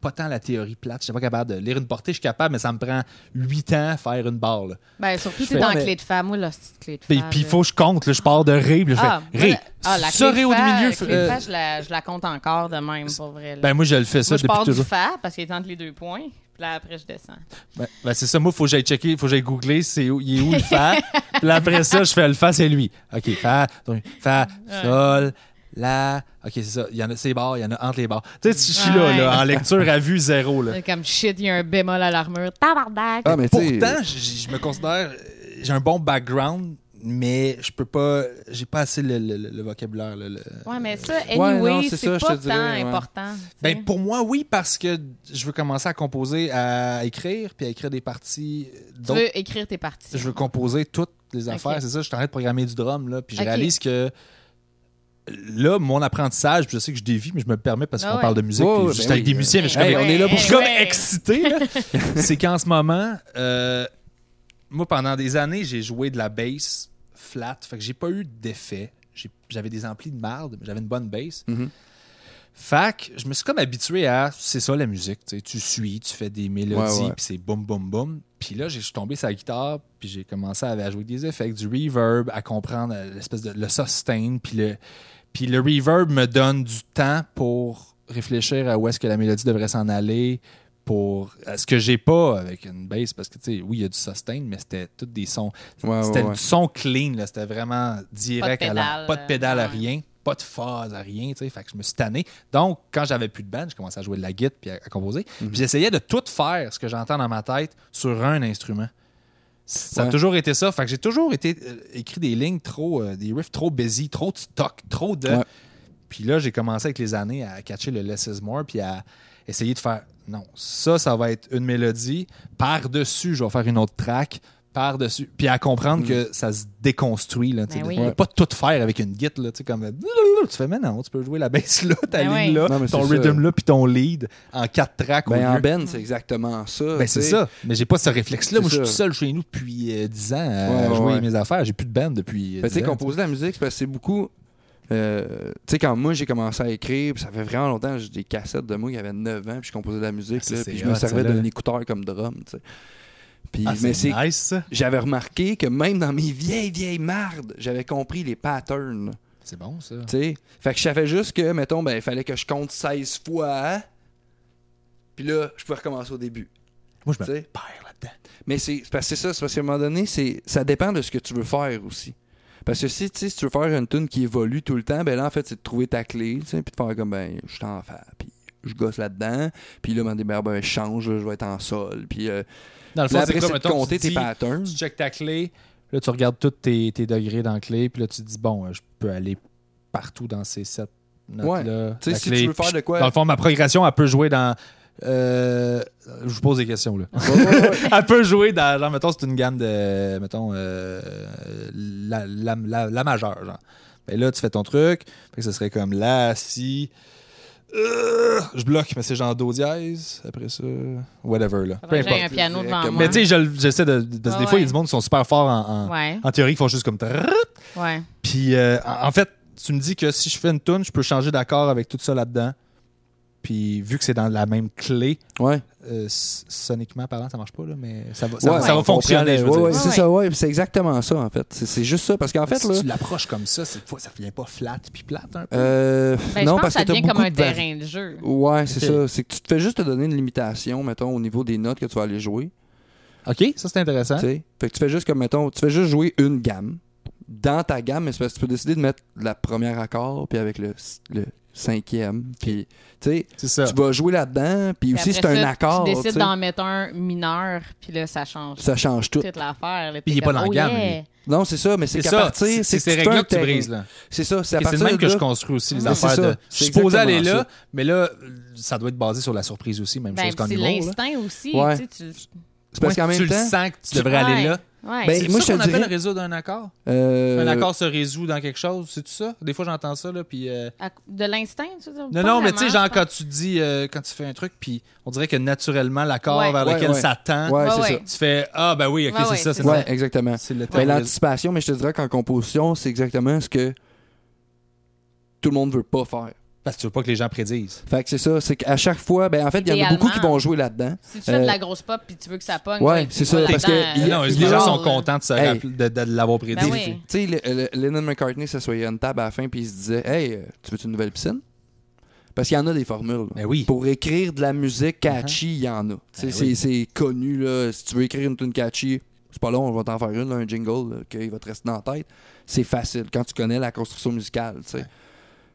S3: pas tant la théorie plate, je suis pas capable de lire une portée, je suis capable, mais ça me prend 8 ans faire une barre. là.
S2: Ben, surtout,
S3: Je
S2: t'es
S3: fais-
S2: dans
S1: Ouais, mais-
S2: clé de femme. Moi, là, c'est clé de
S3: Puis
S2: femme.
S3: puis il
S2: Ah, là.
S3: faut que je compte, là, je pars de ré, puis là, je
S2: Ah,
S3: fais ré.
S2: moi, ah, la
S3: ça,
S2: clé
S3: ré
S2: de
S3: au
S2: fa,
S3: milieu.
S2: la clé de
S3: euh,
S2: fa, je, la, je la compte encore de même, pour vrai. là.
S3: ben moi, je le fais ça
S2: moi, je
S3: depuis
S2: pars du
S3: toujours.
S2: fa parce qu'il est entre les deux points. Puis là, après, je descends.
S3: Ben, ben, c'est ça, moi, faut que j'aille checker, faut que j'aille googler, c'est où, il est où le fa. Puis là, après ça, je fais le fa, c'est lui. OK, fa, donc, fa, sol, la. OK, c'est ça. Il y en a, c'est barres, il y en a entre les barres. Tu sais, je suis là,
S2: Ouais.
S3: là, en lecture à vue zéro, là.
S2: C'est comme shit, il y a un bémol à l'armure. Tabarnak!
S1: Ah, mais tu sais,
S3: Pourtant, j- j- je me considère, euh, j'ai un bon background, mais je peux pas, j'ai pas assez le, le- le- le vocabulaire. le- le-
S2: ouais, mais ça,
S1: non,
S2: anyway,
S1: c'est
S2: c'est
S1: ça,
S2: pas
S1: je
S2: tant
S1: te dirais, ouais.
S2: important. tu sais.
S3: Ben, pour moi, oui, parce que je veux commencer à composer, à écrire, puis à écrire des parties.
S2: tu
S3: d'autres.
S2: veux écrire tes parties.
S3: je veux composer toutes les
S2: Ok.
S3: affaires, c'est ça. Je suis en train de programmer du drum, là, puis je
S2: Ok.
S3: réalise que là, mon apprentissage, puis je sais que je dévie, mais je me permets parce qu'on
S2: Ah ouais.
S3: parle de musique,
S1: Ouais,
S3: puis
S1: ouais,
S3: juste
S1: ben
S3: avec
S1: oui.
S3: des musiciens, mais je suis
S1: Hey,
S3: comme,
S1: on est là pour
S3: je suis comme
S2: Ouais.
S3: excité. là. c'est qu'en ce moment, euh, moi, pendant des années, j'ai joué de la bass flat. Fait que j'ai pas eu d'effet. J'ai- J'avais des amplis de marde, mais j'avais une bonne bass.
S1: Mhm.
S3: Fait que je me suis comme habitué à c'est ça la musique. tu sais, Tu suis, tu fais des mélodies,
S1: Ouais, ouais.
S3: puis c'est boum, boum, boum. Puis là, j'ai- je suis tombé sur la guitare, puis j'ai commencé à, à jouer des effets, du reverb, à comprendre euh, l'espèce de le sustain, puis le, puis le reverb me donne du temps pour réfléchir à où est-ce que la mélodie devrait s'en aller, pour à ce que j'ai pas avec une bass, parce que, tu sais, oui, il y a du sustain, mais c'était tous des sons.
S1: Ouais,
S3: c'était
S1: ouais, ouais.
S3: du son clean, là, c'était vraiment direct. à la-
S2: pédale,
S3: pas de pédale
S2: euh,
S3: à
S2: ouais.
S3: rien, pas de phase à rien, tu sais. Fait que je me suis tanné. Donc, quand j'avais plus de band, je commençais à jouer de la guitare puis à, à composer.
S1: Mhm.
S3: Puis j'essayais de tout faire ce que j'entends dans ma tête sur un instrument. Ça a
S1: Ouais.
S3: toujours été ça. Fait que j'ai toujours été euh, écrit des lignes trop, euh, des riffs trop busy, trop de stock, trop de.
S1: Ouais.
S3: Puis là, j'ai commencé avec les années à catcher le less is more, puis à essayer de faire non, ça, ça va être une mélodie. Par-dessus, je vais faire une autre track. Par-dessus. Puis à
S1: Mm.
S3: comprendre que ça se déconstruit. Là, tu sais,
S2: Ben
S3: de-
S2: oui.
S3: de
S1: Ouais.
S3: pas tout faire avec une git. Là, tu sais, comme, euh, tu fais, mais non, tu peux jouer la bass là, ta
S2: Ben
S3: ligne
S2: oui.
S3: là,
S1: Non, mais
S3: ton
S1: c'est ça.
S3: rhythm là, puis ton lead en quatre tracks. au
S1: Ben,
S3: lieu-
S1: en Ben, c'est exactement ça.
S3: ben,
S1: tu
S3: c'est
S1: sais.
S3: ça. Mais j'ai pas ce réflexe-là.
S1: C'est
S3: Moi, je suis
S1: ça.
S3: tout seul chez nous depuis euh, 10 ans à
S1: Ouais, ouais,
S3: jouer
S1: ouais.
S3: mes affaires. J'ai plus de band depuis. euh,
S1: Ben, tu
S3: 10
S1: sais,
S3: ans,
S1: composer de la musique, c'est parce que c'est beaucoup. euh, tu sais, quand moi j'ai commencé à écrire, puis ça fait vraiment longtemps, j'ai des cassettes de moi qui avaient 9 ans, puis je composais de la musique,
S3: Ah, ça,
S1: là,
S3: c'est
S1: puis je me
S3: hot,
S1: servais
S3: ça, là.
S1: d'un écouteur comme drum, tu sais. Puis,
S3: Ah,
S1: mais
S3: c'est
S1: c'est.
S3: nice, ça.
S1: J'avais remarqué que même dans mes vieilles, vieilles mardes, j'avais compris les patterns,
S3: C'est bon, ça.
S1: tu sais. Fait que je savais juste que, mettons, ben, il fallait que je compte 16 fois, hein, puis là, je pouvais recommencer au début,
S3: Moi, je
S1: tu
S3: me
S1: sais.
S3: perds là-dedans.
S1: Mais c'est c'est parce que c'est ça, c'est parce qu'à un moment donné, c'est ça dépend de ce que tu veux faire aussi. Parce que si, tu sais, si tu veux faire une tune qui évolue tout le temps, ben là, en fait, c'est de trouver ta clé, tu sais, puis de faire comme, ben, je suis en fa, puis je gosse là-dedans, puis là, ben, des- ben, ben, je change, là, je vais être en sol, puis euh,
S3: Dans
S1: là,
S3: le fond, c'est
S1: après,
S3: comme
S1: c'est de
S3: mettons,
S1: compter
S3: tu
S1: tes
S3: dis- *laughs*
S1: patterns.
S3: Tu checkes ta clé, là, tu regardes tous tes, tes degrés dans la clé, puis là, tu te dis, bon, euh, je peux aller partout dans ces sept notes-là.
S1: Tu sais,
S3: la
S1: si
S3: clé.
S1: tu veux faire de quoi.
S3: Dans le fond, ma progression, elle peut jouer dans. euh, je vous pose des questions, là.
S1: Ouais, ouais, ouais.
S3: elle peut jouer dans, genre, mettons, c'est une gamme de, mettons, euh, la, la, la- la majeure, genre. Ben là, tu fais ton truc, fait que ce serait comme la, si, euh, je bloque, mais c'est genre do dièse, après ça, whatever, là. Peu
S2: Faudrait que j'aille
S3: importe.
S2: un piano devant
S1: Directement.
S2: moi.
S3: Mais tu sais, je le- j'essaie de, de- parce que
S2: Ouais,
S3: des fois, il y a
S2: Ah ouais.
S3: du monde qui sont super forts en, en,
S2: Ouais,
S3: en théorie, qui font juste comme... trrrr.
S2: ouais.
S3: Puis, euh, en en fait, tu me dis que si je fais une tune, je peux changer d'accord avec tout ça là-dedans. Puis, vu que c'est dans la même clé,
S1: Ouais.
S3: euh, s- soniquement parlant, ça marche pas, là, mais ça va, ça,
S1: Ouais,
S3: va- ça va
S1: on
S3: fonctionner.
S1: comprend,
S3: je veux
S1: ouais,
S3: dire.
S1: ouais,
S2: dire.
S1: c'est ça, ouais, c'est exactement ça, en fait. C'est- C'est juste ça, parce qu'en fait,
S3: si
S1: là.
S3: tu l'approches comme ça, c'est fois, ça devient pas flat puis plate un peu.
S1: euh,
S2: Ben,
S1: non,
S2: je pense que
S1: parce
S2: ça
S1: que t'as
S2: devient comme
S1: beaucoup
S2: un
S1: de vari-
S2: terrain de jeu.
S1: Ouais, c'est
S3: Ok.
S1: ça. C'est que tu te fais juste te donner une limitation, mettons, au niveau des notes que tu vas aller jouer.
S3: OK, ça c'est intéressant.
S1: Tu sais. Fait que tu fais juste comme, mettons, tu fais juste jouer une gamme. Dans ta gamme, mais c'est parce que tu peux décider de mettre la première accord, puis avec le, le cinquième, puis tu sais,
S3: C'est ça.
S1: tu vas jouer là-dedans, puis
S2: Puis
S1: aussi c'est
S2: après
S1: un
S2: ça,
S1: accord,
S2: Tu
S1: tu
S2: décides
S1: sais.
S2: d'en mettre un mineur, puis là, ça change
S1: ça change tout.
S2: toute l'affaire. là.
S3: Puis il est
S2: T'es
S3: pas dans
S2: comme,
S3: la
S2: oh
S3: gamme,
S2: yeah.
S3: lui.
S1: Non, c'est ça, mais c'est
S3: C'est
S1: qu'à
S3: ça,
S1: partir,
S3: c'est
S1: c'est tu
S3: ces
S1: fais un
S3: règles-là que tu
S1: terrain.
S3: brises. Là.
S1: C'est ça, c'est à
S3: Et C'est
S1: partir
S3: le même
S1: de
S3: que je
S1: là.
S3: construis aussi les
S1: Ouais, c'est
S3: affaires
S1: ça.
S3: de. Je
S1: C'est
S3: suis supposé aller
S1: exactement
S3: là, mais là, ça doit être basé sur la surprise aussi, même
S2: Ben,
S3: chose qu'en
S2: c'est
S3: niveau. là.
S2: l'instinct aussi.
S1: Ouais.
S2: Tu sais, tu...
S1: C'est parce
S3: Ouais,
S1: qu'en
S3: tu
S1: même
S3: le
S1: temps,
S3: sens que tu devrais aller
S2: Ouais.
S3: là.
S2: Ouais.
S1: Ben,
S3: C'est
S1: moi,
S3: ça
S1: je te
S3: qu'on appelle
S1: dirais-
S3: le réseau d'un accord.
S1: euh,
S3: Un accord se résout dans quelque chose, c'est tout ça? Des fois, j'entends ça, là, puis... euh,
S2: À- De l'instinct, tu veux dire?
S3: Non,
S2: Pas
S3: non, mais
S2: vraiment,
S3: tu sais,
S2: je
S3: genre,
S2: pense.
S3: quand tu dis, euh, quand tu fais un truc, puis on dirait que naturellement, l'accord
S2: Ouais.
S3: vers
S1: Ouais,
S3: lequel
S1: ouais.
S3: ça tend,
S1: ouais,
S2: Ouais,
S1: c'est
S2: ouais.
S1: ça.
S3: tu fais, ah, ben oui, OK,
S2: Ouais,
S3: c'est
S2: ouais,
S3: ça, c'est
S2: c'est
S3: ça.
S1: Ouais, exactement.
S3: C'est le
S1: Ben,
S3: terme.
S1: l'anticipation, mais je te dirais qu'en composition, c'est exactement ce que tout le monde veut pas faire.
S3: Parce que tu veux pas que les gens prédisent.
S1: Fait que c'est ça, c'est qu'à chaque fois, ben en fait, il y en a
S2: Idéalement.
S1: beaucoup qui vont jouer là-dedans.
S2: Si tu fais de
S1: Euh,
S2: la grosse pop puis tu veux que ça pogne,
S1: ouais,
S2: tu vas
S1: c'est ça,
S2: là-dedans,
S1: parce que-
S2: euh,
S1: Il-
S3: Ah, Non,
S2: tu
S3: les gens
S2: vas,
S3: sont
S2: là.
S3: contents de, se
S1: Hey.
S3: rappeler- de, de l'avoir prédit.
S2: Ben oui.
S1: Tu sais, le- le- Lennon McCartney s'assoyait à une table à la fin puis il se disait Hey, euh, tu veux une nouvelle piscine Parce qu'il y en a des formules. là.
S3: Ben oui. Uh-huh.
S1: Pour écrire de la musique catchy, il y en a. Tu sais,
S3: Ben
S1: c'est
S3: oui.
S1: c'est connu. Là, si tu veux écrire une tune catchy, c'est pas long, on va t'en faire une, là, un jingle, là, qu'il va te rester dans la tête. C'est facile quand tu connais la construction musicale. tu sais.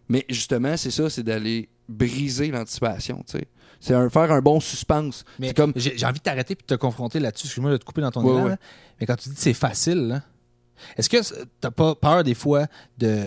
S1: Mais justement, c'est ça, c'est d'aller briser l'anticipation. tu sais. C'est un- faire un bon suspense.
S3: Mais
S1: C'est comme
S3: j'ai j'ai envie de t'arrêter et de te confronter là-dessus. Excuse-moi de te couper dans ton
S1: Ouais,
S3: élan.
S1: ouais.
S3: là. Mais quand tu dis que c'est facile, là, est-ce que c'est- t'as pas peur des fois de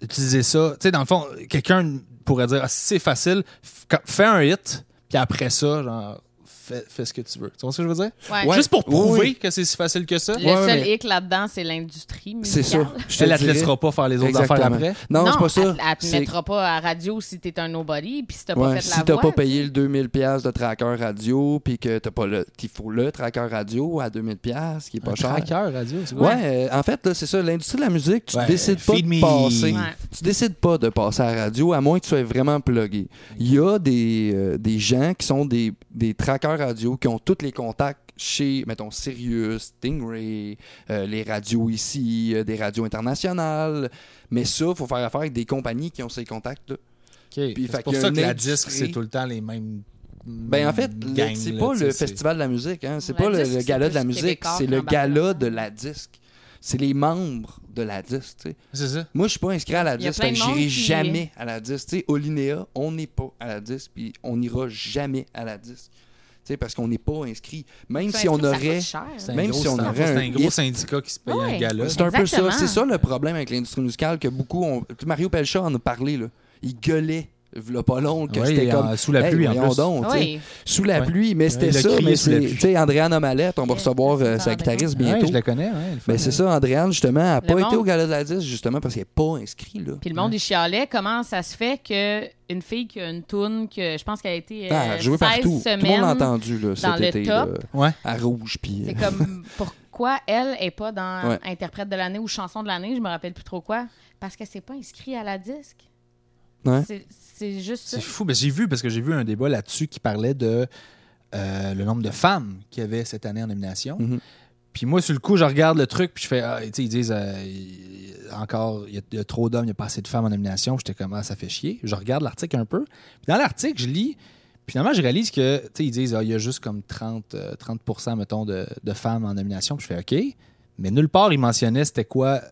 S3: d'utiliser ça? Tu sais, dans le fond, quelqu'un pourrait dire ah, si c'est facile, f- quand- fais un hit, puis après ça, genre, fais, fais ce que tu veux. Tu vois ce que je veux dire?
S2: Ouais.
S1: Ouais.
S3: Juste pour
S1: Oui,
S3: prouver
S1: oui.
S3: que c'est si facile que ça,
S2: Le
S1: Ouais,
S2: seul
S1: mais-
S2: hic là-dedans, c'est l'industrie
S1: C'est
S2: musicale.
S1: ça. Je
S3: elle ne te
S1: dirais.
S3: laissera pas faire les autres affaires
S1: Exactement.
S3: après.
S1: Non, c'est pas ça.
S2: Elle, elle te
S1: C'est-
S2: mettra pas à radio si t'es un nobody puis si t'as
S1: Ouais,
S2: pas fait
S1: si
S2: la
S1: t'as
S2: voix.
S1: pas payé le 2000 pièces de tracker radio puis que t'as pas le qu'il faut le tracker radio à 2000 pièces qui est pas
S3: Un
S1: cher.
S3: tracker radio, tu
S1: Ouais,
S3: vois.
S1: euh, en fait là, c'est ça l'industrie de la musique, tu
S3: Ouais,
S1: décides pas
S3: feed
S1: de
S3: me.
S1: passer.
S2: Ouais.
S1: Tu décides pas de passer à la radio à moins que tu sois vraiment plugué. Il y a des, euh, des gens qui sont des, des trackers radio qui ont tous les contacts chez, mettons, Sirius, Stingray, euh, les radios ici, euh, des radios internationales. Mais ça, faut faire affaire avec des compagnies qui ont ces contacts-là.
S3: Ok.
S1: Puis, fait
S3: C'est
S1: qu'il
S3: pour
S1: y a
S3: ça
S1: une
S3: que la disque,
S1: industrie.
S3: c'est tout le temps les mêmes.
S1: Ben en fait, le-
S3: gang,
S1: c'est
S3: là,
S1: pas
S3: tu
S1: le
S3: sais, c'est-
S1: festival de la musique, hein, c'est
S2: La
S1: pas le,
S2: disque,
S1: le
S2: c'est
S1: gala de
S2: plus
S1: la musique,
S2: québécois
S1: c'est le
S2: qu'embarqué là-dedans.
S1: gala de la disque. C'est les membres de la disque. tu sais.
S3: C'est ça.
S1: Moi, je suis pas inscrit à la
S2: Il y a
S1: disque,
S2: plein
S1: fait que
S2: de monde
S1: j'irai
S2: qui-
S1: jamais à la disque. Tu sais, au Linéa, on n'est pas à la disque, puis on n'ira jamais à la disque. Tu sais, parce qu'on n'est pas inscrit. Même si on
S2: Ça coûte
S1: aurait. Ben,
S2: cher.
S3: C'est un
S1: Même
S3: gros
S1: si on
S3: syndicat.
S1: aurait
S3: C'est
S1: un
S3: un gros
S1: hit.
S3: syndicat qui se paye un
S2: Ouais.
S3: gala.
S1: C'est un peu ça.
S2: Exactement.
S1: C'est ça le problème avec l'industrie musicale que beaucoup ont. Mario Pelcha en a parlé, là. Il gueulait, v'là pas long, que
S3: Ouais,
S1: c'était
S3: et
S1: comme.
S3: en- sous la
S1: Hey,
S3: pluie, en
S1: voyons
S3: plus.
S1: donc, tu sais.
S2: Oui.
S1: Sous la
S3: Ouais.
S1: pluie, mais c'était
S3: il a
S1: ça.
S3: crié
S1: Mais
S3: sous la
S1: c'est,
S3: pluie.
S1: tu sais, Andréane Amalette, on va
S2: Yeah,
S1: recevoir euh,
S2: ça, ça
S1: sa
S2: rendait
S1: guitariste
S2: compte.
S1: bientôt.
S3: Ouais, je la connais. Ouais, elle fait
S1: Ben, c'est ça, Andréane, justement, elle n'a
S2: Le
S1: pas été
S2: monde-
S1: au gala de la disque, justement, parce qu'elle n'est pas inscrite, là.
S2: Puis le monde, il chialait. Comment ça se fait qu'une fille qui a une toune, que je pense qu'elle a été euh,
S1: Ah, elle a joué
S2: 16
S1: partout. Tout le monde l'a
S2: semaines,
S1: entendu, là, cet
S2: le
S1: été,
S2: top.
S1: là,
S3: Ouais.
S1: à rouge, puis... euh,
S2: c'est comme *laughs* pourquoi elle est pas dans
S1: Ouais.
S2: interprète de l'année ou chanson de l'année, je me rappelle plus trop quoi, parce qu'elle s'est pas inscrite à la disque.
S1: Ouais.
S2: C'est- C'est juste ça.
S3: C'est fou. Ben, j'ai vu, parce que j'ai vu un débat là-dessus qui parlait de euh, le nombre de femmes qu'il y avait cette année en nomination.
S1: Mhm.
S3: Puis moi, sur le coup, je regarde le truc, puis je fais, ah, tu sais, ils disent, euh, il- encore, il y, a- il y a trop d'hommes, il n'y a pas assez de femmes en nomination. Puis J'étais comme, ah, ça fait chier. Je regarde l'article un peu. Puis dans l'article, je lis, puis finalement, je réalise que, tu sais, ils disent, ah, il y a juste comme 30, euh, 30 mettons, de, de femmes en nomination. Puis je fais, OK. Mais nulle part, ils mentionnaient c'était quoi,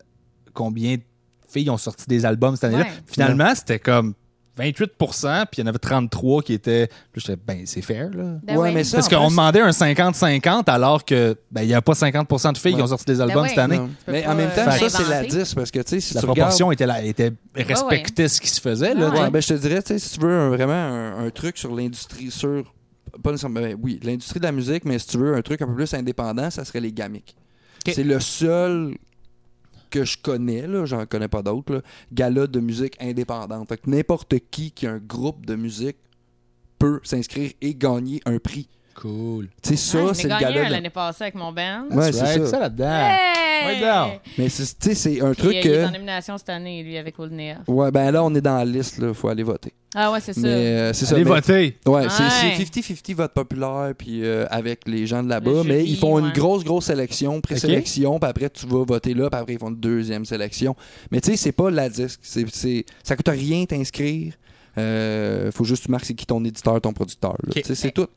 S3: combien de filles ont sorti des albums cette année-là.
S2: Ouais.
S3: Finalement, c'était comme 28 puis il y en avait 33 qui étaient. Puis j'étais, ben, c'est fair, là.
S2: Ben
S1: Ouais,
S2: oui.
S1: mais ça,
S3: Parce
S1: en
S3: qu'on
S1: plus-
S3: demandait un 50-50 alors que ben, il n'y a pas 50 de filles
S1: Ouais.
S3: qui ont sorti des albums
S2: ouais.
S3: cette année.
S1: non.
S2: peux
S1: Mais
S2: pas,
S1: en même temps,
S2: euh,
S1: ça, c'est la
S2: l'inventer.
S1: disque, parce que, tu sais, si
S3: La
S1: tu
S3: proportion était, là, était respectait ce qui se faisait. Là,
S2: Ouais,
S3: tu sais.
S1: regardes... Ouais, ben, je te dirais, tu sais, si tu veux un- vraiment un, un truc sur l'industrie, sur... Pas nécessairement... ben, oui, l'industrie de la musique, mais si tu veux un truc un peu plus indépendant, ça serait les gamics.
S3: Ok.
S1: C'est le seul que je connais, là, j'en connais pas d'autres, là, gala de musique indépendante. Fait que n'importe qui qui a un groupe de musique peut s'inscrire et gagner un prix.
S3: Cool.
S1: Tu sais, ça,
S2: Ouais, j'en ai
S1: c'est le
S2: Ah, gagné
S1: gala...
S2: un
S1: de-
S2: l'année passée avec mon band.
S1: Ouais,
S3: That's
S1: c'est
S3: right,
S1: ça.
S3: là-dedans.
S2: Hey!
S3: Ouais, ben, down.
S1: Mais c'est, tu sais, c'est un
S2: Puis,
S1: truc
S2: euh,
S1: que...
S2: Il est en nomination cette année, lui, avec Olnea.
S1: Ouais, ben là, on est dans la liste, il faut aller voter.
S2: Ah ouais, c'est ça.
S1: Mais euh, c'est ça.
S3: Allez
S1: mais-
S3: voter.
S1: Ouais, c'est-
S2: Ouais.
S1: c'est 50-50 vote populaire, puis euh, avec les gens de là-bas.
S2: Le
S1: Mais
S2: jury,
S1: ils font une
S2: ouais.
S1: grosse, grosse sélection, présélection, puis après, tu vas voter là, puis après, ils font une deuxième sélection. Mais tu sais, c'est pas la disque. C'est, c'est- Ça coûte rien t'inscrire. Euh, faut juste que tu marques c'est qui ton éditeur, ton producteur. là.
S3: Ok.
S1: Tu sais, c'est tout.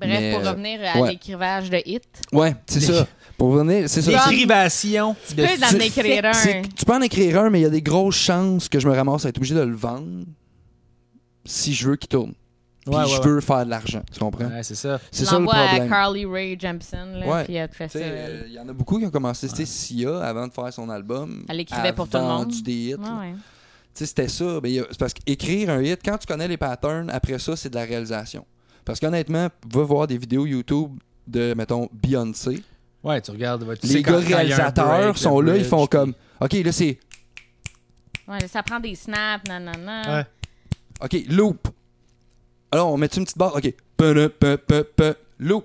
S2: Bref,
S1: mais,
S2: pour
S1: euh,
S2: revenir à
S1: ouais.
S2: l'écrivage de hit.
S1: Ouais, c'est
S3: Les-
S1: ça. Pour venir, c'est ça.
S3: L'écrivation.
S2: Tu peux en
S1: Tu-
S2: écrire
S1: c'est-
S2: un.
S1: Tu peux en écrire un, mais il y a des grosses chances que je me ramasse à être obligé de le vendre si je veux qu'il tourne. Puis
S3: Ouais, ouais,
S1: je
S3: ouais.
S1: veux faire de l'argent, tu comprends?
S3: Ouais, c'est ça.
S1: C'est
S2: Tu
S1: ça le
S2: l'envoies à
S1: problème.
S2: Carly Rae Jepsen, là,
S1: Ouais.
S2: puis elle te fait
S1: Tu
S2: ça.
S1: sais, euh, Il y en a beaucoup qui ont commencé. C'était Sia, avant de faire son album.
S2: Elle écrivait
S1: a
S2: pour tout le monde.
S1: vendu des hits.
S2: Ouais,
S1: là.
S2: ouais.
S1: Tu sais, C'était ça. Mais il y a- c'est parce qu'écrire un hit, quand tu connais les patterns, après ça, c'est de la réalisation. Parce qu'honnêtement, va voir des vidéos YouTube de, mettons, Beyoncé.
S3: Ouais, tu regardes. ouais, tu sais
S1: les
S3: quand-
S1: gars
S3: quand il y a un
S1: réalisateurs
S3: break, le
S1: sont là, ils
S3: bridge,
S1: font
S3: puis-
S1: comme OK, là, c'est
S2: Ouais, ça prend des snaps, nanana.
S3: Ouais.
S1: OK, loop. Alors, on met une petite barre. OK. Pe, le, pe, pe, pe, loop.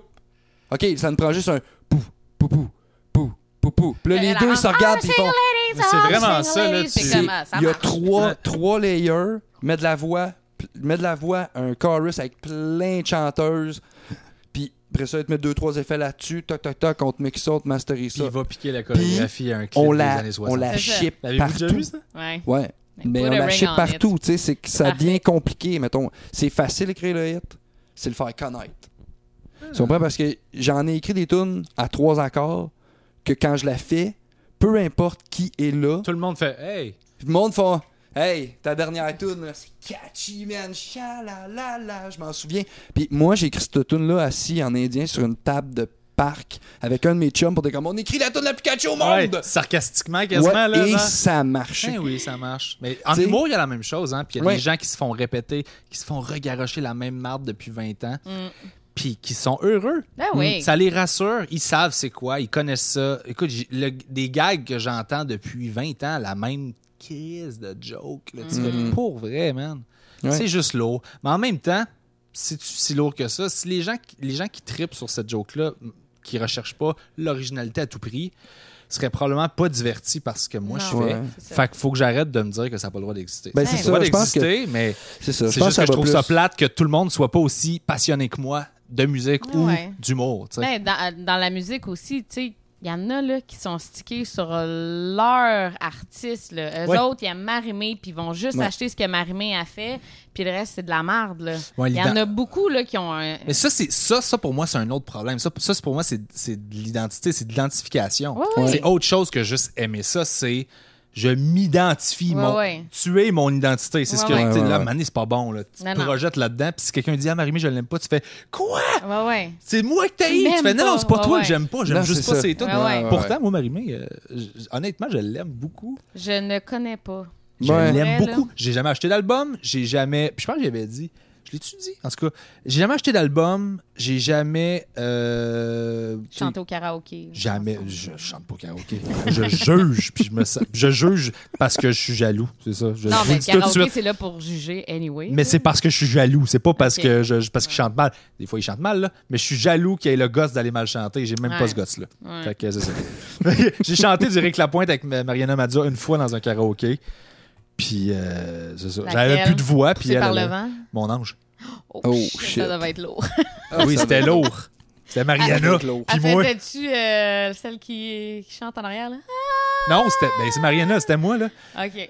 S1: OK, ça ne prend juste un pou, pou, pou, pou, pou, pou. Puis là,
S2: Elle
S1: les
S2: la
S1: deux
S2: rend-
S1: se regardent et
S2: Ah,
S1: ils font.
S2: Ladies
S3: Mais c'est
S2: are
S3: vraiment
S2: single
S3: ça, là,
S2: ladies.
S3: tu-
S2: C'est
S1: C'est-
S2: comme, ah, ça
S1: Il y a
S2: marche.
S1: trois,
S3: Ouais.
S1: trois layers mets de la voix, pl- mets de la voix, un chorus avec plein de chanteuses. Puis après ça, ils te mettent deux, trois effets là-dessus. Toc, toc, toc, on te mixe ça, on te masterise
S3: Puis
S1: ça.
S3: il va piquer la chorégraphie à un clip
S1: On
S3: des
S1: la,
S3: années 60.
S1: on la
S2: C'est ça.
S1: chip
S3: L'avez-vous déjà
S1: partout.
S3: vu, ça?
S2: Ouais.
S1: Ouais.
S2: Like,
S1: Mais
S2: put
S1: on
S2: a
S1: la
S2: ring
S1: chip
S2: on
S1: partout,
S2: it.
S1: tu sais, c'est que ça
S2: Parfait.
S1: devient compliqué, mettons. C'est facile d'écrire le hit, c'est le faire connaître. Tu comprends? Parce que j'en ai écrit des tunes à trois accords que quand je la fais, peu importe qui est là,
S3: Tout le monde fait Hey!
S1: le monde font Hey, ta dernière tune, là, c'est catchy, man. Chalalala, je m'en souviens. Puis moi, j'ai écrit cette tune là assis en indien sur une table de parc avec un de mes chums pour dire comme on écrit la tune la plus catchy au monde.
S3: Ouais, sarcastiquement
S1: Ouais,
S3: quasiment là.
S1: et
S3: genre.
S1: ça marche.
S3: Ben oui, ça marche. Mais en
S1: T'sais-
S3: humour, il y a la même chose. Hein? Puis il y a
S1: Ouais.
S3: des gens qui se font répéter, qui se font regarocher la même marde depuis 20 ans, puis qui sont heureux.
S2: Ben oui.
S3: Ça les rassure. Ils savent c'est quoi. Ils connaissent ça. Écoute, j'ai- le- des gags que j'entends depuis 20 ans, la même crise de joke. Là, tu fais, pour vrai, man.
S1: Mm. Ouais.
S3: C'est juste lourd. Mais en même temps, c'est si lourd que ça. Si les gens, qui- les gens qui tripent sur cette joke-là, m- qui recherchent pas l'originalité à tout prix, seraient probablement pas divertis par ce que moi je
S2: Non,
S3: fais.
S1: Ouais.
S2: c'est ça.
S3: Fait qu'il faut que j'arrête de me dire que ça n'a pas le droit d'exister.
S1: Ben,
S2: c'est
S3: a
S2: ça,
S3: le droit
S1: je pense que-
S3: d'exister, mais
S1: C'est ça.
S3: c'est
S1: Je pense
S3: juste que je trouve
S1: va
S3: ça
S1: plus.
S3: plate que tout le monde soit pas aussi passionné que moi de musique ou
S2: Ouais.
S3: d'humour. tu sais.
S2: Ben, dans, dans la musique aussi, tu sais, il y en a là, qui sont stickés sur euh, leur artiste. Là. Eux
S3: Ouais.
S2: autres, ils aiment Marimé, puis ils vont juste
S1: Ouais.
S2: acheter ce que Marimé a fait, puis le reste, c'est de la marde. là. Il
S3: Ouais,
S2: y en
S3: l'ident-
S2: a beaucoup là, qui ont un.
S3: Mais ça, c'est ça, ça pour moi, c'est un autre problème. Ça, ça c'est pour moi, c'est c'est de l'identité, c'est de l'identification.
S2: Ouais, ouais.
S3: C'est autre chose que juste aimer ça. C'est je m'identifie,
S2: Ouais,
S3: mon,
S2: ouais.
S3: tuer mon identité. C'est ce
S2: Ouais,
S3: que
S2: ouais.
S3: tu sais,
S1: Ouais,
S3: là,
S1: ouais.
S3: mané, c'est pas bon. Là. Tu
S2: Non,
S3: te
S2: non.
S3: projettes là-dedans, puis si quelqu'un dit ah Marimé, je l'aime pas, tu fais quoi
S2: Ouais, ouais.
S3: C'est moi que t'as
S2: Tu
S3: eu. Tu
S2: m'aimes
S3: fais non, non,
S2: pas.
S3: c'est pas
S2: Ouais,
S3: toi
S2: ouais.
S3: que j'aime pas. J'aime
S1: Non,
S3: juste
S1: c'est
S3: pas
S1: ça.
S3: ces tunes.
S2: Ah Ouais, ouais.
S3: Pourtant, moi, Marimé, euh, j- honnêtement, je l'aime beaucoup.
S2: Je ne connais pas.
S3: Je
S1: Ouais.
S3: l'aime
S2: Ouais, là.
S3: beaucoup. J'ai jamais acheté d'album. J'ai jamais. Puis je pense que j'avais dit. Je l'ai-tu dit? En tout cas, j'ai jamais acheté d'album. J'ai jamais. euh,
S2: Chanter au karaoké.
S3: Jamais. Je chante pas au karaoké. je juge. Puis je me sens- Je juge parce que je suis jaloux. C'est ça. Je
S2: Non,
S3: je
S2: mais
S3: vous
S2: le
S3: dis tout de
S2: karaoké,
S3: suite.
S2: c'est là pour juger, anyway.
S3: Mais c'est parce que je suis jaloux. C'est pas parce
S2: Ok.
S3: que je, je- parce qu'il chante mal. Des fois, il chante mal, là. Mais je suis jaloux qu'il y ait le gosse d'aller mal chanter. J'ai même pas
S2: Ouais.
S3: ce gosse-là.
S2: Ouais.
S3: Fait que c'est ça. *laughs* J'ai chanté du Rick Lapointe avec Ma- Mariana Madza une fois dans un karaoké. Puis, euh, c'est ça. J'avais
S2: Laquelle?
S3: plus de voix. Puis
S2: Poussé
S3: elle,
S2: par
S3: elle-
S2: le vent.
S3: Mon ange.
S2: Oh,
S1: Oh,
S2: shit,
S1: shit.
S2: Ça devait être lourd.
S3: Ah oui, c'était lourd. C'était Mariana.
S1: Ah, c'est lourd.
S3: Puis
S2: Elle
S3: moi.
S2: faisait-tu euh, celle qui, qui chante en arrière, là? Ah,
S3: Non, c'était. Ben, c'est Mariana, c'était moi, Euh, là.
S2: OK. Ouais,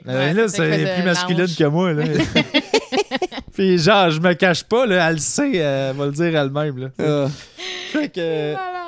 S2: celle
S3: Mariana,
S2: qui
S3: c'est
S2: faisait
S3: plus masculine
S2: l'ange.
S3: que moi, là.
S2: *laughs*
S3: Puis, genre, je me cache pas, là. Elle le sait, euh, elle va le dire elle-même, là.
S1: Ah,
S3: Fait que.
S2: Oh, Malade.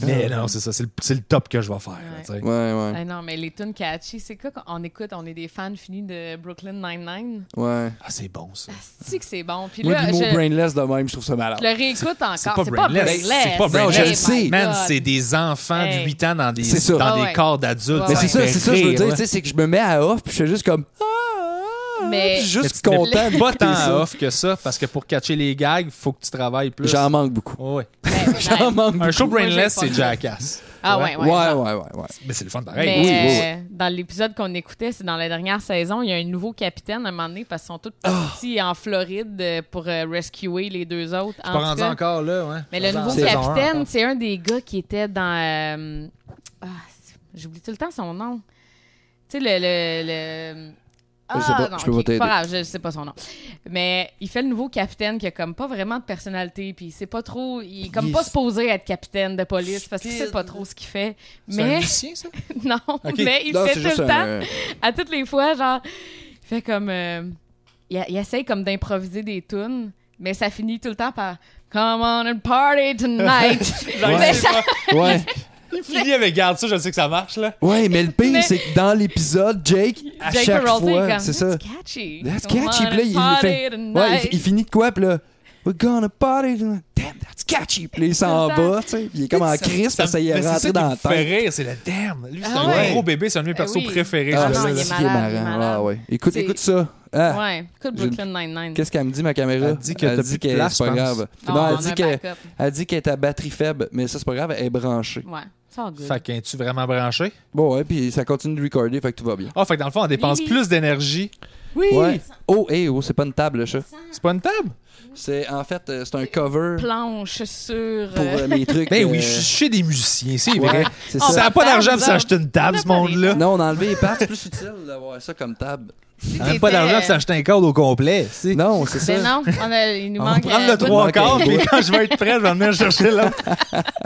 S3: Mais non, c'est ça. C'est le, c'est le top que je vais faire, là,
S2: Ouais.
S3: tu sais. hein?
S1: ouais,
S2: Ah non, mais les tunes catchy, c'est quoi qu'on écoute? On est des fans finis de Brooklyn Nine-Nine.
S1: ouais, ouais.
S3: Ah, c'est bon, ça.
S2: Asti que c'est bon. Puis
S1: Moi,
S2: là,
S1: le
S2: je,
S1: mot brainless de même, je trouve ça malade.
S2: je le réécoute encore. C'est pas,
S3: brainless.
S2: brainless.
S3: C'est pas
S2: Hey
S3: brainless.
S1: Non, je
S2: my
S1: le sais.
S2: God.
S3: Man, c'est des enfants
S2: Hey.
S3: de 8 ans dans des,
S1: C'est ça.
S3: dans
S2: Ah
S3: des
S2: ouais.
S3: corps d'adultes.
S2: Ouais,
S1: Mais
S2: ouais.
S1: c'est ça, c'est ça, que je veux dire,
S3: Ouais.
S1: tu sais, c'est que je me mets à off, puis je fais juste comme. Ah, ah,
S2: Mais-
S1: puis
S3: Mais tu
S1: juste
S3: te mets
S1: content.
S3: Pas
S1: d'écouter
S3: tant
S1: ça.
S3: off que ça, parce que pour catcher les gags, faut que tu travailles plus.
S1: J'en manque beaucoup.
S3: Ouais, ouais.
S2: Ben,
S1: J'en
S2: ben,
S1: manque
S3: Un
S1: beaucoup.
S3: show
S2: Moi, j'ai
S3: brainless,
S2: pas
S3: c'est
S2: ça.
S1: *laughs*
S3: jackass.
S2: Ah ouais, ouais.
S1: Ouais,
S2: genre.
S1: ouais, ouais, ouais.
S3: Mais c'est le fun pareil.
S2: Mais
S1: oui, oui,
S2: euh, dans l'épisode qu'on écoutait, c'est dans la dernière saison, il y a un nouveau capitaine à un moment donné parce qu'ils sont tous
S3: Ah.
S2: partis en Floride euh, pour euh, rescuer les deux autres.
S3: Je suis
S2: En
S3: pas
S2: tout
S3: rendu
S2: cas,
S3: encore là, ouais.
S2: Mais
S3: Je
S2: le
S3: suis
S2: nouveau
S3: rendu en saison un
S2: capitaine,
S3: encore.
S2: c'est un des gars qui était dans. euh, ah, c'est- J'oublie tout le temps son nom. Tu sais, le. le, le-
S1: Je sais pas,
S2: non,
S1: je peux
S2: ok,
S1: pas
S2: c'est pas
S1: t'aider.
S2: grave, je sais pas son nom. Mais il fait le nouveau capitaine qui a comme pas vraiment de personnalité, puis il sait pas trop, il est comme
S1: Il
S2: pas
S1: est
S2: supposé être capitaine de police parce qu'il
S1: stupide.
S2: sait pas trop ce qu'il fait.
S3: C'est un
S2: Mais
S3: musicien, ça?
S2: *laughs* non,
S3: Ok.
S2: mais il
S1: Non,
S2: fait
S1: c'est
S2: tout
S1: juste
S2: le temps
S1: un- euh,
S2: à toutes les fois, genre, il fait comme. euh, il, il essaye comme d'improviser des tunes, mais ça finit tout le temps par Come on and
S1: *laughs*
S2: party tonight. *laughs*
S1: Ouais.
S2: Mais ça- *laughs*
S1: Ouais.
S3: Il finit avec garde ça, je sais que ça marche, là.
S1: Ouais, mais le pire,
S2: Mais-
S1: c'est que dans l'épisode, Jake, à
S2: Jake
S1: chaque
S2: Peralta est
S1: fois,
S2: comme,
S1: c'est ça.
S2: That's catchy.
S1: That's
S2: Come
S1: catchy.
S2: on
S1: Puis là, il-
S2: and
S1: il, fait-
S2: party
S1: ouais, il-
S2: tonight.
S1: il finit de quoi? Puis là, we're gonna party. tonight. Damn, that's catchy. Puis là, il s'en
S2: C'est ça.
S1: va, tu sais. Puis il est comme en crise, parce que ça y
S3: Mais
S1: est
S3: c'est
S1: rentré
S3: ça
S1: dans
S3: qui
S1: la
S3: me
S1: tête.
S3: fait rire, c'est le damn. Lui, c'est
S2: Ah
S3: un
S2: ouais.
S3: gros bébé, c'est un de mes
S2: Eh
S3: persos
S2: oui.
S3: préférés.
S2: Ah
S3: celui-là.
S2: non, il est
S1: c'est
S2: malade, il est malade.
S1: Ah, ouais. Écoute,
S2: C'est-
S1: écoute ça. Ah,
S2: Ouais, écoute
S1: J'ai une-
S2: Brooklyn Nine-Nine.
S1: Qu'est-ce qu'elle me dit, ma caméra?
S3: Elle dit que t'as plus de
S1: qu'elle-
S3: place,
S1: c'est pas
S3: je pense.
S1: grave.
S2: Ah,
S1: Non,
S2: on
S1: elle
S2: a un
S1: dit qu'elle
S2: backup.
S1: elle dit qu'elle est à batterie faible, mais ça, c'est pas grave, elle est branchée.
S2: Ouais, ça va good.
S3: Fait que, es-tu vraiment branché?
S1: Bon, ouais, puis ça continue de recorder, fait que tout va bien.
S3: Ah, fait que dans le fond, on dépense
S2: Lily.
S3: plus d'énergie. Oui!
S1: Ouais. Oh, hé, oh, c'est pas une table, le chat.
S3: C'est pas une table?
S1: C'est, en fait, euh, c'est un cover
S2: Planche sur.
S1: pour
S2: euh,
S1: euh, mes trucs.
S3: Ben oui,
S1: euh,
S3: je suis chez des musiciens, c'est
S1: Ouais,
S3: vrai. Oh,
S1: c'est
S2: Ah,
S1: ça.
S3: Ça n'a pas
S2: Table,
S3: d'argent pour
S2: ça.
S3: s'acheter une table, ce monde-là.
S1: Non, on a enlevé les pattes. C'est plus utile d'avoir ça comme table.
S2: Si
S3: T'as même pas d'argent pour
S2: t'étais, euh,
S3: s'acheter un cadre au complet. tu sais.
S1: Non, c'est ça.
S2: Ben non, on a- il nous
S3: On va
S2: manque.
S3: prendre
S2: euh,
S3: le trois
S1: manque
S3: quarts,
S1: un
S3: puis quand je vais être prêt, je vais venir chercher l'autre.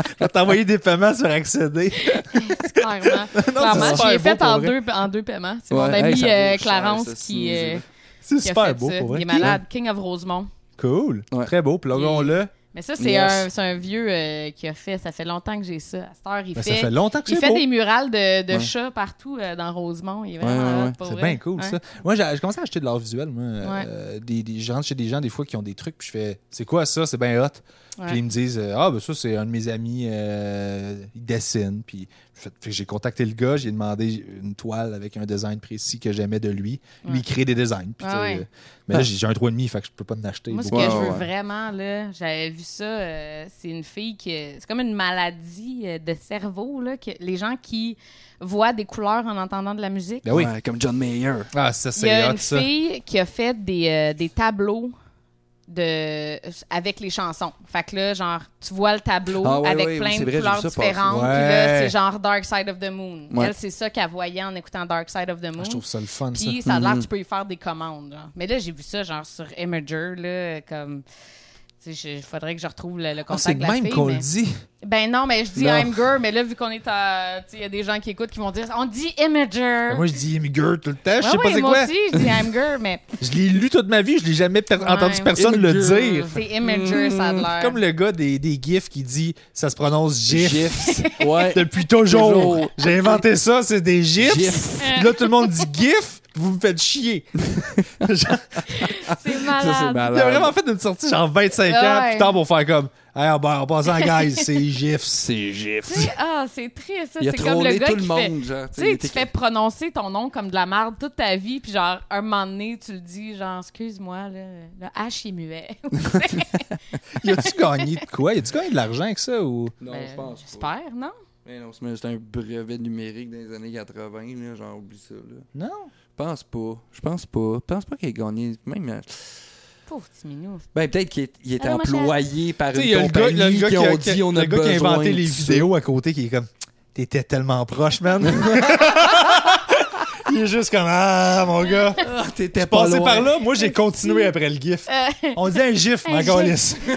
S3: Je vais t'envoyer des paiements sur accéder. *laughs*
S2: Clairement. Clairement. Je l'ai
S3: super beau
S2: fait
S3: pour
S2: en
S3: vrai.
S2: deux, en deux paiements. C'est
S1: Ouais,
S2: mon ami
S1: hey, ça vaut
S2: euh,
S1: cher,
S2: Clarence
S1: ça,
S2: qui,
S1: c'est-
S2: euh,
S3: C'est
S2: qui a
S3: super
S2: fait
S3: beau
S2: ça.
S3: pour
S2: Il
S3: vrai.
S2: est malade. King of Rosemont.
S3: Cool.
S1: Ouais.
S3: Très beau. Plugons-le.
S2: Mais ça, c'est
S1: Yes.
S2: un, c'est un vieux euh, qui a fait. Ça fait longtemps que j'ai ça. À cette heure, il
S3: Ben,
S2: fait.
S3: ça fait longtemps que
S2: il
S3: c'est
S2: fait
S3: beau.
S2: des murales de, de
S1: Ouais.
S2: chats partout euh, dans Rosemont. Il est
S1: Ouais, ouais,
S2: vraiment
S1: ouais.
S2: hot, pour
S3: C'est
S2: vrai.
S3: bien cool,
S2: Ouais.
S3: ça. Moi, j'ai j'ai commencé à acheter de l'art visuel. Moi. Euh, des, des, je rentre chez des gens, des fois, qui ont des trucs, puis je fais C'est quoi ça C'est bien hot.
S2: Ouais.
S3: Puis ils me disent euh, Ah, ben ça, c'est un de mes amis, euh, il dessine. Puis je fais- fait que j'ai contacté le gars, j'ai demandé une toile avec un design précis que j'aimais de lui. Lui,
S2: Ouais.
S3: il crée des designs. Puis,
S2: Ah
S3: tu sais,
S2: ouais.
S3: euh, Mais là, j'ai j'ai un 3,5, fait que je peux pas en acheter.
S2: Moi, ce que
S3: beaucoup.
S1: Ouais,
S2: je veux
S1: ouais.
S2: vraiment, là, j'avais vu ça, euh, c'est une fille qui. euh, C'est comme une maladie euh, de cerveau, là, que les gens qui voient des couleurs en entendant de la musique.
S3: Ben oui.
S1: Ouais, comme John Mayer.
S3: Ah, ça,
S2: Il y
S3: c'est
S2: a
S3: hot,
S2: une
S3: ça.
S2: fille qui a fait des, euh, des tableaux de avec les chansons. Fait que là, genre, tu vois le tableau
S1: Ah ouais,
S2: avec
S1: ouais,
S2: plein
S1: oui, c'est
S2: de
S1: vrai, j'ai
S2: couleurs
S1: vu ça passer.
S2: différentes.
S3: Ouais.
S2: Puis là, c'est genre Dark Side of the Moon.
S1: Ouais.
S2: Elle, c'est ça qu'elle voyait en écoutant Dark Side of the Moon.
S3: Ah, Je trouve ça le fun, ça. Mm-hmm.
S2: Puis ça a l'air que tu peux y faire des commandes. genre. Mais là, j'ai vu ça genre sur Imager, là, comme... Il faudrait que je retrouve le, le
S3: Ah,
S2: contact
S3: c'est
S2: de
S3: le
S2: la
S3: même
S2: fille,
S3: qu'on
S2: mais-
S3: le dit.
S2: Ben non, mais je dis
S1: Non.
S2: Imgur, mais là, vu qu'on est à... tu sais, Il y a des gens qui écoutent qui vont dire « On dit Imager!
S3: Ben, » Moi, je dis Imgur tout le temps. Je
S2: Ouais,
S3: sais pas
S2: ouais,
S3: c'est
S2: moi
S3: quoi.
S2: aussi, je dis Imgur, mais...
S3: Je l'ai lu toute ma vie, je l'ai jamais per-
S2: Ouais.
S3: entendu personne le
S1: Imgur.
S3: dire.
S2: C'est Imager, ça a
S1: Hmm.
S2: de l'air.
S3: Comme le gars des, des GIFs qui dit ça se prononce GIF. *laughs*
S1: Gifs. Ouais.
S3: Depuis toujours.
S1: Toujours.
S3: J'ai inventé ça, c'est des GIFs.
S1: Gif.
S2: Hein.
S3: Puis là, tout le monde dit GIF, vous me faites chier. Genre,
S2: C'est
S1: Ça, c'est
S2: malade.
S3: il a vraiment
S1: malade.
S3: fait une sortie genre 25 ans,
S2: Ouais.
S3: puis tard pour faire comme hey, en,
S2: *laughs*
S3: en passant, guys, c'est GIFs.
S1: C'est GIF.
S2: Tu sais, ah, c'est triste, ça.
S1: Il a
S2: C'est comme le
S1: trollé
S2: gars
S1: tout le
S2: qui fait...
S1: monde. genre,
S2: Tu
S1: il
S2: sais,
S1: était-
S2: tu fais prononcer ton nom comme de la merde toute ta vie, puis genre, un moment donné, tu le dis, genre, excuse-moi, là, le H est muet.
S3: Y a-tu gagné de quoi Y a-tu gagné de l'argent avec ça ou
S1: Non,
S2: Ben,
S1: je pense. pas.
S2: J'espère, non?
S1: Mais non, c'est un brevet numérique des années 80, là, genre oublie ça. Là.
S3: Non.
S1: Je pense pas. Je pense pas. Je pense pas qu'il ait gagné. Même, euh,
S2: Pauvre
S1: *laughs*
S2: petit minou.
S1: ben peut-être qu'il est- il était
S2: Allô, ma chère?
S1: employé par
S3: Tu sais,
S1: une
S3: y a le gars,
S1: compagnie
S3: le gars
S1: qui
S3: qui a,
S1: ont dit on a
S3: le gars qui a
S1: besoin
S3: inventé
S1: de
S3: les
S1: ça.
S3: vidéos à côté qui est comme T'étais tellement proche, man.
S1: *laughs*
S3: *laughs* Il est juste comme Ah, mon gars.
S1: Ah, t'étais pas
S3: Passé
S1: loin.
S3: par là, moi j'ai continué après le GIF. On dit un GIF,
S2: Euh. Un
S3: mais
S2: gif.
S3: encore lisse.
S2: Euh,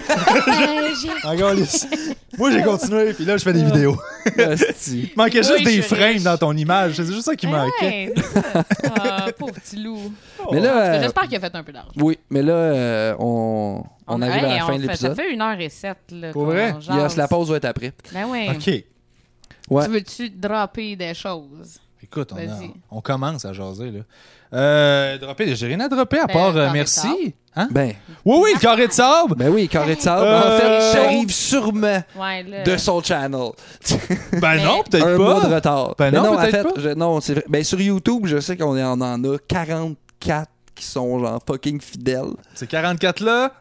S2: j'ai-
S3: Encore lisse. Ah, Moi j'ai continué, puis là je fais des vidéos.
S1: *laughs* Asti.
S3: Il manquait
S2: Ah. Oui,
S3: juste
S2: je
S3: des
S2: suis
S3: frames
S2: riche.
S3: dans ton image. C'est juste ça qui
S2: Ah
S3: manquait.
S2: ouais, c'est ça. Ah, pauvre petit loup.
S1: mais
S2: Parce
S1: là,
S2: que
S1: euh,
S2: J'espère qu'il a fait un peu d'argent.
S1: oui, mais là, euh, on, on arrive à
S2: Hey,
S1: la
S2: on
S1: fin de
S2: fait- Ça
S1: l'épisode.
S2: fait une heure et sept, là.
S3: Pour
S2: qu'on
S3: vrai?
S2: jase.
S1: Yes, la pause va être après.
S2: Ben oui.
S3: Oh. OK.
S1: Ouais.
S2: Tu veux-tu dropper des choses?
S3: Écoute, on, a-
S2: Vas-y.
S3: on commence à jaser. Là. Euh, dropper, j'ai rien à dropper à
S2: Ben,
S3: part euh,
S2: carré
S3: merci. Hein?
S1: Ben,
S3: Oui, oui, carré
S2: *laughs*
S3: de sable.
S1: ben oui, carré de sable.
S3: Euh,
S1: En fait, j'arrive sûrement
S2: Ouais, là.
S1: de son channel.
S3: Ben non, peut-être
S1: un
S3: pas.
S1: mois de retard.
S3: Ben
S1: Mais
S3: non,
S1: en
S3: peut-être
S1: fait,
S3: pas.
S1: je- non, c'est vrai. Ben, sur YouTube, je sais qu'on en, en a 44 qui sont genre fucking fidèles.
S3: C'est 44 là.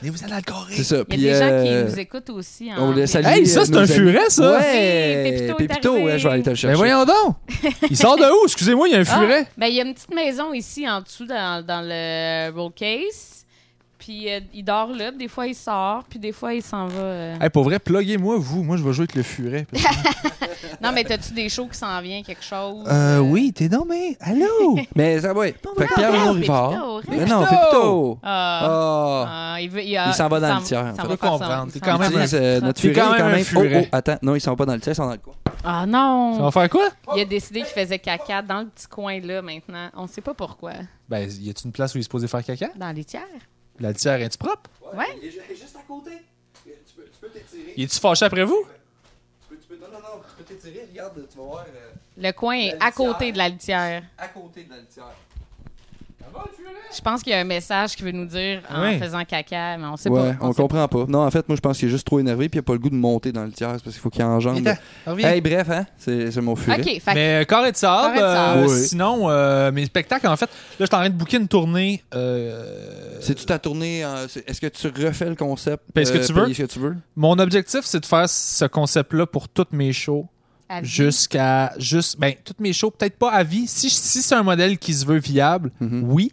S3: Mais vous allez à le carré.
S1: C'est ça.
S2: Il y
S1: Puis,
S2: a des
S1: euh,
S2: gens qui nous écoutent aussi. En
S1: on les salue.
S3: Hey, ça,
S1: euh,
S3: c'est
S1: nos
S3: un
S1: amis.
S3: furet, ça.
S2: Oui,
S1: Ouais,
S2: Pépito est
S1: Pépito,
S2: arrivé.
S1: ouais, je vais aller te le
S3: Ben
S1: chercher.
S3: voyons donc. Il sort de où? Excusez-moi, il y a un
S2: Ah,
S3: furet.
S2: ben, il y a une petite maison ici en dessous dans, dans le roll case. Puis euh, il dort là, des fois il sort, puis des fois il s'en va. euh.
S3: Hey, pour vrai, pluguez-moi, vous. Moi, je vais jouer avec le furet.
S2: Non, mais t'as-tu des shows qui s'en viennent, quelque chose?
S3: euh, oui, t'es non, mais allô?
S1: Mais ça, ouais. Fait
S2: Ah,
S1: que Pierre Renaud
S2: Pépito,
S1: Rivard.
S2: reste.
S1: Mais non,
S3: Pépito.
S1: Pépito.
S2: Ah,
S1: Ah.
S2: ah, il veut- il a-
S1: Il s'en va dans
S2: s'en-
S1: le tiers, en fait.
S2: s'en va
S3: Faut
S2: faire
S3: comprendre,
S2: son- il
S3: t'es
S2: s'en
S3: quand
S2: va
S1: On
S3: même
S2: faire
S1: utilise,
S2: sa
S1: euh,
S2: petite
S1: notre
S3: C'est
S1: furet est quand même.
S3: un furet.
S1: Oh, oh, attends. Non, ils sont pas dans le tiers, ils sont dans le coin.
S2: trappe. Ah
S3: Ça va
S2: non!
S3: faire quoi?
S2: Il a décidé qu'il faisait caca dans le petit coin là maintenant. On sait pas pourquoi.
S3: Ben, y a-tu une place où il est supposé faire caca?
S2: Dans les tiers?
S3: La litière est-tu propre?
S2: Ouais.
S1: Juste à côté. Tu peux t'étirer.
S3: Il est-tu fâché après vous?
S1: Non, non, non, tu peux t'étirer. Regarde, tu vas voir
S2: Le coin est
S1: La
S2: à côté
S1: litière.
S2: de la litière.
S1: à côté de la litière.
S2: Je pense qu'il y a un message qui veut nous dire en
S3: Oui.
S2: faisant caca, mais on sait
S1: ouais,
S2: pas.
S1: on,
S2: sait
S1: comprend pas. Non, en fait, moi, je pense qu'il est juste trop énervé puis il a pas le goût de monter dans le tiers c'est parce qu'il faut qu'il enjambe.
S3: Attends, reviens.
S1: Hey, bref, hein, c'est c'est mon
S2: pas.
S1: furet.
S2: OK, fait que-
S3: Mais euh, carré de sable,
S2: Carré de sable.
S3: euh,
S1: Oui.
S3: sinon, euh, mes spectacles, en fait, là, je suis en train de booker une tournée. euh,
S1: C'est-tu ta tournée? en- c'est- Est-ce que tu refais le concept?
S3: Paye ce que tu veux.
S1: paye ce que tu veux?
S3: Mon objectif, c'est de faire ce concept-là pour toutes mes shows.
S2: à vie.
S3: jusqu'à juste ben toutes mes shows peut-être pas à vie si si c'est un modèle qui se veut viable
S1: Mhm.
S3: oui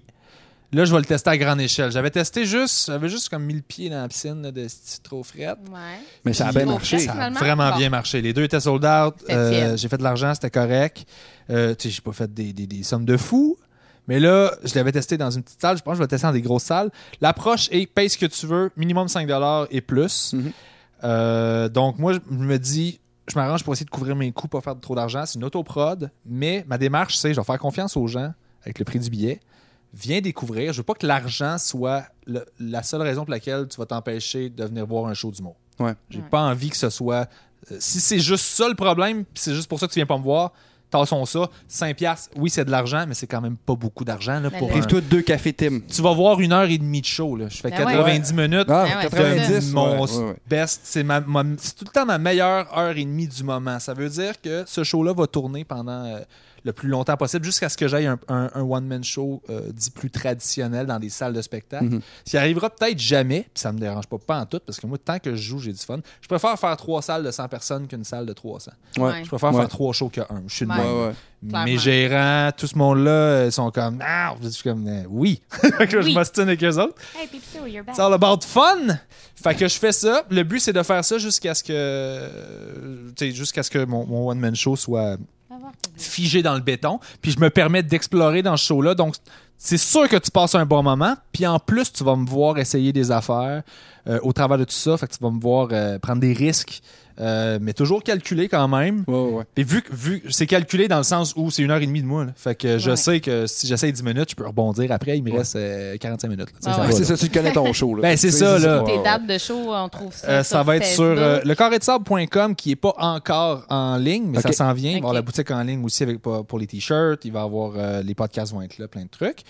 S3: là je vais le tester à grande échelle j'avais testé juste j'avais juste comme 1000 pieds dans la piscine là, de c'est trop frette
S2: Ouais.
S1: Mais ça a
S3: Puis-
S1: bien marché.
S2: Au
S3: ça a
S2: Finalement,
S3: vraiment
S2: bon.
S3: bien marché les deux étaient sold out
S2: C'était
S3: Euh,
S2: fiable.
S3: j'ai fait de l'argent c'était correct Euh, tu sais j'ai pas fait des, des- des sommes de fou Mais là, je l'avais testé dans une petite salle. Je pense que je vais tester dans des grosses salles. L'approche est paye ce que tu veux, minimum 5 et plus.
S1: Mhm.
S3: Euh, donc, moi, je me dis, je m'arrange pour essayer de couvrir mes coûts, pas faire trop d'argent. C'est une autoprod. Mais ma démarche, c'est je vais faire confiance aux gens avec le prix du billet. Viens découvrir. Je veux pas que l'argent soit le- la seule raison pour laquelle tu vas t'empêcher de venir voir un show d'humour.
S1: Ouais.
S3: J'ai
S2: Ouais.
S3: pas envie que ce soit. euh, si c'est juste ça le problème, puis c'est juste pour ça que tu viens pas me voir, tassons ça. 5 piastres, oui, c'est de l'argent, mais c'est quand même pas beaucoup d'argent. là,
S2: Mais
S3: pour
S2: là-
S3: un-
S1: Prive-toi de deux cafés Tim.
S3: Tu vas voir une heure et demie de show. Là. Je fais
S2: Ben
S3: 90 minutes.
S1: Ah,
S2: Ah ouais,
S1: 90.
S3: de mon
S1: ouais, ouais, ouais.
S3: best, c'est ma- ma- c'est tout le temps ma meilleure heure et demie du moment. Ça veut dire que ce show-là va tourner pendant euh, le plus longtemps possible jusqu'à ce que j'aille un, un- un one-man show euh, dit plus traditionnel dans des salles de spectacle.
S1: Mhm.
S3: Ce qui arrivera peut-être jamais, puis ça me dérange pas, pas en tout, parce que moi, tant que je joue, j'ai du fun. Je préfère faire trois salles de 100 personnes qu'une salle de 300.
S1: Ouais.
S2: Ouais.
S3: Je préfère
S1: Ouais.
S3: faire trois shows que un. Je suis de
S2: Ouais.
S3: même.
S1: Ouais, ouais.
S3: Mes
S2: Clairement.
S3: gérants, tout ce monde-là, ils sont comme Ah! Je suis comme Euh, Oui! *laughs* Fait que là, je
S2: Oui.
S3: m'ostine avec eux autres.
S4: Hey, Peep Sue, you're back.
S3: It's all about fun. Fait que je fais ça. Le but, c'est de faire ça jusqu'à ce que, euh, tu sais, jusqu'à ce que mon, mon one-man show soit
S2: Va voir, t'as dit.
S3: figé dans le béton. Puis je me permets d'explorer dans ce show-là. Donc, c'est sûr que tu passes un bon moment. Puis en plus, tu vas me voir essayer des affaires euh, au travers de tout ça. Fait que tu vas me voir euh, prendre des risques. euh, mais toujours calculé quand même.
S1: Ouais, ouais, ouais.
S3: Et vu que vu, c'est calculé dans le sens où c'est une heure et demie de moi. là. Fait que je
S2: Ouais.
S3: sais que si j'essaie 10 minutes, je peux rebondir. Après, il me reste euh, 45 minutes. là. Tu sais,
S2: Ah
S3: ça
S1: Ouais,
S3: va,
S1: c'est ça,
S3: là.
S1: tu connais ton show. Là.
S3: Ben, c'est
S1: Tu sais,
S3: ça,
S1: Ouais,
S3: là.
S2: Tes
S1: ouais.
S2: dates de show, on trouve ça.
S3: Euh, ça va être sur
S2: Facebook.
S3: euh, le carré de sable.com qui est pas encore en ligne, mais
S1: Ok.
S3: ça s'en vient. Il va y avoir
S2: Ok.
S3: la boutique en ligne aussi avec, pour, pour les t-shirts. Il va y avoir euh, les podcasts vont être là, plein de trucs.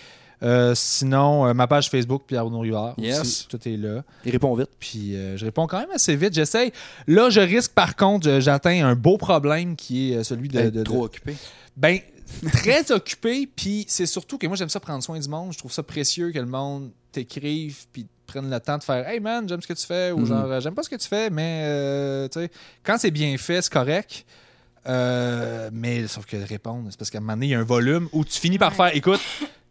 S3: Euh, sinon, euh, ma page Facebook, Pierre-Arnaud Rivard.
S1: Yes.
S3: aussi, tout est là.
S1: Il répond vite.
S3: Puis euh, je réponds quand même assez vite. J'essaye. Là, je risque, par contre, euh, j'atteins un beau problème qui est euh, celui de.
S1: Être
S3: de- de-
S1: trop occupé.
S3: ben, très occupé, puis c'est surtout que moi, j'aime ça prendre soin du monde. Je trouve ça précieux que le monde t'écrive, puis prenne le temps de faire Hey man, j'aime ce que tu fais, ou
S1: Mhm.
S3: genre, euh, j'aime pas ce que tu fais, mais euh, tu sais, quand c'est bien fait, c'est correct. Euh, mais sauf que répondre, c'est parce qu'à un moment donné, il y a un volume où tu finis par
S2: Ouais.
S3: faire Écoute,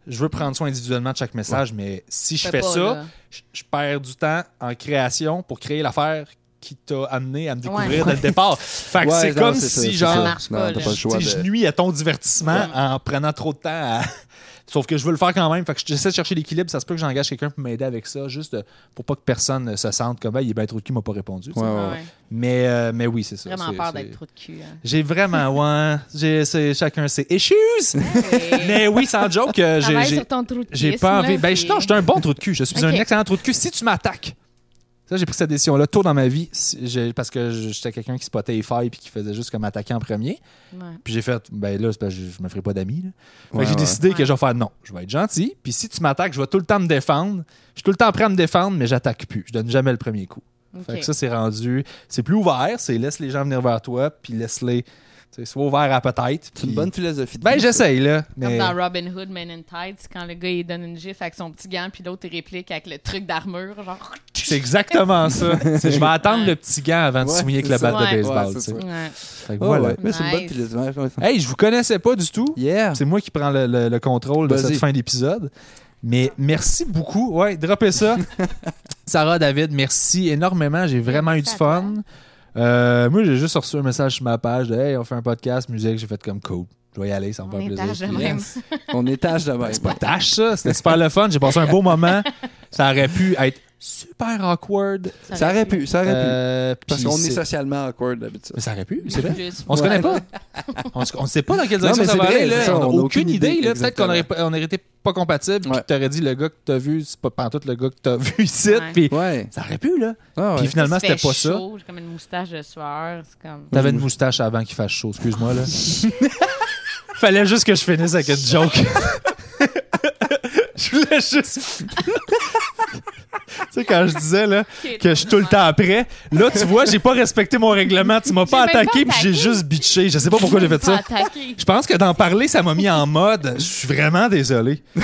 S3: je veux prendre soin individuellement de chaque message, mais si je
S2: Fais
S3: fais
S2: pas,
S3: ça,
S2: là.
S3: je, je perds du temps en création pour créer l'affaire qui t'a amené à me découvrir
S2: Ouais.
S3: dès le départ. Fait que
S1: Ouais,
S3: c'est
S1: non,
S3: comme
S1: c'est ça,
S3: si,
S1: c'est
S3: genre,
S1: ça.
S2: marche
S1: Non,
S2: pas,
S1: t'as
S2: là.
S1: pas le choix.
S3: tu sais,
S1: de-
S3: je nuis à ton divertissement
S2: Ouais.
S3: en prenant trop de temps à- *laughs* Sauf que je veux le faire quand même. Fait que j'essaie de chercher l'équilibre. Ça se peut que j'engage quelqu'un pour m'aider avec ça, juste euh, pour pas que personne euh, se sente comme Ah, il est bien trop de qui m'a pas répondu. tu sais.
S1: Ouais, ouais,
S2: Ouais,
S1: ouais.
S2: ouais.
S3: Mais, euh, mais oui, c'est ça.
S2: Vraiment
S3: C'est-
S2: peur
S3: c'est-
S2: d'être trop de cul.
S1: *laughs*
S2: hein.
S3: J'ai vraiment, ouais. J'ai- c'est- chacun ses issues. mais oui, sans joke,
S2: *laughs*
S3: euh, j'ai-
S2: Travaille
S3: j'ai.
S2: sur ton trou de
S3: J'ai
S2: pisse,
S3: pas
S2: là,
S3: envie. Ben,
S2: puis-
S3: je, non, je suis un bon trou de cul. Je suis un
S2: Ok.
S3: excellent trou de cul. Si tu m'attaques, ça, j'ai pris cette décision-là tôt dans ma vie si- j'ai- parce que je- j'étais quelqu'un qui spotait les failles puis qui faisait juste comme attaquer en premier.
S2: Ouais.
S3: Puis j'ai fait, ben là, c'est parce que je, je me ferai pas d'amis. là. Fait
S1: Ouais,
S3: que j'ai
S1: ouais.
S3: décidé que
S2: Ouais.
S3: je vais faire non, je vais être gentil. Puis si tu m'attaques, je vais tout le temps me défendre. Je suis tout le temps prêt à me défendre, mais j'attaque plus. Je donne jamais le premier coup. Fait
S2: Ok.
S3: que ça, c'est rendu. C'est plus ouvert, c'est laisse les gens venir vers toi, puis laisse-les. tu sais, Sois ouvert à peut-être.
S1: C'est une
S3: puis-
S1: bonne philosophie. de
S3: Ben,
S1: vie,
S3: j'essaye, là.
S2: Comme
S3: Mais...
S2: dans Robin Hood, Men in Tides, quand le gars il donne une gifle avec son petit gant, puis l'autre il réplique avec le truc d'armure. Genre.
S3: C'est exactement ça. C'est,
S2: *laughs*
S3: je vais attendre le petit gant avant de
S1: Ouais,
S3: swinguer avec
S1: c'est
S3: la batte
S2: ça.
S3: de
S2: Ouais.
S3: baseball.
S1: Ouais,
S3: tu sais.
S1: c'est ça.
S2: Ouais.
S3: Fait que
S1: Oh,
S3: voilà.
S1: ouais. Mais c'est une bonne
S2: Nice.
S1: philosophie. Ouais, ouais.
S3: Hey, je vous connaissais pas du tout.
S1: Yeah.
S3: C'est moi qui prends le, le- le contrôle de
S1: Ah. Vas-y.
S3: cette fin d'épisode. Mais merci beaucoup. Ouais, droppez
S1: *laughs*
S3: ça. Sarah, David, merci énormément. J'ai vraiment eu du
S4: Merci à toi.
S3: fun. Euh, moi, j'ai juste reçu un message sur ma page de Hey, on fait un podcast, musique. J'ai fait comme cool. Je vais y aller, ça me
S4: On
S3: fait
S4: est
S3: plaisir.
S4: tâche de
S3: Puis,
S4: même.
S3: yes.
S1: On étage de même.
S3: C'est pas tâche, ça. C'était super le fun. J'ai passé un beau moment. Ça aurait pu être super awkward.
S1: Ça aurait pu, ça aurait pu.
S3: Euh,
S1: Parce
S3: puis
S1: qu'on
S3: c'est-
S1: est socialement awkward d'habitude.
S3: Mais ça aurait pu, c'est vrai.
S2: Plus.
S3: On se
S1: Ouais.
S3: connaît pas. *laughs* On se- on ne sait pas dans quelle
S1: Non,
S3: direction
S1: mais
S3: ça
S1: c'est
S3: va
S1: vrai,
S3: aller. là.
S1: c'est ça,
S3: on
S1: on
S3: n'a
S1: a
S3: aucune
S1: aucune
S3: idée.
S1: idée,
S3: là. Peut-être
S1: exactement.
S3: qu'on aurait, pas- on aurait été pas compatible. Puis
S1: Ouais.
S3: tu t'aurais dit le gars que t'as vu, c'est pas pantoute le gars que t'as *laughs* vu ici.
S2: Ouais.
S3: Puis
S1: Ouais.
S3: ça aurait pu, là.
S1: Ah, ouais.
S3: Puis finalement,
S2: Il se fait
S3: c'était pas ça.
S2: chaud, J'ai comme une moustache de sueur. C'est comme.
S3: T'avais une moustache avant qu'il fasse chaud, excuse-moi, là. *laughs* Fallait juste que je finisse avec une joke. *laughs* je voulais juste. *laughs* tu sais, quand je disais, là. que je suis tout le temps après. Là, tu vois, j'ai pas respecté mon règlement. Tu m'as pas
S2: J'ai même
S3: attaqué,
S2: pas
S3: puis j'ai
S2: attaqué.
S3: juste bitché. Je sais pas pourquoi j'ai fait ça.
S2: attaqué.
S3: *laughs* Je pense que d'en parler, ça m'a mis en mode. Je suis vraiment désolé.
S2: Euh,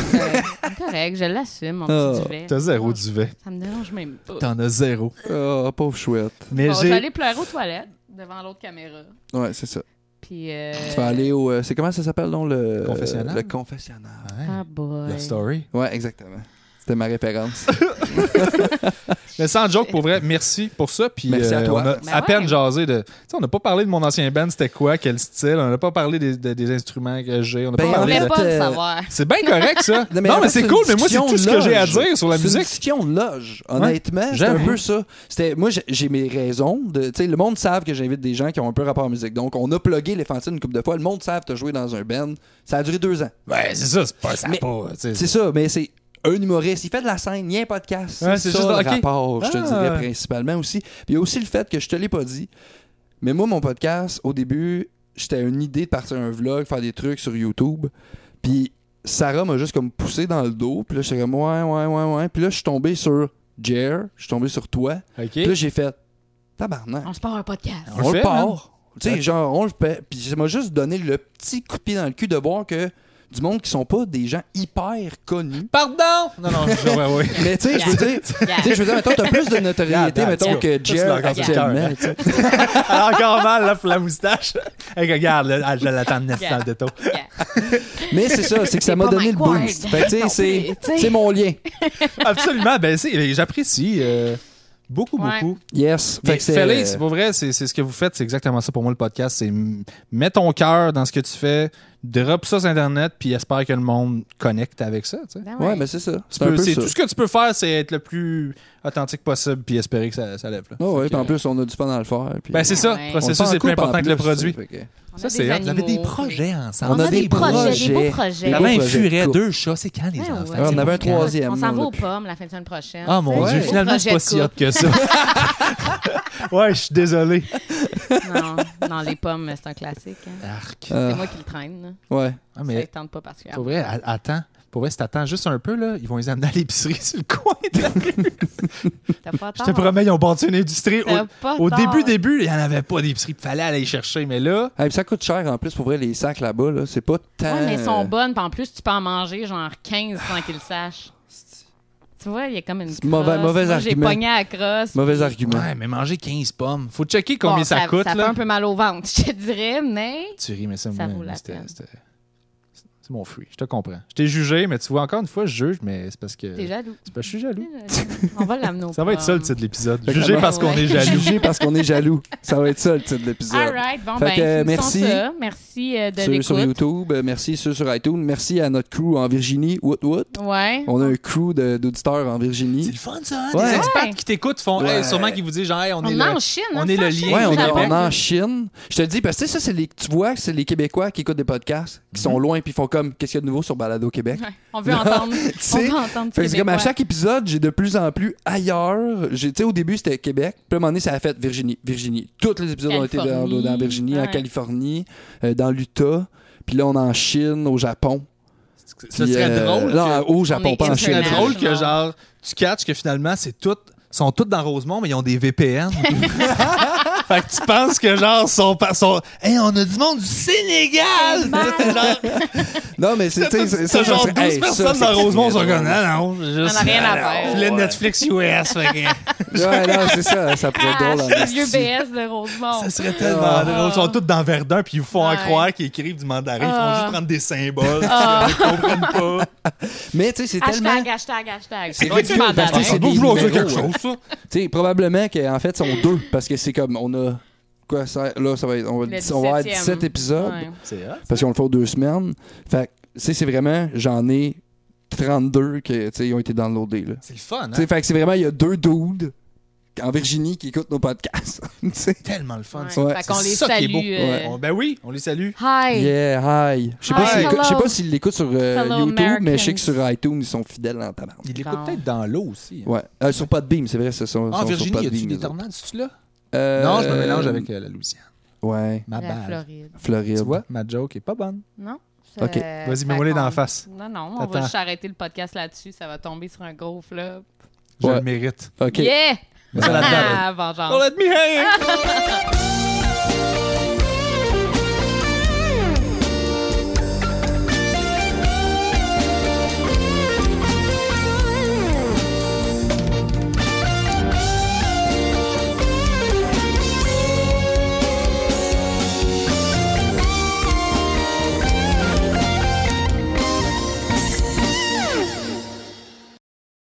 S2: C'est correct, je l'assume, mon petit
S1: Ah,
S2: duvet.
S3: T'as zéro
S2: Ah,
S3: duvet.
S2: Ça me dérange même pas.
S3: T'en as zéro.
S1: Ah, pauvre chouette.
S3: Mais
S2: Bon, je vais
S3: j'ai.
S2: aller pleurer aux toilettes devant l'autre caméra.
S1: Ouais, c'est ça.
S2: Puis. euh,
S1: Tu vas aller au. euh, c'est comment ça s'appelle, non? Le
S3: Confessionnal?
S1: Le confessionnal.
S3: Ouais.
S2: Ah, boy.
S3: Love hein? story.
S1: Ouais, exactement. C'était ma référence.
S3: Mais sans joke, pour vrai, merci pour ça. Puis,
S1: Merci à
S3: euh,
S1: toi.
S3: On a
S2: Ben
S3: à
S2: ouais.
S3: peine jasé de. Tu sais, on n'a pas parlé de mon ancien band, c'était quoi, quel style. On n'a pas parlé des, des- des instruments que j'ai. On n'a
S1: Ben,
S3: pas
S1: en
S3: parlé
S1: fait,
S2: voulait
S3: de.
S2: pas le
S1: euh,
S2: savoir.
S3: C'est bien correct, ça. non, mais,
S1: en fait,
S3: c'est
S1: une
S3: cool, mais moi, c'est
S1: discussion
S3: tout ce que j'ai à
S1: loge.
S3: dire sur la
S1: C'est une
S3: musique.
S1: discussion de loge, honnêtement. c'est un
S3: j'avoue.
S1: peu ça. C'était, moi, j'ai- j'ai mes raisons. De, tu sais, le monde savent que j'invite des gens qui ont un peu rapport à la musique. Donc, on a plugué les Fantines une couple de fois. Le monde savent que tu as joué dans un band. Ça a duré deux ans.
S3: Ouais, c'est ça, c'est pas ça.
S1: Mais-
S3: pas, tu sais.
S1: C'est ça, mais c'est un humoriste. Il fait de la scène, il y a un podcast.
S3: Ouais,
S1: c'est
S3: c'est
S1: ça
S3: juste-
S1: le
S3: ok.
S1: rapport, je te
S3: Ah.
S1: dirais principalement aussi. Puis il y a aussi le fait que je te l'ai pas dit, mais moi, mon podcast, au début, j'étais à une idée de partir un vlog, faire des trucs sur YouTube. Puis Sarah m'a juste comme poussé dans le dos. Puis là, j'étais comme ouais, ouais, ouais, ouais. Puis là, je suis tombé sur Jer, je suis tombé sur toi.
S3: Ok.
S1: Puis là, j'ai fait tabarnak.
S2: On se part un podcast.
S3: On
S1: On,
S3: le
S1: le
S3: fait, man.
S1: part. Tu sais, genre, on le fait. Puis ça m'a juste donné le petit coup de pied dans le cul de voir que du monde qui sont pas des gens hyper connus.
S3: Pardon! Non, non, je- ouais, ouais.
S1: Mais tu sais, je veux dire, tu sais, je veux dire, mettons, t'as plus de notoriété,
S3: Regarde,
S1: mettons, que
S3: tu
S1: Jer
S3: l'as encore sur le cœur,
S1: actuellement.
S3: hein.
S1: tu sais.
S3: Elle a encore mal, là, pour la moustache. Hey, regarde, là, je l'attends de
S2: Yeah.
S3: de tôt.
S2: Yeah.
S1: Mais c'est ça, c'est que ça
S2: C'est
S1: m'a
S2: pas
S1: donné le
S2: Mike Ward.
S1: boost. Fait que tu sais,
S2: Non,
S1: c'est-
S2: tu sais.
S1: c'est mon lien.
S3: Absolument, ben, c'est- j'apprécie euh, beaucoup,
S2: Ouais.
S3: beaucoup.
S1: Yes. Fait
S3: Mais
S1: que c'est- euh,
S3: fais-le, c'est pas vrai, c'est c'est ce que vous faites, c'est exactement ça pour moi le podcast. C'est m- mets ton cœur dans ce que tu fais, drop ça sur Internet, puis espère que le monde connecte avec ça. tu sais.
S2: Ben
S1: Ouais,
S2: ouais.
S1: mais c'est ça.
S3: Tu
S1: C'est un
S3: peux-
S1: peu
S3: C'est
S1: ça.
S3: tout ce que tu peux faire, c'est être le plus authentique possible, puis espérer que ça, ça lève. là.
S1: Ah ouais,
S3: Fait
S1: puis
S3: que-
S1: en plus, on a du fun à le faire. puis- euh,
S3: ben, c'est ça,
S2: Ouais.
S3: le
S1: On le fait
S3: processus
S1: en
S3: c'est plus
S1: couple, en
S3: important que le
S1: plus,
S3: produit.
S1: tu sais, fait que-
S2: On a
S3: Ça,
S2: des
S3: c'est hot. Vous avez des
S2: animaux.
S3: projets
S1: On
S3: ensemble.
S1: a des projets,
S2: des beaux
S1: des
S2: projets.
S1: beaux
S3: J'avais
S1: projets
S3: un
S1: de
S3: furet,
S1: couple.
S3: deux chats, c'est quand les
S2: Ouais,
S3: enfants?
S2: Ben ouais.
S1: on avait un troisième,
S2: On s'en
S1: on
S2: va
S1: l'a
S2: aux
S1: plus.
S2: pommes la fin de semaine prochaine.
S3: Ah mon
S1: Ouais.
S3: dieu,
S1: Beau
S3: finalement c'est pas si hot que ça. ouais, je suis désolé.
S2: Non, non, les pommes, c'est un classique. hein.
S3: Arc.
S2: C'est
S1: Ah,
S2: moi qui le traîne. là.
S1: Ouais.
S3: Ah,
S2: Ça ne
S3: mais
S2: tente pas
S3: pour
S2: particulièrement.
S3: vrai, a- attends. Pour vrai, si t'attends juste un peu, là, ils vont les amener à l'épicerie *laughs* sur le coin. de la rue.
S2: T'as pas
S3: Je
S2: tort.
S3: te promets, ils ont bâti une industrie.
S2: T'as
S3: Au,
S2: pas
S3: au
S2: tort.
S3: début, début, il n'y en avait pas d'épicerie. Il fallait aller les chercher. Mais là,
S1: Ah, puis ça coûte cher en plus pour vrai les sacs là-bas. là. C'est pas tant.
S2: Ouais, mais elles sont
S1: euh,
S2: bonnes. Puis en plus, tu peux en manger genre 15 sans qu'ils le sachent.
S1: *sighs*
S2: Tu vois, il y a comme une
S1: C'est mauvais-
S2: crosse.
S1: mauvais
S2: Moi, J'ai
S1: argument.
S2: pogné à la crosse.
S1: Mauvais argument.
S3: ouais, mais manger 15 pommes. Faut checker
S2: Bon,
S3: combien ça, coûte.
S2: Ça
S3: là.
S2: fait un peu mal au ventre, *laughs* je te dirais, mais...
S3: Tu ris, mais ça,
S2: Ça
S3: moi,
S2: vaut la
S3: c'était-
S2: peine.
S3: c'était- C'est mon fruit. Je te comprends. Je t'ai jugé, mais tu vois, encore une fois, je juge, mais c'est parce
S1: Euh.
S3: que.
S2: T'es
S1: *laughs*
S2: jaloux.
S3: C'est parce que je suis jaloux.
S2: On va l'amener au
S3: Ça va être ça le
S2: prom.
S3: titre de l'épisode.
S1: Fait que
S3: Jugé
S1: ça va.
S3: parce qu'on
S2: Ouais.
S3: est jaloux.
S1: Jugé parce qu'on est jaloux. Ça va être ça le titre de l'épisode.
S2: All right, bon,
S1: Fait
S2: ben,
S1: que, euh,
S2: finissons
S1: merci.
S2: ça. Merci euh, de
S1: Ceux sur
S2: l'écoute.
S1: YouTube, euh, merci ceux sur iTunes, merci à notre crew en Virginie, Woodwood.
S2: Ouais.
S1: On a un crew de- d'auditeurs en
S3: C'est
S1: Virginie.
S3: le fun, ça. hein?
S1: Ouais.
S3: Des experts
S2: Ouais.
S3: qui t'écoutent font.
S1: Ouais.
S3: hey, sûrement qu'ils vous disent, genre, hey, on,
S2: On
S3: est
S2: est
S3: là.
S2: en Chine.
S3: on
S2: hein,
S3: est
S2: ça,
S3: le
S2: en Chine,
S3: lien.
S1: Ouais, on est,
S2: ça
S1: on
S2: va.
S1: est en Chine. Je te le dis, parce que tu sais, ça, c'est les, tu vois, c'est les Québécois qui écoutent des podcasts, qui
S3: Mm-hmm.
S1: sont loin, puis font comme, qu'est-ce qu'il y a de nouveau sur Balado Québec?
S2: Ouais, On veut
S1: *laughs*
S2: entendre. On
S1: sais,
S2: veut entendre du
S1: Fait que c'est comme à
S2: Québécois.
S1: chaque épisode, j'ai de plus en plus ailleurs. J'ai- Tu sais, au début, c'était Québec. Puis à un moment donné, ça a fait Virginie. Virginie. Tous les épisodes ont été dans,
S2: Californie.
S1: dans Virginie, en
S2: Ouais.
S1: Californie, euh, dans l'Utah. Puis là, on est en Chine, au Japon.
S3: Ce
S1: Puis,
S3: serait
S1: euh,
S3: drôle.
S1: Non,
S3: que-
S1: au Japon,
S2: est
S1: pas en
S3: C'est
S1: Chine.
S2: international.
S3: drôle que
S2: non.
S3: genre tu catches que finalement c'est tout sont toutes dans Rosemont mais ils ont
S2: *laughs*
S3: des VPN. fait que tu penses que genre sont pas sont hey, on a du monde du
S2: *laughs*
S3: Sénégal. genre
S1: Non, mais c'est, tu sais,
S3: t'as-
S1: c'est-
S3: t'as
S1: ça,
S3: genre
S1: c'est-
S3: 12
S1: hey, ça,
S3: personnes
S1: c'est-
S3: dans Rosemont
S1: c'est
S3: sont
S1: drôle.
S3: comme non non, juste
S2: On a rien à faire.
S3: filet de Netflix US fait
S2: *laughs*
S3: que
S1: Ouais, non, c'est ça, ça pourrait être
S2: Ah,
S1: drôle. hein. en
S2: le vieux
S1: esti.
S2: BS de Rosemont.
S3: ça serait
S1: Ah.
S3: tellement drôle. Ils sont tous dans Verdun puis ils vous font en
S2: Ouais.
S3: croire qu'ils écrivent du mandarin, ils font
S2: Ah.
S3: juste prendre des symboles, *laughs* ils comprennent pas.
S1: Mais tu sais, c'est tellement.
S2: Hashtag, hashtag, hashtag.
S1: C'est
S2: On dit
S1: ridicule,
S2: mandarin.
S1: parce que c'est
S3: doit
S1: des
S3: vouloir dire
S1: numéros,
S3: quelque
S1: hein.
S3: chose ça.
S1: Tu sais, probablement qu'en fait, ils sont deux, parce que c'est comme, on a. Quoi, ça, là, ça va être, on va,
S2: Le
S1: on va avoir
S2: 17e.
S1: 17 épisodes.
S2: Ouais.
S3: C'est hein? hot.
S1: parce qu'on le fait aux deux semaines. Fait que, tu sais, c'est vraiment, j'en ai 32 que, tu sais, ils ont été downloadés, là.
S3: C'est le fun
S1: Tu
S3: hein.
S1: sais, fait que c'est vraiment, il y a deux dudes en Virginie qui écoutent nos podcasts. *laughs* Tu sais.
S3: Tellement le fun. ça.
S2: Ouais.
S1: Ouais,
S2: Fait qu'on
S3: c'est
S2: les
S3: ça qui
S2: salue.
S3: est beau.
S2: euh,
S3: On- Ben oui, on les salue.
S2: Hi.
S1: Yeah, hi. Je sais pas
S2: Hi.
S1: s'ils écoutent- je sais
S2: Hello.
S1: pas s'ils l'écoutent sur euh,
S2: Hello
S1: YouTube, mais je sais que
S2: Americans.
S1: sur iTunes, ils sont fidèles en tabarnak.
S3: Il
S2: Genre.
S3: l'écoute peut-être dans l'eau aussi. hein.
S1: Ouais. Euh, sur Podbeam, c'est vrai, ce sont,
S3: Ah,
S1: sont sur
S3: Virginie, y a-tu
S1: Podbeam.
S3: des
S1: les autres.
S3: tornades, tu là?
S1: Euh,
S3: non, je me mélange avec euh, la Louisiane.
S1: Ouais,
S3: Ma
S2: La
S3: balle.
S2: Floride.
S1: Floride.
S3: Tu vois, ma joke est pas bonne.
S2: Non? ça-
S1: Ok.
S3: Vas-y,
S2: fait
S3: mets-moi-les
S2: qu'on-
S3: dans la face.
S2: Non, non, on
S3: Attends.
S2: va juste arrêter le podcast là-dessus. Ça va tomber sur un gros flop.
S3: Je
S1: Ouais.
S3: le mérite.
S1: OK.
S2: Yeah!
S3: Mets ça là-dedans.
S2: Ah, vengeance.
S3: let me hang!